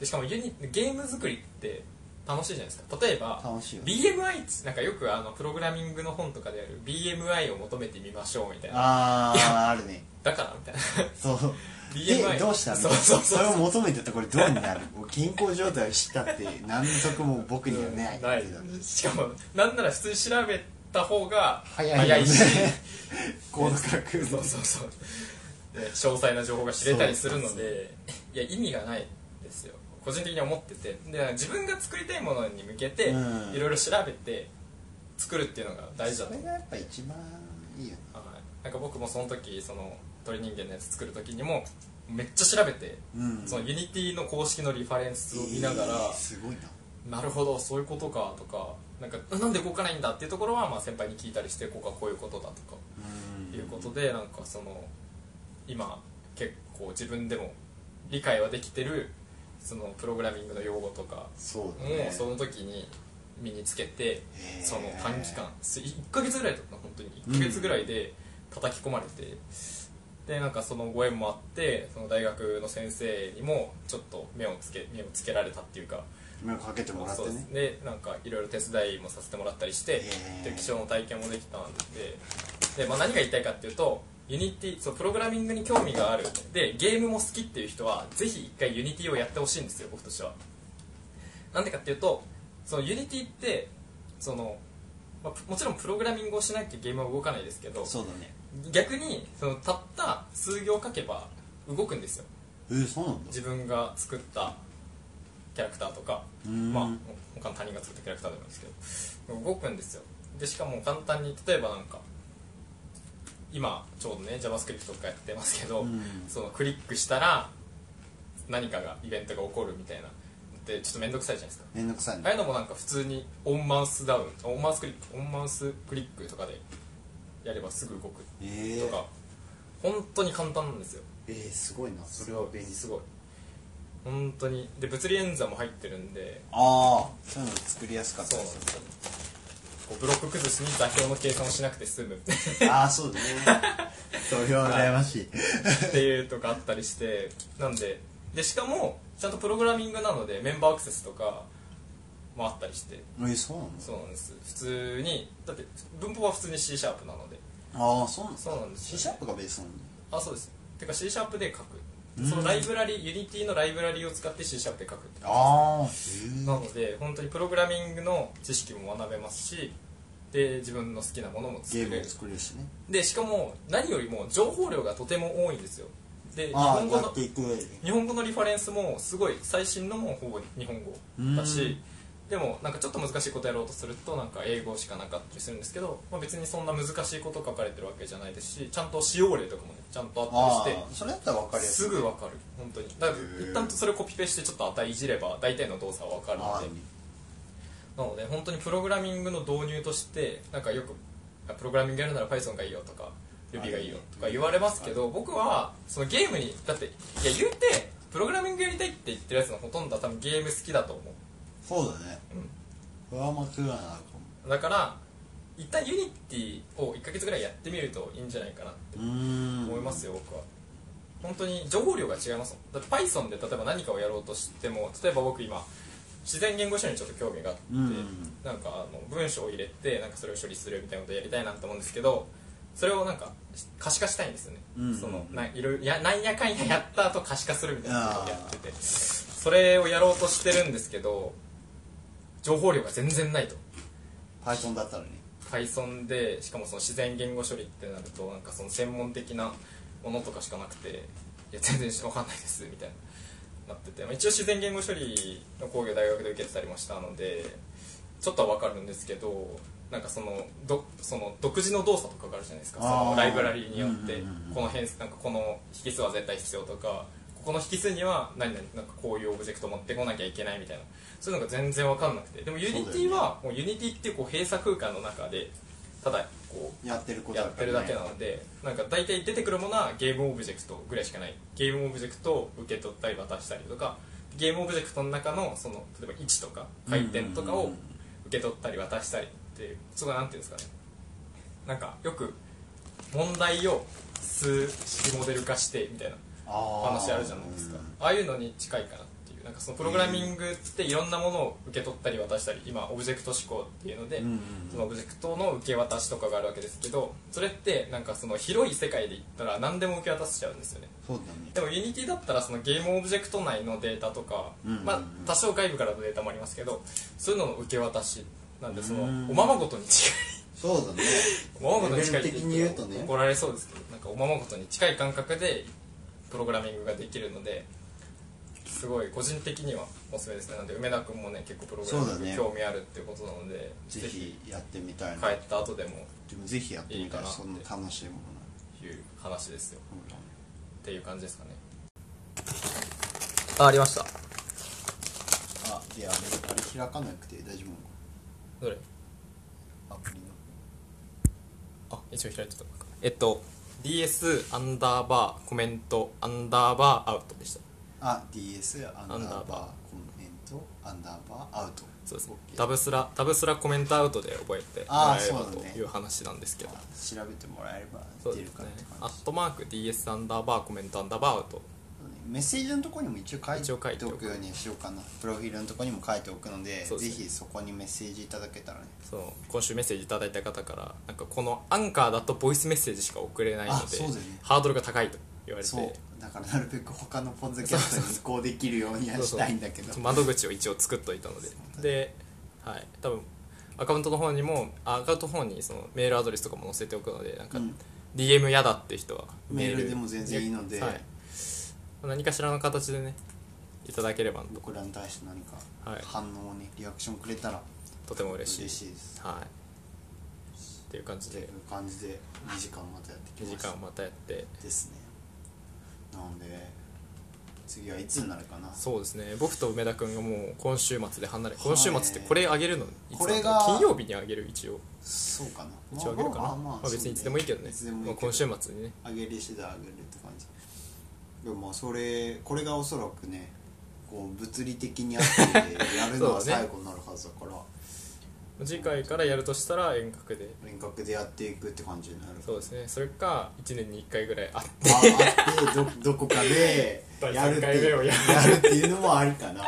でしかもユニゲーム作りって楽しいじゃないですか例えば楽しいよね BMI なんかよくあのプログラミングの本とかである BMI を求めてみましょうみたいなあああるねだからみたいなそうで BMI どうしたそうそうそそうれを求めてたこれどうになるもう健康状態を知ったって何足も僕にはね ないしかもなんなら普通に調べた方が早いよねし 高度から来る そうのそうそうね詳細な情報が知れたりするのでいや意味がないですよ個人的に思っててで自分が作りたいものに向けてうんいろいろ調べて作るっていうのが大事だそとれ思がやっぱ一番いいよねう、はい、なんか僕もその時その鳥人間のやつ作る時にもめっちゃ調べてうんそのユニティの公式のリファレンスを見ながら、えーすごいななるほどそういうことかとかなんかなんで動かないんだっていうところはまあ先輩に聞いたりしてここはこういうことだとかうんいうことでなんかその今結構自分でも理解はできてるそのプログラミングの用語とかそうだもねうその時に身につけてへーその短期間1ヶ月ぐらいだったの本当に1ヶ月ぐらいで叩き込まれてでなんかそのご縁もあってその大学の先生にもちょっと目をつけ目をつけられたっていうか目をかけてもらってそうですねでなんかいろいろ手伝いもさせてもらったりしてへーで貴重な体験もできたんでで、まあ、何が言いたいかっていうとユニティそうプログラミングに興味があるでゲームも好きっていう人はぜひ一回ユニティをやってほしいんですよ僕としてはなんでかっていうとそのユニティってその、まあプもちろんプログラミングをしなきゃゲームは動かないですけどそうだね逆にそのたった数行書けば動くんですよえー、そうなんだ自分が作ったキャラクターとかうんまあ、他の他人が作ったキャラクターでもいいんですけど動くんですよでしかも簡単に例えばなんか今ちょうどね JavaScript とかやってますけど、うんそのクリックしたら何かがイベントが起こるみたいなでちょっと面倒くさいじゃないですかめんどくさいああいねうのもなんか普通にオンマウスダウンオンマウスクリックオンマウスクリックとかでやればすぐ動くえとー、か、本当に簡単なんですよえー、すごいなそれは便利そすうごい本当にで物理演算も入ってるんでああそういうの作りやすかったそうでなんですすよこうブロック崩しに座標の計算をしなくて済 むっああそうだね それは羨ましいていうとかあったりしてなんででしかもちゃんとプログラミングなのでメンバーアクセスとかもあったりしてえー、そうなんだそうなんです普通にだって文法は普通に C シャープなのでああそうなんだそうなんですよ C シャープがベースなんだあそうですてか C シャープで書くうんそのライブラリユニティのライブラリを使って C シャープで書くってああへなーので本当にプログラミングの知識も学べますしで自分の好きなものも作ゲれームるを作れるしねでしかも何よりも情報量がとても多いんですよで日ああ本語やのっていく上で日本語のリファレンスもすごい最新のもほぼ日本語だしでもなんかちょっと難しいことやろうとするとなんか英語しかなかったりするんですけど、まあ、別にそんな難しいこと書かれてるわけじゃないですしちゃんと使用例とかもねちゃんとああったりしてあそれだったら分かりやすいすぐわかる本当にだへからー一旦それコピペしてちょっと値いじれば大体の動作はわかるあのあでいいねなので本当にプログラミングの導入としてなんかよくあプログラミングやるなら Python がいいよとか Ruby がいいよとか言われますけど僕はそのゲームにだっていや言うてプログラミングやりたいって言ってるやつのほとんどは多分ゲーム好きだと思そうだねこうんれは間違いないかもうだから一旦ユニティを1ヶ月ぐらいやってみるといいんじゃないかなってうーん思いますよよ僕は本当に情報量が違いますもんだって Python で例えば何かをやろうとしても例えば僕今自然言語処理にちょっと興味があって、うんなんかあの文章を入れてなんかそれを処理するみたいなことをやりたいなと思うんですけどそれをなんか可視化したいんですよね、うんそのないろいろやなんやかんややった後可視化するみたいなことをやっててそれをやろうとしてるんですけど情報量が全然ないと Python だったらね Python でしかもその自然言語処理ってなるとなんかその専門的なものとかしかなくていや全然わかんないですみたいななってて、まあ、一応自然言語処理の講義を大学で受けてたりもしたのでちょっとはわかるんですけどなんかそのどその独自の動作とかがあるじゃないですかそあーのライブラリーによってうんうんうんうんこの変なんかこの引数は絶対必要とかここの引数には何々なんかこういうオブジェクトを持ってこなきゃいけないみたいなそういうのが全然わかんなくてでもユニティはもうユニティっていうこう閉鎖空間の中でただこやってるこうとやだっかてらねるだけなのでなんか大体出てくるものはゲームオブジェクトぐらいしかないゲームオブジェクトを受け取ったり渡したりとかゲームオブジェクトの中のその例えば位置とか回転とかうをん受け取ったり渡したりっていうすごいなんていうんですかねなんかよく問題を数式モデル化してみたいなあー話あるじゃないですかうああいうのに近いかなっていうなんかそのプログラミングっていろんなものを受け取ったり渡したり今オブジェクト思考っていうので、んうんうんそのオブジェクトの受け渡しとかがあるわけですけどそれってなんかその広い世界で言ったら何でも受け渡しちゃうんですよねそうだねでも Unity だったらそのゲームオブジェクト内のデータとか、うんうんうんまあ、多少外部からのデータもありますけどそういうのの受け渡しなんでそのうん おままごとに違いそうだねおままごとに近いってレベル的に言うとね怒られそうですけどなんかおままごとに近い感覚でプログラミングができるのですごい個人的にはおすすめですねなんで梅田君もね結構プログラミそうだングね興味あるっていうことなので、ぜひやってみたい帰な、った後でもでもぜひやってみたいいからなってそんな楽しいものないう話ですよのうんっていう感じですかねあありましたあいやあれあれ開かなくて大丈夫なのどれかアプリのあ一応開いてたえっと DS アンダーバーコメントアンダーバーアウトでしたあ DS アンダーンダバーーバコメントアンダーバーアウトそうですね OK ダブスラダブスラコメントアウトで覚えてもあーらえればそうだねという話なんですけど調べてもらえればそう出でるすかねって感じ、アットマーク DS アンダーバーコメントアンダーバーアウトメッセージのところにも一応書い一応書いてておおくくようにしようかなプロフィールのところにも書いておくのでそうでぜすねひそこにメッセージいただけたらねその今週メッセージいただいた方からなんかこのアンカーだとボイスメッセージしか送れないのあで、そうだよねハードルが高いと言われてそうだからなるべく他のポッドキャストに移行できるようにはそうしそうたいんだけど窓口を一応作っといたのでそうだねで、はい、多分アカウントの方にもあアカウントの方にそのメールアドレスとかも載せておくのでなんかうん DM 嫌だって人はメールでも全然いいのではい、何かしらの形でねいただければと僕らに対して何かはい反応にリアクションくれたらとても嬉しい嬉しいですはい、っていう感じというで感じで2時間またやってき2時ました間またやってですねなので次はいつになるかなそうですね僕と梅田君がもう今週末で離れ今週末ってこれあげるのいつこれだが金曜日にあげる一応そうかな一応あげるかな、まあ別にいつでもいいけどねいつでもいいけどまあ、今週末にね上げり次第上げるって感じでもまあそれこれがおそらくねこう物理的にあってやるのはそうだ最ね後になるはずだから次回からやるとしたら遠隔で遠隔でやっていくって感じになるそうですねそれか1年に1回ぐらいあってああってどど こかで第やるっ三て回目をやるやるっていうのもありかな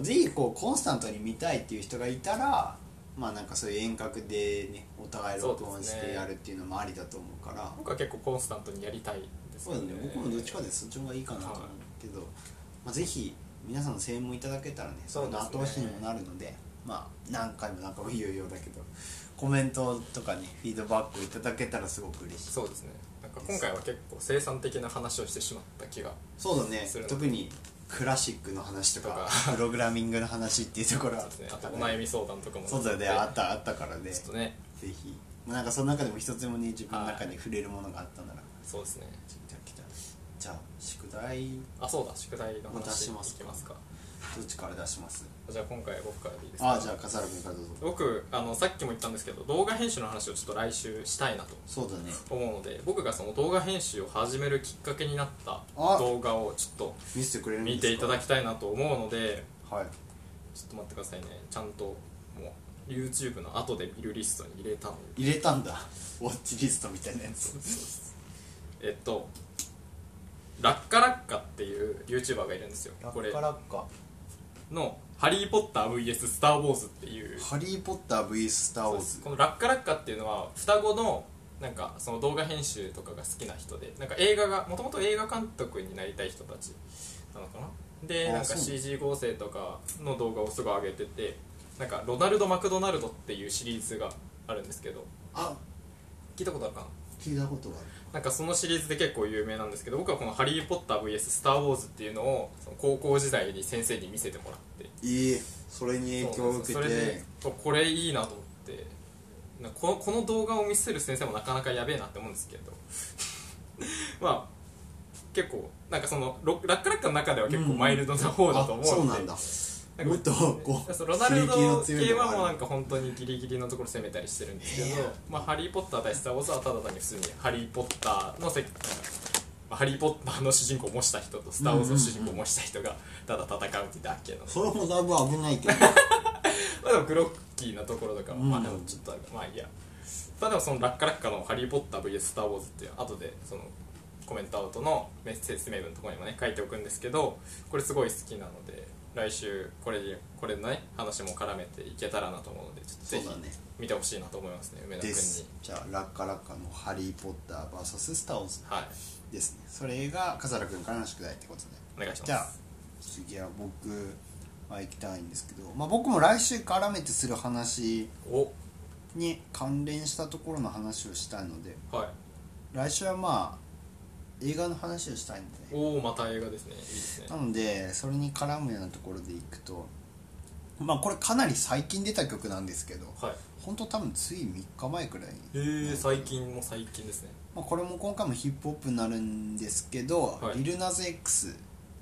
ぜひこうコンスタントに見たいっていう人がいたらまあなんかそういう遠隔でねお互い録そう音でしすねてやるっていうのもありだと思うから僕は結構コンスタントにやりたいですそうだね僕もどっちかでそっちの方がいいかなと思うけど、まあ、ぜひ皆さんの声援もいただけたらねそうですねの後押しにもなるのでまあ何回も何回も言うようだけどコメントとかにフィードバックをいただけたらすごく嬉しいそうですねなんか今回は結構生産的な話をしてしまった気がそうだねするの特にクラシックの話とかとプログラミングの話っていうところはそうですねあとお悩み相談とかもそうだよねああっったあったからねてちぜょっとねひまあなんかその中でも一つでもね自分の中に触れるものがあったならそうですねちょっとやってきたじゃあ宿題あそうだ宿題のまた話しいきまますすかかどっちから出しますじゃあ今回僕からでいいですかあじゃあ笠原君からどうぞ僕あのさっきも言ったんですけど動画編集の話をちょっと来週したいなとそうだね思うので僕がその動画編集を始めるきっかけになったあ動画をちょっと見せてくれるんです見かていただきたいなと思うのではいちょっと待ってくださいねちゃんともう YouTube の後で見るリストに入れたので入れたんだウォッチリストみたいなやつえっとラッカラッカっていう YouTuber がいるんですよこれラッカの「ハリー・ポッター VS スター・ウォーズ」っていうハリー・ポッター VS スター・ウォーズこの「ラッカラッカ」っていうのは双子のなんかその動画編集とかが好きな人でなんか映画がもともと映画監督になりたい人たちなのかなであなんそかう CG 合成とかの動画をすごい上げててなんか「ロナルド・マクドナルド」っていうシリーズがあるんですけどあ聞いたことあるかな聞いたことがあるなんかそのシリーズで結構有名なんですけど僕はこの「ハリー・ポッター VS スター・ウォーズ」っていうのをその高校時代に先生に見せてもらっていいそれに影響を受けそうなんですてよそれでこれいいなと思ってなんかこのこの動画を見せる先生もなかなかやべえなって思うんですけど まあ結構なんかそのロラッカラッカの中では結構マイルドな方だと思うあそうのなでんだなんかもっとこうそうロナ刺ル激のド強い系のがはあるもうなんか本当にギリギリのところ攻めたりしてるんですけいどや、まあ、ハリー・ポッター対スター・ウォーズはただ単に普通にハリー・ポッターのせ、なんかまあハリー・ポッターの主人公を模した人とスター・ウォーズの主人公を模した人がただ戦うってだけなので、それもだいぶ危ないけどまあ、でもグロッキーなところとかは、うんまあでもちょっとあるまあいいやまあでもそのラッカラッカの「ハリー・ポッター VS スター・ウォーズ」っていう後でそのコメントアウトのメッセージ説明文のところにもね書いておくんですけどこれすごい好きなので来週これでこれのね話も絡めていけたらなと思うのでちょっとそぜうひだね見てほしいなと思いますね梅田君でにすじゃあラッカラッカのハリー・ポッター VS スター・ウォーズはいですねそれが笠原君からの宿題ってことでお願いしますじゃあ次は僕は行きたいんですけど、まあ、僕も来週絡めてする話おに関連したところの話をしたいのではい来週はまあ映画の話をしたいんでねおおまた映画ですねいいですねなのでそれに絡むようなところでいくとまあこれかなり最近出た曲なんですけどはい本当多分つい3日前くらいにえー、最近も最近ですねまあ、これも今回もヒップホップになるんですけど、はいリルナズ X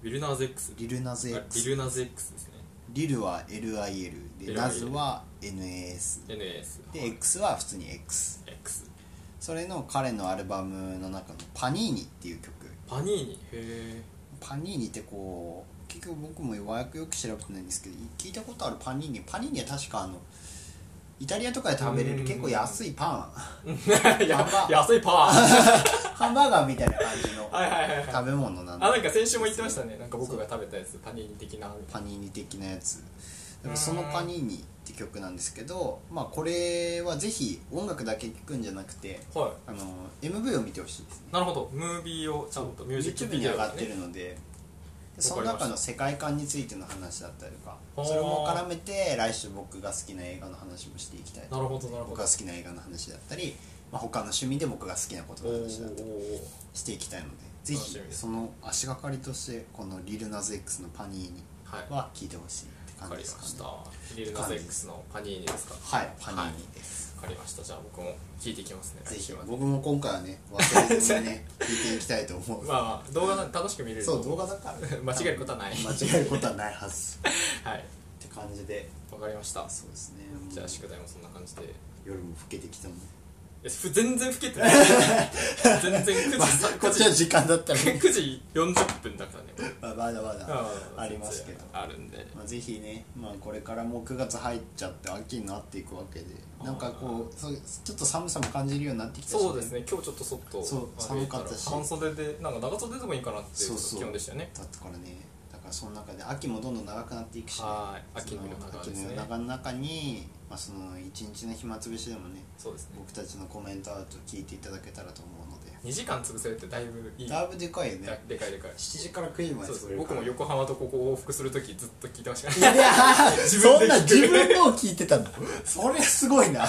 ウィルナーズ X リルナズあビ X ルナーズ X ですねリルは LIL で LIL ナズは NAS NAS で X は普通に X X それの彼のアルバムの中の「パニーニ」っていう曲パニーニへパニーニってこう結局僕も和訳よく調べてないんですけど聞いたことあるパニーニパニーニは確かあのイタリアとかで食べれる結構安い パンえややば安いパーハンバーガーみたいな感じのはいはいはいはい食べ物なんであなんか先週も言ってましたねなんか僕が食べたやつパニーニ的なパニーニ的なやつでうもんその「パニーニ」って曲なんですけど、まあ、これはぜひ音楽だけ聴くんじゃなくてはあの MV を見てほしいですねいなるほどムービーをちゃんとミュージック YouTube ビにデオ上でねがってるのででそのわか中りのま世界観についての話だったりとかあーそれも絡めて来週僕が好きな映画の話もしていきたいなるほどなる僕ほどが好きな映画の話だったり、まあ、他の趣味で僕が好きなことおのーお話だったりーおーしていきたいのでぜ楽しひみですその足がかりとしてこの「リルナズ X のパニーニ」はいわは聴いてほしいって感かじりでますかねしたリルナーズ X のパニーニですかはい、パニーニです。わかりましたじゃあ僕も聞いていきますねぜひ来週は、ね僕も今回はね、 忘れずにね、聞いていきたいと思う。まあまあ動画なん楽しく見れるとそう、思動画だから。 間違えることはない間違えることはないはず。っはいて感じで、わかりましたそうですね。じゃあ宿題もそんな感じでいや夜も更けてき たので。ふ全然老けてない全然9時まあ、こっちは時間だ ったらね。 9時40分だからねまあ、まだまだ。うんありますけどあるんでまあ、ぜひね、まあ、これからもう9月入っちゃって秋になっていくわけでなんかこうそうちょっと寒さも感じるようになってきたしねそうですね今日ちょっと外そう歩い寒かったし半袖でなんか長袖でもいいかなっていそううそう気温でしたよねだったからねだからその中で秋もどんどん長くなっていくしね、はいそ秋のの夜長秋ですのね夜長の中に、まあ、その一日の暇つぶしでもねそうですね僕たちのコメントアウト聞いていただけたらと思うので2時間潰せるってだいぶいいだいぶでかいよだねでかいでかい7時から9時までそ潰うですれるか僕らも横浜とここ往復するときずっと聞いてましたいや自そ分で聞くんな自分のを聞いてたの それすご いな、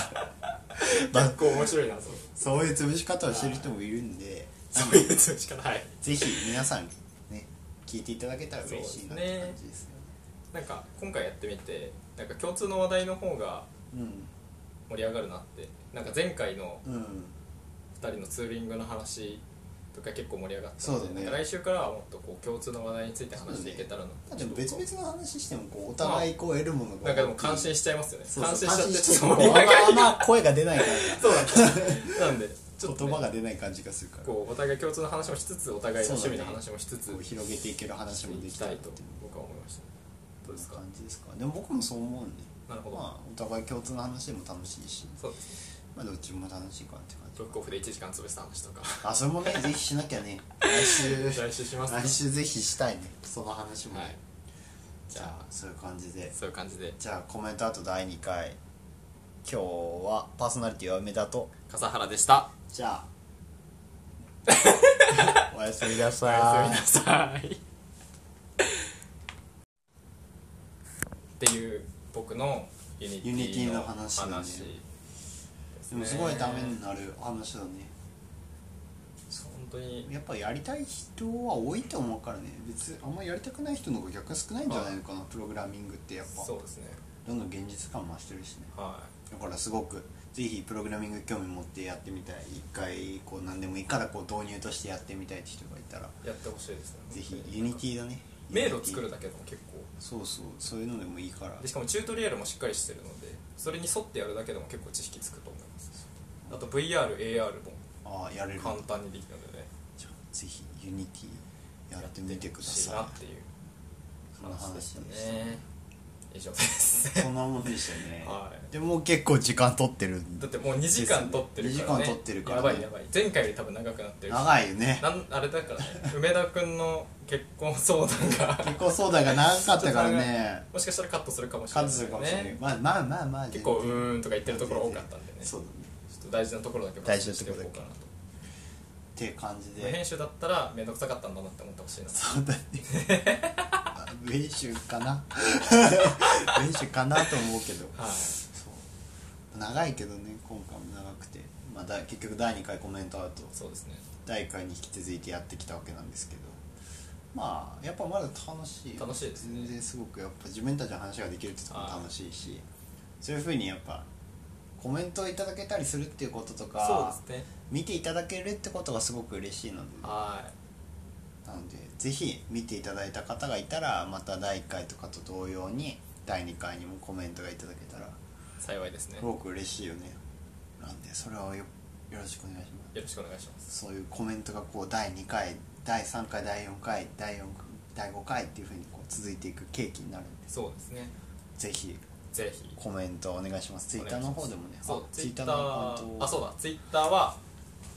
まあ結構面白いなそうそういう潰し方をしてる人もいるんでそういうつしかないぜひ皆さんね聞いていただけたら嬉しいなって感じですよなんか今回やってみてなんか共通の話題の方がね盛り上がるなってなんか前回のうんうん2人のツーリングの話とか結構盛り上がったそうだねなんか来週からはもっとこう共通の話題について話していけたらなだって別々の話してもこうお互いこう得るものがなんかでも大感きい心しちゃいますよねそう感そう心しちゃってちょっと感心盛り上がりしてあんまあんま声が出ないからそうなんですなんでちょっと言ね、葉が出ない感じがするからここうお互い共通の話もしつつお互いのそうだ趣ね味の話もしつつう広げていける話もでいききたらたいってという僕は思いましたどうですか感じですかでも僕もそう思うんでなるほど、まあお互い共通の話でも楽しいしそうですねまあどっちも楽しいかなって感じブックオフで1時間潰した話とかあそれもねぜひしなき ゃね来週来週しますか来週ぜひしたいねその話もね、はいじゃあそういう感じでそういう感じでじゃあコメントあと第2回今日はパーソナリティは梅田と笠原でしたじ ゃあおやすみな おさやすみいなさいっていう僕のユニテユニティィのの話だ話ねですでねもすごいためになる話だねそう本当にやっぱやりたい人は多いと思うからね別にあんまやりたくない人の方が逆に少ないんじゃないのかなプログラミングってやっぱそうですねどんどん現実感増してるしねはだからすごくぜひプログラミング興味持ってやってみたい一回こう何でもいいからこう導入としてやってみたいって人がいたらいやってほしいですねぜひユニティだね迷路作るだだけでも結構そうそうそういうのでもいいからでしかもチュートリアルもしっかりしてるのでそれに沿ってやるだけでも結構知識つくと思いますあと VRAR もああやれる簡単にできるのでねじゃあぜひユニティやってみてくだしいさいなっていうその話で話しでたしね以上ですたそんなもんでしたね はいでも結構時間取ってるんだでってもう2時間撮ってるから、ね、 2時間撮ってるからねやばいやばい前回より多分長くなってるし長いよねなんあれだからね梅田君の結婚相談が結構そうだが長かったからねもしかしたらカットするかもしれカなズいするかもしでれすよないねまあまあまあまあ結構うーんとか言ってるところ多かったんでねちょそっうだねと大事なところだけ大事なところ抜だ粋けしていこうかなとって感じで編集だったら面倒くさかったんだなって思ってほしいなそうだねあ練習かな練習かなと思うけどはいそう長いけどね今回も長くて、まあ、だ結局第2回コメントアウトそうですね第1回に引き続いてやってきたわけなんですけどまあやっぱまだ楽しい楽しいですね全然すごくやっぱ自分たちの話ができるってとこも楽しいしそういうふうにやっぱコメントをいただけたりするっていうこととかそうですね見ていただけるってことがすごく嬉しいのではいなのでぜひ見ていただいた方がいたらまた第1回とかと同様に第2回にもコメントがいただけたら幸いですねすごく嬉しいよねなんでそれはよよろしくお願いしますよろしくお願いしますそういうコメントがこう第2回第3回第4回第4第5回っていうふうにこう続いていくケーキになるんでそうですねぜひぜひコメントお願いしますツイッターの方でもねそうあツイッターのアカウントをあそうだツイッターは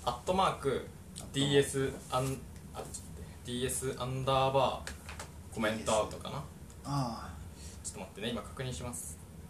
アットマークマーク DS アンあちょっと待って DS アンダーバーコメントアウトかなああちょっと待ってね今確認します